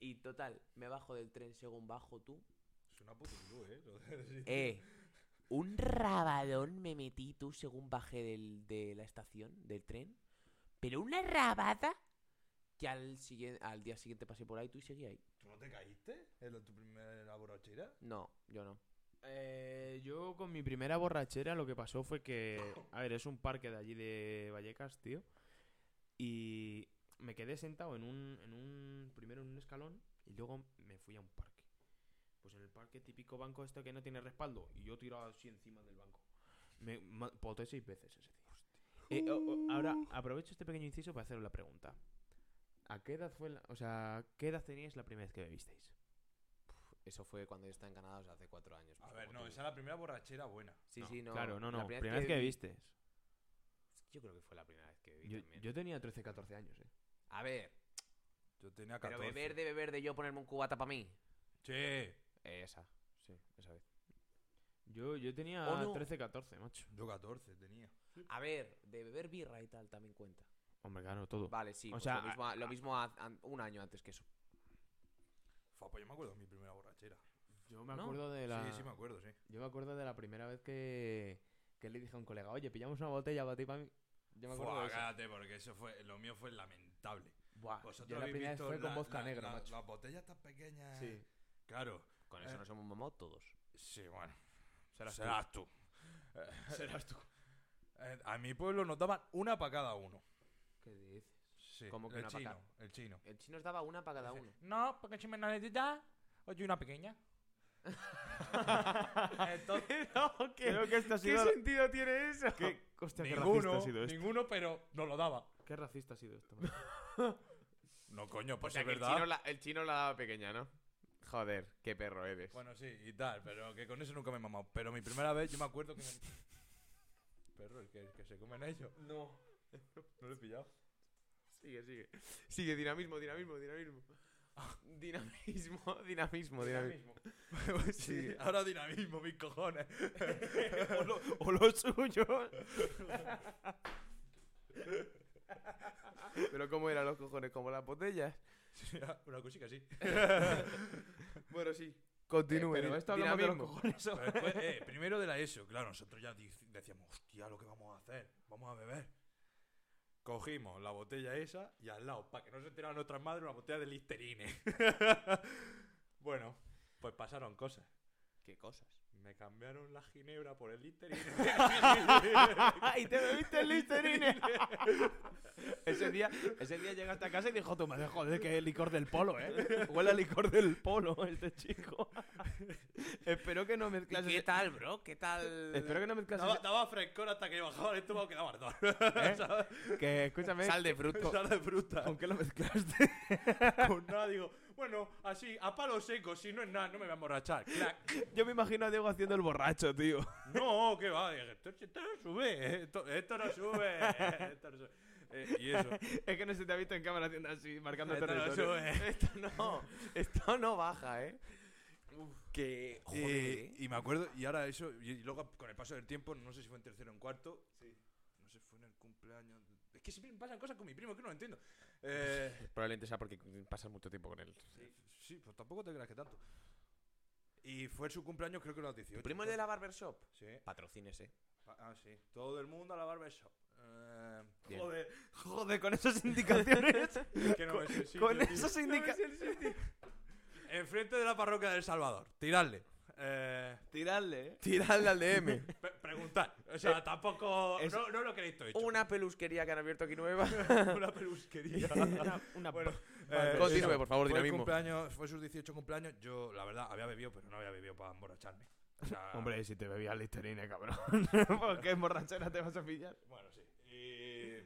Speaker 1: Y total, me bajo del tren según bajo tú.
Speaker 3: Es una puta luz, eh. Lo de- sí.
Speaker 1: Eh, un rabadón me metí tú según bajé del- de la estación, del tren. Pero una rabada que al, siguiente, al día siguiente pasé por ahí tú y seguí ahí.
Speaker 3: ¿Tú no te caíste en la- tu primera borrachera?
Speaker 1: No, yo no.
Speaker 2: Eh, yo con mi primera borrachera lo que pasó fue que, a ver, es un parque de allí de Vallecas, tío, y me quedé sentado en un, en un, primero en un escalón y luego me fui a un parque. Pues en el parque típico banco este que no tiene respaldo y yo tirado así encima del banco. Me ma- poté seis veces ese día. Eh, o- o- ahora aprovecho este pequeño inciso para haceros la pregunta. ¿A qué edad fue la, o sea, qué edad teníais la primera vez que bebisteis?
Speaker 1: Eso fue cuando yo estaba en Canadá, o sea, hace cuatro años.
Speaker 3: A
Speaker 1: pues,
Speaker 3: ver,
Speaker 1: como
Speaker 3: no,
Speaker 1: tú.
Speaker 3: esa es la primera borrachera buena.
Speaker 1: Sí, sí, no.
Speaker 2: Claro, no, no.
Speaker 1: La
Speaker 2: Primera, vez que, viste.
Speaker 1: Yo creo que fue la primera vez que vi
Speaker 2: Yo,
Speaker 1: también.
Speaker 2: yo tenía 13, 14 años, eh.
Speaker 1: A ver,
Speaker 3: Yo tenía 14.
Speaker 1: pero beber de beber de yo ponerme un cubata para mí.
Speaker 3: Sí,
Speaker 1: Eh, esa, sí, esa vez.
Speaker 2: Yo, yo tenía
Speaker 1: Oh, no.
Speaker 2: 13, 14, macho.
Speaker 3: yo 14 tenía.
Speaker 1: A ver, de beber birra y tal también cuenta.
Speaker 2: Hombre, claro, todo.
Speaker 1: Vale, sí.
Speaker 2: O
Speaker 1: pues
Speaker 2: sea,
Speaker 1: lo mismo, a- lo mismo a- an- un año antes que eso.
Speaker 3: Fue, pues yo me acuerdo de mi primera borrachera.
Speaker 2: Yo me
Speaker 1: ¿No?
Speaker 2: acuerdo de la.
Speaker 3: Sí, sí, me acuerdo, sí.
Speaker 2: Yo me acuerdo de la primera vez que, que le dije a un colega, oye, pillamos una botella para ti, para mí. Yo me acuerdo
Speaker 3: Fua,
Speaker 2: de eso.
Speaker 3: cállate, porque eso fue, lo mío fue lamentable.
Speaker 2: Buah, yo
Speaker 1: Pues
Speaker 3: Vosotros
Speaker 2: la
Speaker 3: habéis
Speaker 2: primera vez
Speaker 3: visto
Speaker 2: fue con
Speaker 3: la-
Speaker 2: vodka
Speaker 3: la-
Speaker 2: negra,
Speaker 3: la-
Speaker 2: macho.
Speaker 3: Las botellas tan pequeñas.
Speaker 2: Sí.
Speaker 3: Claro.
Speaker 1: Con eso
Speaker 3: Eh.
Speaker 1: nos hemos mamado todos.
Speaker 3: Sí, bueno.
Speaker 2: Serás tú.
Speaker 3: tú. Serás tú. Eh, a mi pueblo nos daban una para cada uno.
Speaker 1: ¿Qué dices?
Speaker 3: Sí.
Speaker 1: ¿Cómo que
Speaker 3: el
Speaker 1: una pa'
Speaker 3: chino,
Speaker 1: cada-
Speaker 3: el chino.
Speaker 1: El chino os daba una para cada uno.
Speaker 3: No, porque si me necesitas, oye, una pequeña. Entonces,
Speaker 2: Creo que esto ha sido.
Speaker 1: sentido tiene eso?
Speaker 2: ¿Qué, hostia, qué racista
Speaker 3: ninguno,
Speaker 2: ha sido esto.
Speaker 3: ninguno, pero nos lo daba.
Speaker 2: Qué racista ha sido esto. macho.
Speaker 3: No, coño,
Speaker 1: O
Speaker 3: pues
Speaker 1: sea,
Speaker 3: es
Speaker 1: que el
Speaker 3: verdad.
Speaker 1: chino, la, el chino la daba pequeña, ¿no? Joder, qué perro eres.
Speaker 3: Bueno, sí, y tal, pero que con eso nunca me he mamado. Pero mi primera vez, yo me acuerdo que me... Perro, el que, el que se comen ellos.
Speaker 1: no.
Speaker 3: No lo he pillado.
Speaker 1: Sigue, sigue. Sigue, dinamismo, dinamismo, dinamismo. Dinamismo, dinamismo, dinamismo.
Speaker 3: sí, ahora dinamismo, mis cojones.
Speaker 2: o, lo, o lo suyo.
Speaker 1: Pero ¿cómo eran los cojones? ¿Como las botellas?
Speaker 3: Sí, Una cosita así.
Speaker 1: Bueno, sí. Continúe.
Speaker 2: Eh, pero esto hablamos de los
Speaker 1: cojones.
Speaker 3: Pero después, eh, primero de la ESO, claro, nosotros ya dic- decíamos, hostia, lo que vamos a hacer, vamos a beber. Cogimos la botella esa y al lado, para que no se enteraran nuestras madres, una botella de Listerine. bueno, pues pasaron cosas.
Speaker 1: ¿Qué cosas?
Speaker 3: Me cambiaron la ginebra por el Listerine.
Speaker 2: y te bebiste el Listerine. ese, día, ese día llegaste a casa y dijo tu madre, joder, que es licor del polo, ¿eh? Huele a licor del polo este chico. Espero que no mezclas...
Speaker 1: ¿Qué tal, bro? ¿Qué tal?
Speaker 2: Espero que no mezclas...
Speaker 3: daba, daba frescor hasta que bajaba el estómago que daba ardor.
Speaker 2: ¿Eh?
Speaker 3: ¿Sabes?
Speaker 2: Que, escúchame,
Speaker 1: Sal de fruto.
Speaker 3: Sal de fruta.
Speaker 2: ¿con qué lo mezclaste?
Speaker 3: Con nada, digo, bueno, así, a palo seco, si no es nada, no me voy a emborrachar. Clac.
Speaker 2: Yo me imagino a Diego haciendo el borracho, tío.
Speaker 3: No, que va, dije, esto, esto no sube, esto, esto no sube, esto no sube. Eh, y eso.
Speaker 2: Es que no se te ha visto en cámara haciendo así, marcando
Speaker 3: Esto no
Speaker 2: territorio.
Speaker 3: sube.
Speaker 1: Esto no, esto no baja, ¿eh? que... Joder,
Speaker 3: Eh,
Speaker 1: ¿eh?
Speaker 3: y me acuerdo, y ahora eso, y, y luego con el paso del tiempo, no sé si fue en tercero o en cuarto. No sé, fue en el cumpleaños. Es que siempre me pasan cosas con mi primo que no lo entiendo. Eh,
Speaker 1: Probablemente sea porque pasas mucho tiempo con él.
Speaker 3: sí, pues tampoco te creas que tanto. Y fue su cumpleaños, creo que los 18.
Speaker 1: ¿Tu primo es de la barbershop? eh.
Speaker 3: Sí.
Speaker 1: Patrocínese.
Speaker 3: pa- Ah, sí. Todo el mundo a la barbershop. Eh,
Speaker 1: Bien.
Speaker 3: joder,
Speaker 2: Joder, con esas indicaciones.
Speaker 3: que no
Speaker 2: con
Speaker 3: me sé el sitio,
Speaker 2: con
Speaker 3: tío.
Speaker 2: esas indicaciones.
Speaker 3: Enfrente de la parroquia del Salvador. Tiradle. Eh,
Speaker 2: Tiradle, ¿eh?
Speaker 1: Tiradle al DM.
Speaker 3: Pe- preguntar. O sea, tampoco.
Speaker 2: es-
Speaker 3: No, no lo queréis todo hecho.
Speaker 1: Una pelusquería que han abierto aquí nueva.
Speaker 3: Una pelusquería.
Speaker 2: Una, una
Speaker 3: Bueno,
Speaker 2: Vale,
Speaker 3: eh,
Speaker 1: Continúe,
Speaker 3: eso.
Speaker 1: por favor,
Speaker 3: Fue, el
Speaker 1: dinamismo.
Speaker 3: cumpleaños, fue sus 18 cumpleaños. Yo, la verdad, había bebido, pero no había bebido para emborracharme. O sea,
Speaker 2: Hombre, si te bebías Listerine, cabrón. Porque en borrachera te vas a pillar.
Speaker 3: Bueno, sí. Y,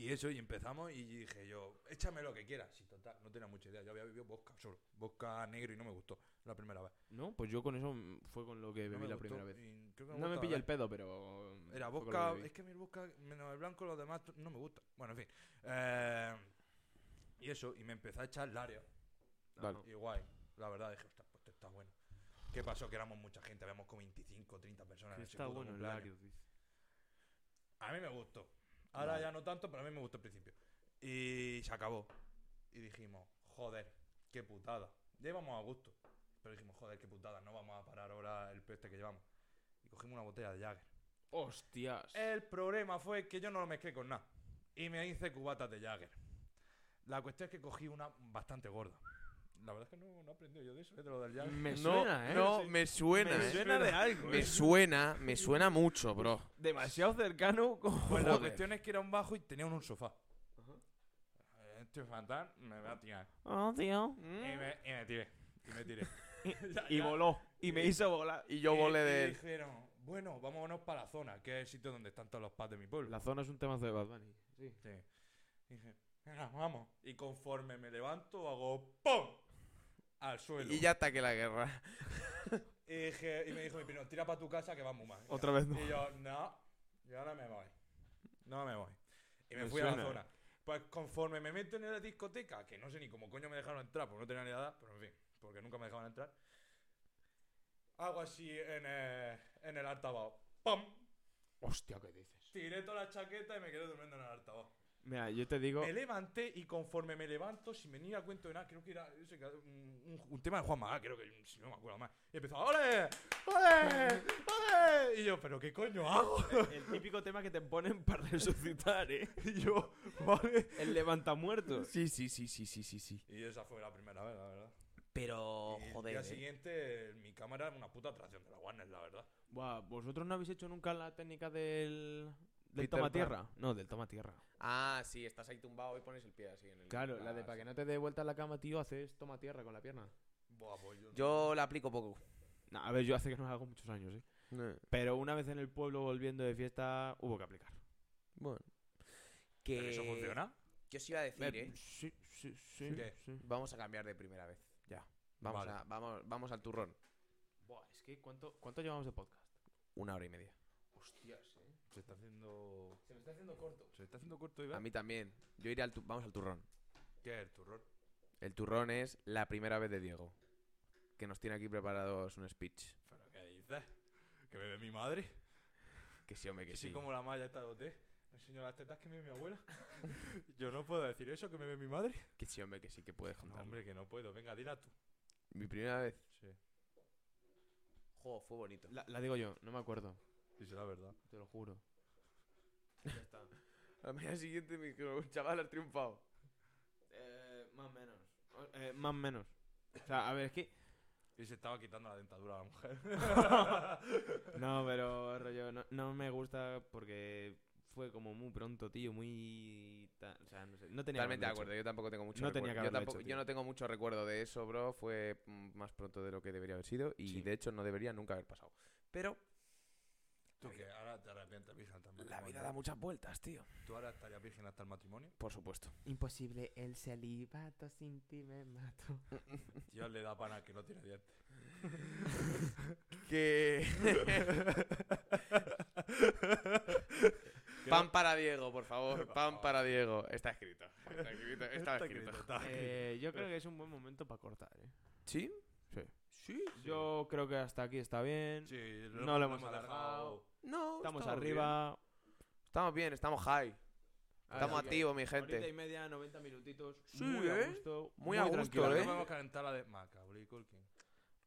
Speaker 3: y eso, y empezamos. Y dije yo, échame lo que quieras. Sí, total, no tenía mucha idea. Yo había bebido vodka solo. Vodka negro y no me gustó la primera vez.
Speaker 2: No, pues yo con eso mm, fue con lo que
Speaker 3: No
Speaker 2: bebí
Speaker 3: me
Speaker 2: la
Speaker 3: gustó,
Speaker 2: primera vez.
Speaker 3: y creo que
Speaker 2: No me
Speaker 3: gustaba
Speaker 2: pilla el
Speaker 3: la-
Speaker 2: pedo, pero. mm,
Speaker 3: Era
Speaker 2: fue con lo
Speaker 3: vodka.
Speaker 2: que bebí.
Speaker 3: Es que mi vodka, menos el blanco, los demás t- no me gusta. Bueno, en fin. Eh, y eso, y me empecé a echar Lario.
Speaker 2: Vale.
Speaker 3: Y guay. La verdad dije, hostia, pues esto está bueno. ¿Qué pasó? Que éramos mucha gente, habíamos como 25, 30 personas. en ese puto cumpleaños. A mí me gustó. Ahora
Speaker 2: Vale.
Speaker 3: ya no tanto, pero a mí me gustó al principio. Y se acabó. Y dijimos, joder, qué putada. Ya íbamos a gusto. Pero dijimos, joder, qué putada, no vamos a parar ahora el peste que llevamos. Y cogimos una botella de Jagger.
Speaker 2: Hostias.
Speaker 3: El problema fue que yo no lo mezclé con nada. Y me hice cubatas de Jagger. La cuestión es que cogí una bastante gorda. La verdad es que no, no aprendí yo de eso, ¿eh? de lo del Jagger.
Speaker 2: Me
Speaker 1: No,
Speaker 2: suena, ¿eh?
Speaker 1: no, me suena,
Speaker 2: Me
Speaker 1: ¿eh?
Speaker 2: suena de algo.
Speaker 1: Me
Speaker 2: ¿eh?
Speaker 1: suena, me suena mucho, bro.
Speaker 2: Demasiado cercano. con-
Speaker 3: Pues la
Speaker 1: Joder.
Speaker 3: cuestión es que era un bajo y tenía un sofá. Este fatal me va a tirar.
Speaker 2: Oh, tío.
Speaker 3: Y me, y me tiré. Y me tiré.
Speaker 2: Y voló. Y me hizo volar.
Speaker 1: Y yo volé de
Speaker 3: Y
Speaker 1: él.
Speaker 3: dijeron, bueno, vámonos para la zona, que es el sitio donde están todos los paz de mi pueblo.
Speaker 2: La zona es un temazo de Bad Bunny. Sí.
Speaker 3: Sí. Y dije, venga, vamos. Y conforme me levanto, hago ¡pum! al suelo.
Speaker 1: Y ya ataque la guerra.
Speaker 3: Y dije- y me dijo mi primo, tira para tu casa que vas muy mal.
Speaker 2: Otra vez no.
Speaker 3: Y yo, no, yo no me voy. No me voy. Y me,
Speaker 2: Me
Speaker 3: fui a la
Speaker 2: suena.
Speaker 3: zona. Pues conforme me meto en la discoteca, que no sé ni cómo coño me dejaron entrar, porque no tenía ni edad, pero en fin, porque nunca me dejaban entrar. Hago así en el, en el altavoz. ¡Pam!
Speaker 2: Hostia, ¿qué dices?
Speaker 3: Tiré toda la chaqueta y me quedé durmiendo en el altavoz.
Speaker 2: Mira, yo te digo.
Speaker 3: Me levanté y conforme me levanto, sin venir a cuento de nada, creo que era yo sé que era un, un- un tema de Juan Magá, creo que si no me acuerdo más. Y empezó, ¡ole! ¡ole! ¡ole! Y yo, ¿pero qué coño hago?
Speaker 2: El típico tema que te ponen para resucitar, ¿eh? Y yo, vale. El levantamuertos. Sí, sí, sí, sí, sí, sí, sí.
Speaker 3: Y esa fue la primera vez, la verdad.
Speaker 1: Pero,
Speaker 3: Y
Speaker 1: joder.
Speaker 3: El
Speaker 1: eh.
Speaker 3: día siguiente, mi cámara era una puta atracción de la Warner, la verdad.
Speaker 2: Buah, ¿vosotros no habéis hecho nunca la técnica del. del
Speaker 1: Peter
Speaker 2: toma
Speaker 1: Pan.
Speaker 2: tierra? No, del toma tierra.
Speaker 1: Ah, sí, estás ahí tumbado y pones el pie así en el.
Speaker 2: Claro, la de
Speaker 1: Ah,
Speaker 2: para
Speaker 1: sí.
Speaker 2: que no te dé vuelta la cama, tío, haces toma tierra con la pierna.
Speaker 3: Buah, pues yo. no-
Speaker 1: Yo la aplico poco.
Speaker 2: No, a ver, yo hace que no la hago muchos años, ¿eh? Pero una vez en el pueblo volviendo de fiesta, hubo que aplicar.
Speaker 1: Bueno.
Speaker 3: ¿Pero
Speaker 1: Que.
Speaker 3: eso funciona?
Speaker 1: Yo sí iba a decir,
Speaker 2: Eh,
Speaker 1: eh.
Speaker 2: Sí, sí, sí.
Speaker 3: ¿Sí? ¿Qué?
Speaker 2: sí.
Speaker 1: Vamos a cambiar de primera vez. Ya. Vamos,
Speaker 3: Vale.
Speaker 1: a- vamos, vamos al turrón.
Speaker 2: Buah, es que ¿cuánto, ¿cuánto llevamos de podcast?
Speaker 1: Una hora y media.
Speaker 2: Hostias, eh.
Speaker 3: Se está haciendo.
Speaker 2: Se me está haciendo corto.
Speaker 3: Se está haciendo corto,
Speaker 1: A
Speaker 3: Iván.
Speaker 1: mí también. Yo iré al. tu- Vamos al turrón.
Speaker 3: ¿Qué es el turrón?
Speaker 1: El turrón es la primera vez de Diego. Que nos tiene aquí preparados un speech.
Speaker 3: ¿Pero qué dices? ¿Que bebe mi madre?
Speaker 1: Que sí, hombre, que
Speaker 3: Que sí,
Speaker 1: sí.
Speaker 3: como la malla está de OT. Me enseñó las tetas que me ve mi abuela. yo no puedo decir eso, que me ve mi madre.
Speaker 1: Que sí, hombre, que sí, que puedes
Speaker 3: No,
Speaker 1: contarlo.
Speaker 3: hombre, que no puedo. Venga, dila tú.
Speaker 1: Mi primera vez.
Speaker 3: Sí,
Speaker 1: Jo, fue bonito.
Speaker 2: La, la digo yo, no me acuerdo.
Speaker 3: dice la verdad.
Speaker 2: Te lo juro.
Speaker 1: La mañana siguiente me dijo, chaval, has triunfado.
Speaker 2: Eh, más menos. Eh, más menos. O sea, a ver, es que.
Speaker 3: Y se estaba quitando la dentadura a la mujer.
Speaker 2: No, pero rollo, no, no me gusta porque fue como muy pronto, tío, muy. ta- o sea, no sé. No tenía
Speaker 1: Totalmente
Speaker 2: que
Speaker 1: de
Speaker 2: haberlo
Speaker 1: acuerdo, yo tampoco tengo mucho
Speaker 2: No tenía
Speaker 1: recuerdo.
Speaker 2: que
Speaker 1: yo,
Speaker 2: haberlo
Speaker 1: tampoco-
Speaker 2: hecho,
Speaker 1: yo
Speaker 2: tío.
Speaker 1: no tengo mucho recuerdo de eso, bro. Fue mm, más pronto de lo que debería haber sido y
Speaker 2: Sí.
Speaker 1: de hecho no debería nunca haber pasado. Pero
Speaker 3: Tú que ahora te arrepientes, virgen, también.
Speaker 1: la vida da muchas vueltas, tío.
Speaker 3: ¿Tú ahora estarías virgen hasta el matrimonio?
Speaker 1: Por supuesto.
Speaker 2: hecho. Imposible, el celibato sin ti me mato.
Speaker 3: Dios le da pana que no tiene dientes.
Speaker 1: Que. Pan para Diego, por favor. Pan para Diego. Está escrito. Está escrito. Estaba
Speaker 3: Está
Speaker 1: escrito.
Speaker 3: escrito, está escrito.
Speaker 2: Eh, yo creo que es un buen momento para cortar, eh.
Speaker 1: ¿Sí?
Speaker 2: Sí.
Speaker 1: Sí.
Speaker 2: Yo creo que hasta aquí está bien.
Speaker 3: Sí,
Speaker 2: no lo hemos alargado.
Speaker 3: dejado.
Speaker 1: No.
Speaker 2: Estamos
Speaker 1: bien.
Speaker 2: arriba. Ah,
Speaker 1: Estamos bien, estamos high. Estamos
Speaker 2: Ahora,
Speaker 1: activos, mi
Speaker 2: Horita y
Speaker 1: gente.
Speaker 2: media, 90 minutitos.
Speaker 1: Sí,
Speaker 2: muy a
Speaker 1: ¿eh?
Speaker 2: gusto.
Speaker 1: Muy a gusto,
Speaker 2: tranquilo.
Speaker 1: ¿eh?
Speaker 3: No podemos calentar la de Macaulay Culkin.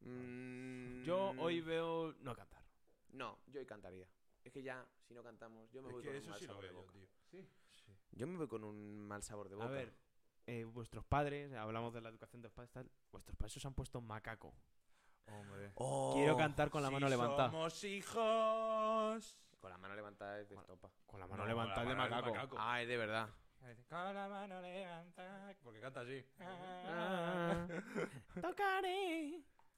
Speaker 1: Mm,
Speaker 2: Yo hoy veo no cantar.
Speaker 1: No, yo hoy cantaría. Es que ya, si no cantamos, yo me
Speaker 3: Es
Speaker 1: voy
Speaker 3: que
Speaker 1: con un
Speaker 3: eso
Speaker 1: mal
Speaker 3: sí lo
Speaker 1: sabor de
Speaker 3: veo,
Speaker 1: boca.
Speaker 3: tío.
Speaker 2: Sí.
Speaker 3: Sí.
Speaker 1: Yo me voy con un mal sabor de boca.
Speaker 2: A ver, eh, vuestros padres, hablamos de la educación de los padres, tal. Vuestros padres os han puesto macaco.
Speaker 3: Hombre.
Speaker 1: Oh.
Speaker 2: Quiero cantar con la
Speaker 3: Si
Speaker 2: mano levantada.
Speaker 3: Somos hijos.
Speaker 1: Con la mano levantada es de estopa.
Speaker 2: Con la mano
Speaker 3: No,
Speaker 2: levantada
Speaker 3: la
Speaker 2: de
Speaker 3: mano del
Speaker 2: macaco.
Speaker 3: macaco.
Speaker 1: Ah, es de verdad.
Speaker 3: Con la mano levantada. Porque canta así.
Speaker 2: Ah, tocaré.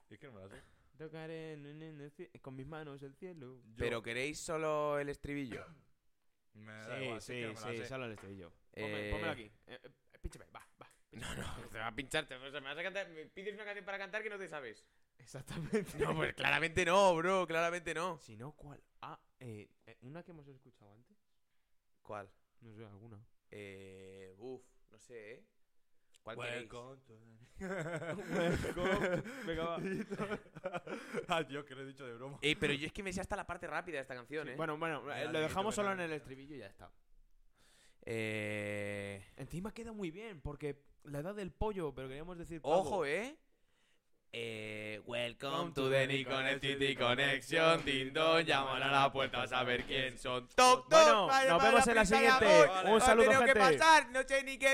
Speaker 3: Es que no me la sé.
Speaker 2: Tocaré en- en- en el cie- con mis manos el cielo.
Speaker 3: Yo-
Speaker 1: Pero queréis solo el estribillo.
Speaker 3: Me da igual, si es que no me la sé.
Speaker 2: solo el estribillo. Ponme-
Speaker 1: Eh,
Speaker 2: Pónmelo aquí. Eh, eh, pínchame, va, va.
Speaker 1: No, no, te va a pincharte. o sea, me vas a cantar. Me pides una canción para cantar que no te sabes.
Speaker 2: Exactamente.
Speaker 1: No, pues claramente no, bro. Claramente no.
Speaker 2: Si no, ¿cuál? Ah, eh, eh, una que hemos escuchado antes.
Speaker 1: ¿Cuál?
Speaker 2: No sé, alguna.
Speaker 1: Eh. Uf, no sé, ¿eh? ¿Cuál queréis?
Speaker 3: Welcome to
Speaker 2: Welcome. Venga, va.
Speaker 3: the- Ah, tío, que lo he dicho de broma.
Speaker 1: Eh, pero yo es que me sé hasta la parte rápida de esta canción,
Speaker 2: Sí,
Speaker 1: ¿eh?
Speaker 2: Bueno, bueno,
Speaker 3: Venga,
Speaker 2: eh, lo
Speaker 3: dale,
Speaker 2: dejamos
Speaker 3: tú,
Speaker 2: solo
Speaker 3: venga,
Speaker 2: en
Speaker 3: dale.
Speaker 2: el estribillo y ya está.
Speaker 1: Eh.
Speaker 2: Encima queda muy bien, porque la edad del pollo, pero queríamos decir.
Speaker 1: Ojo, ¿eh? Eh, welcome to the Nikon City Connection. Dindon, llaman a la puerta a saber quién son. Toc, toc,
Speaker 2: Bueno,
Speaker 1: vaya,
Speaker 2: nos
Speaker 1: vale,
Speaker 2: vemos en la
Speaker 1: aprieta y
Speaker 2: siguiente.
Speaker 1: amor.
Speaker 2: Un
Speaker 1: Os
Speaker 2: saludo,
Speaker 1: tengo que
Speaker 2: gente.
Speaker 1: pasar, no sé ni qué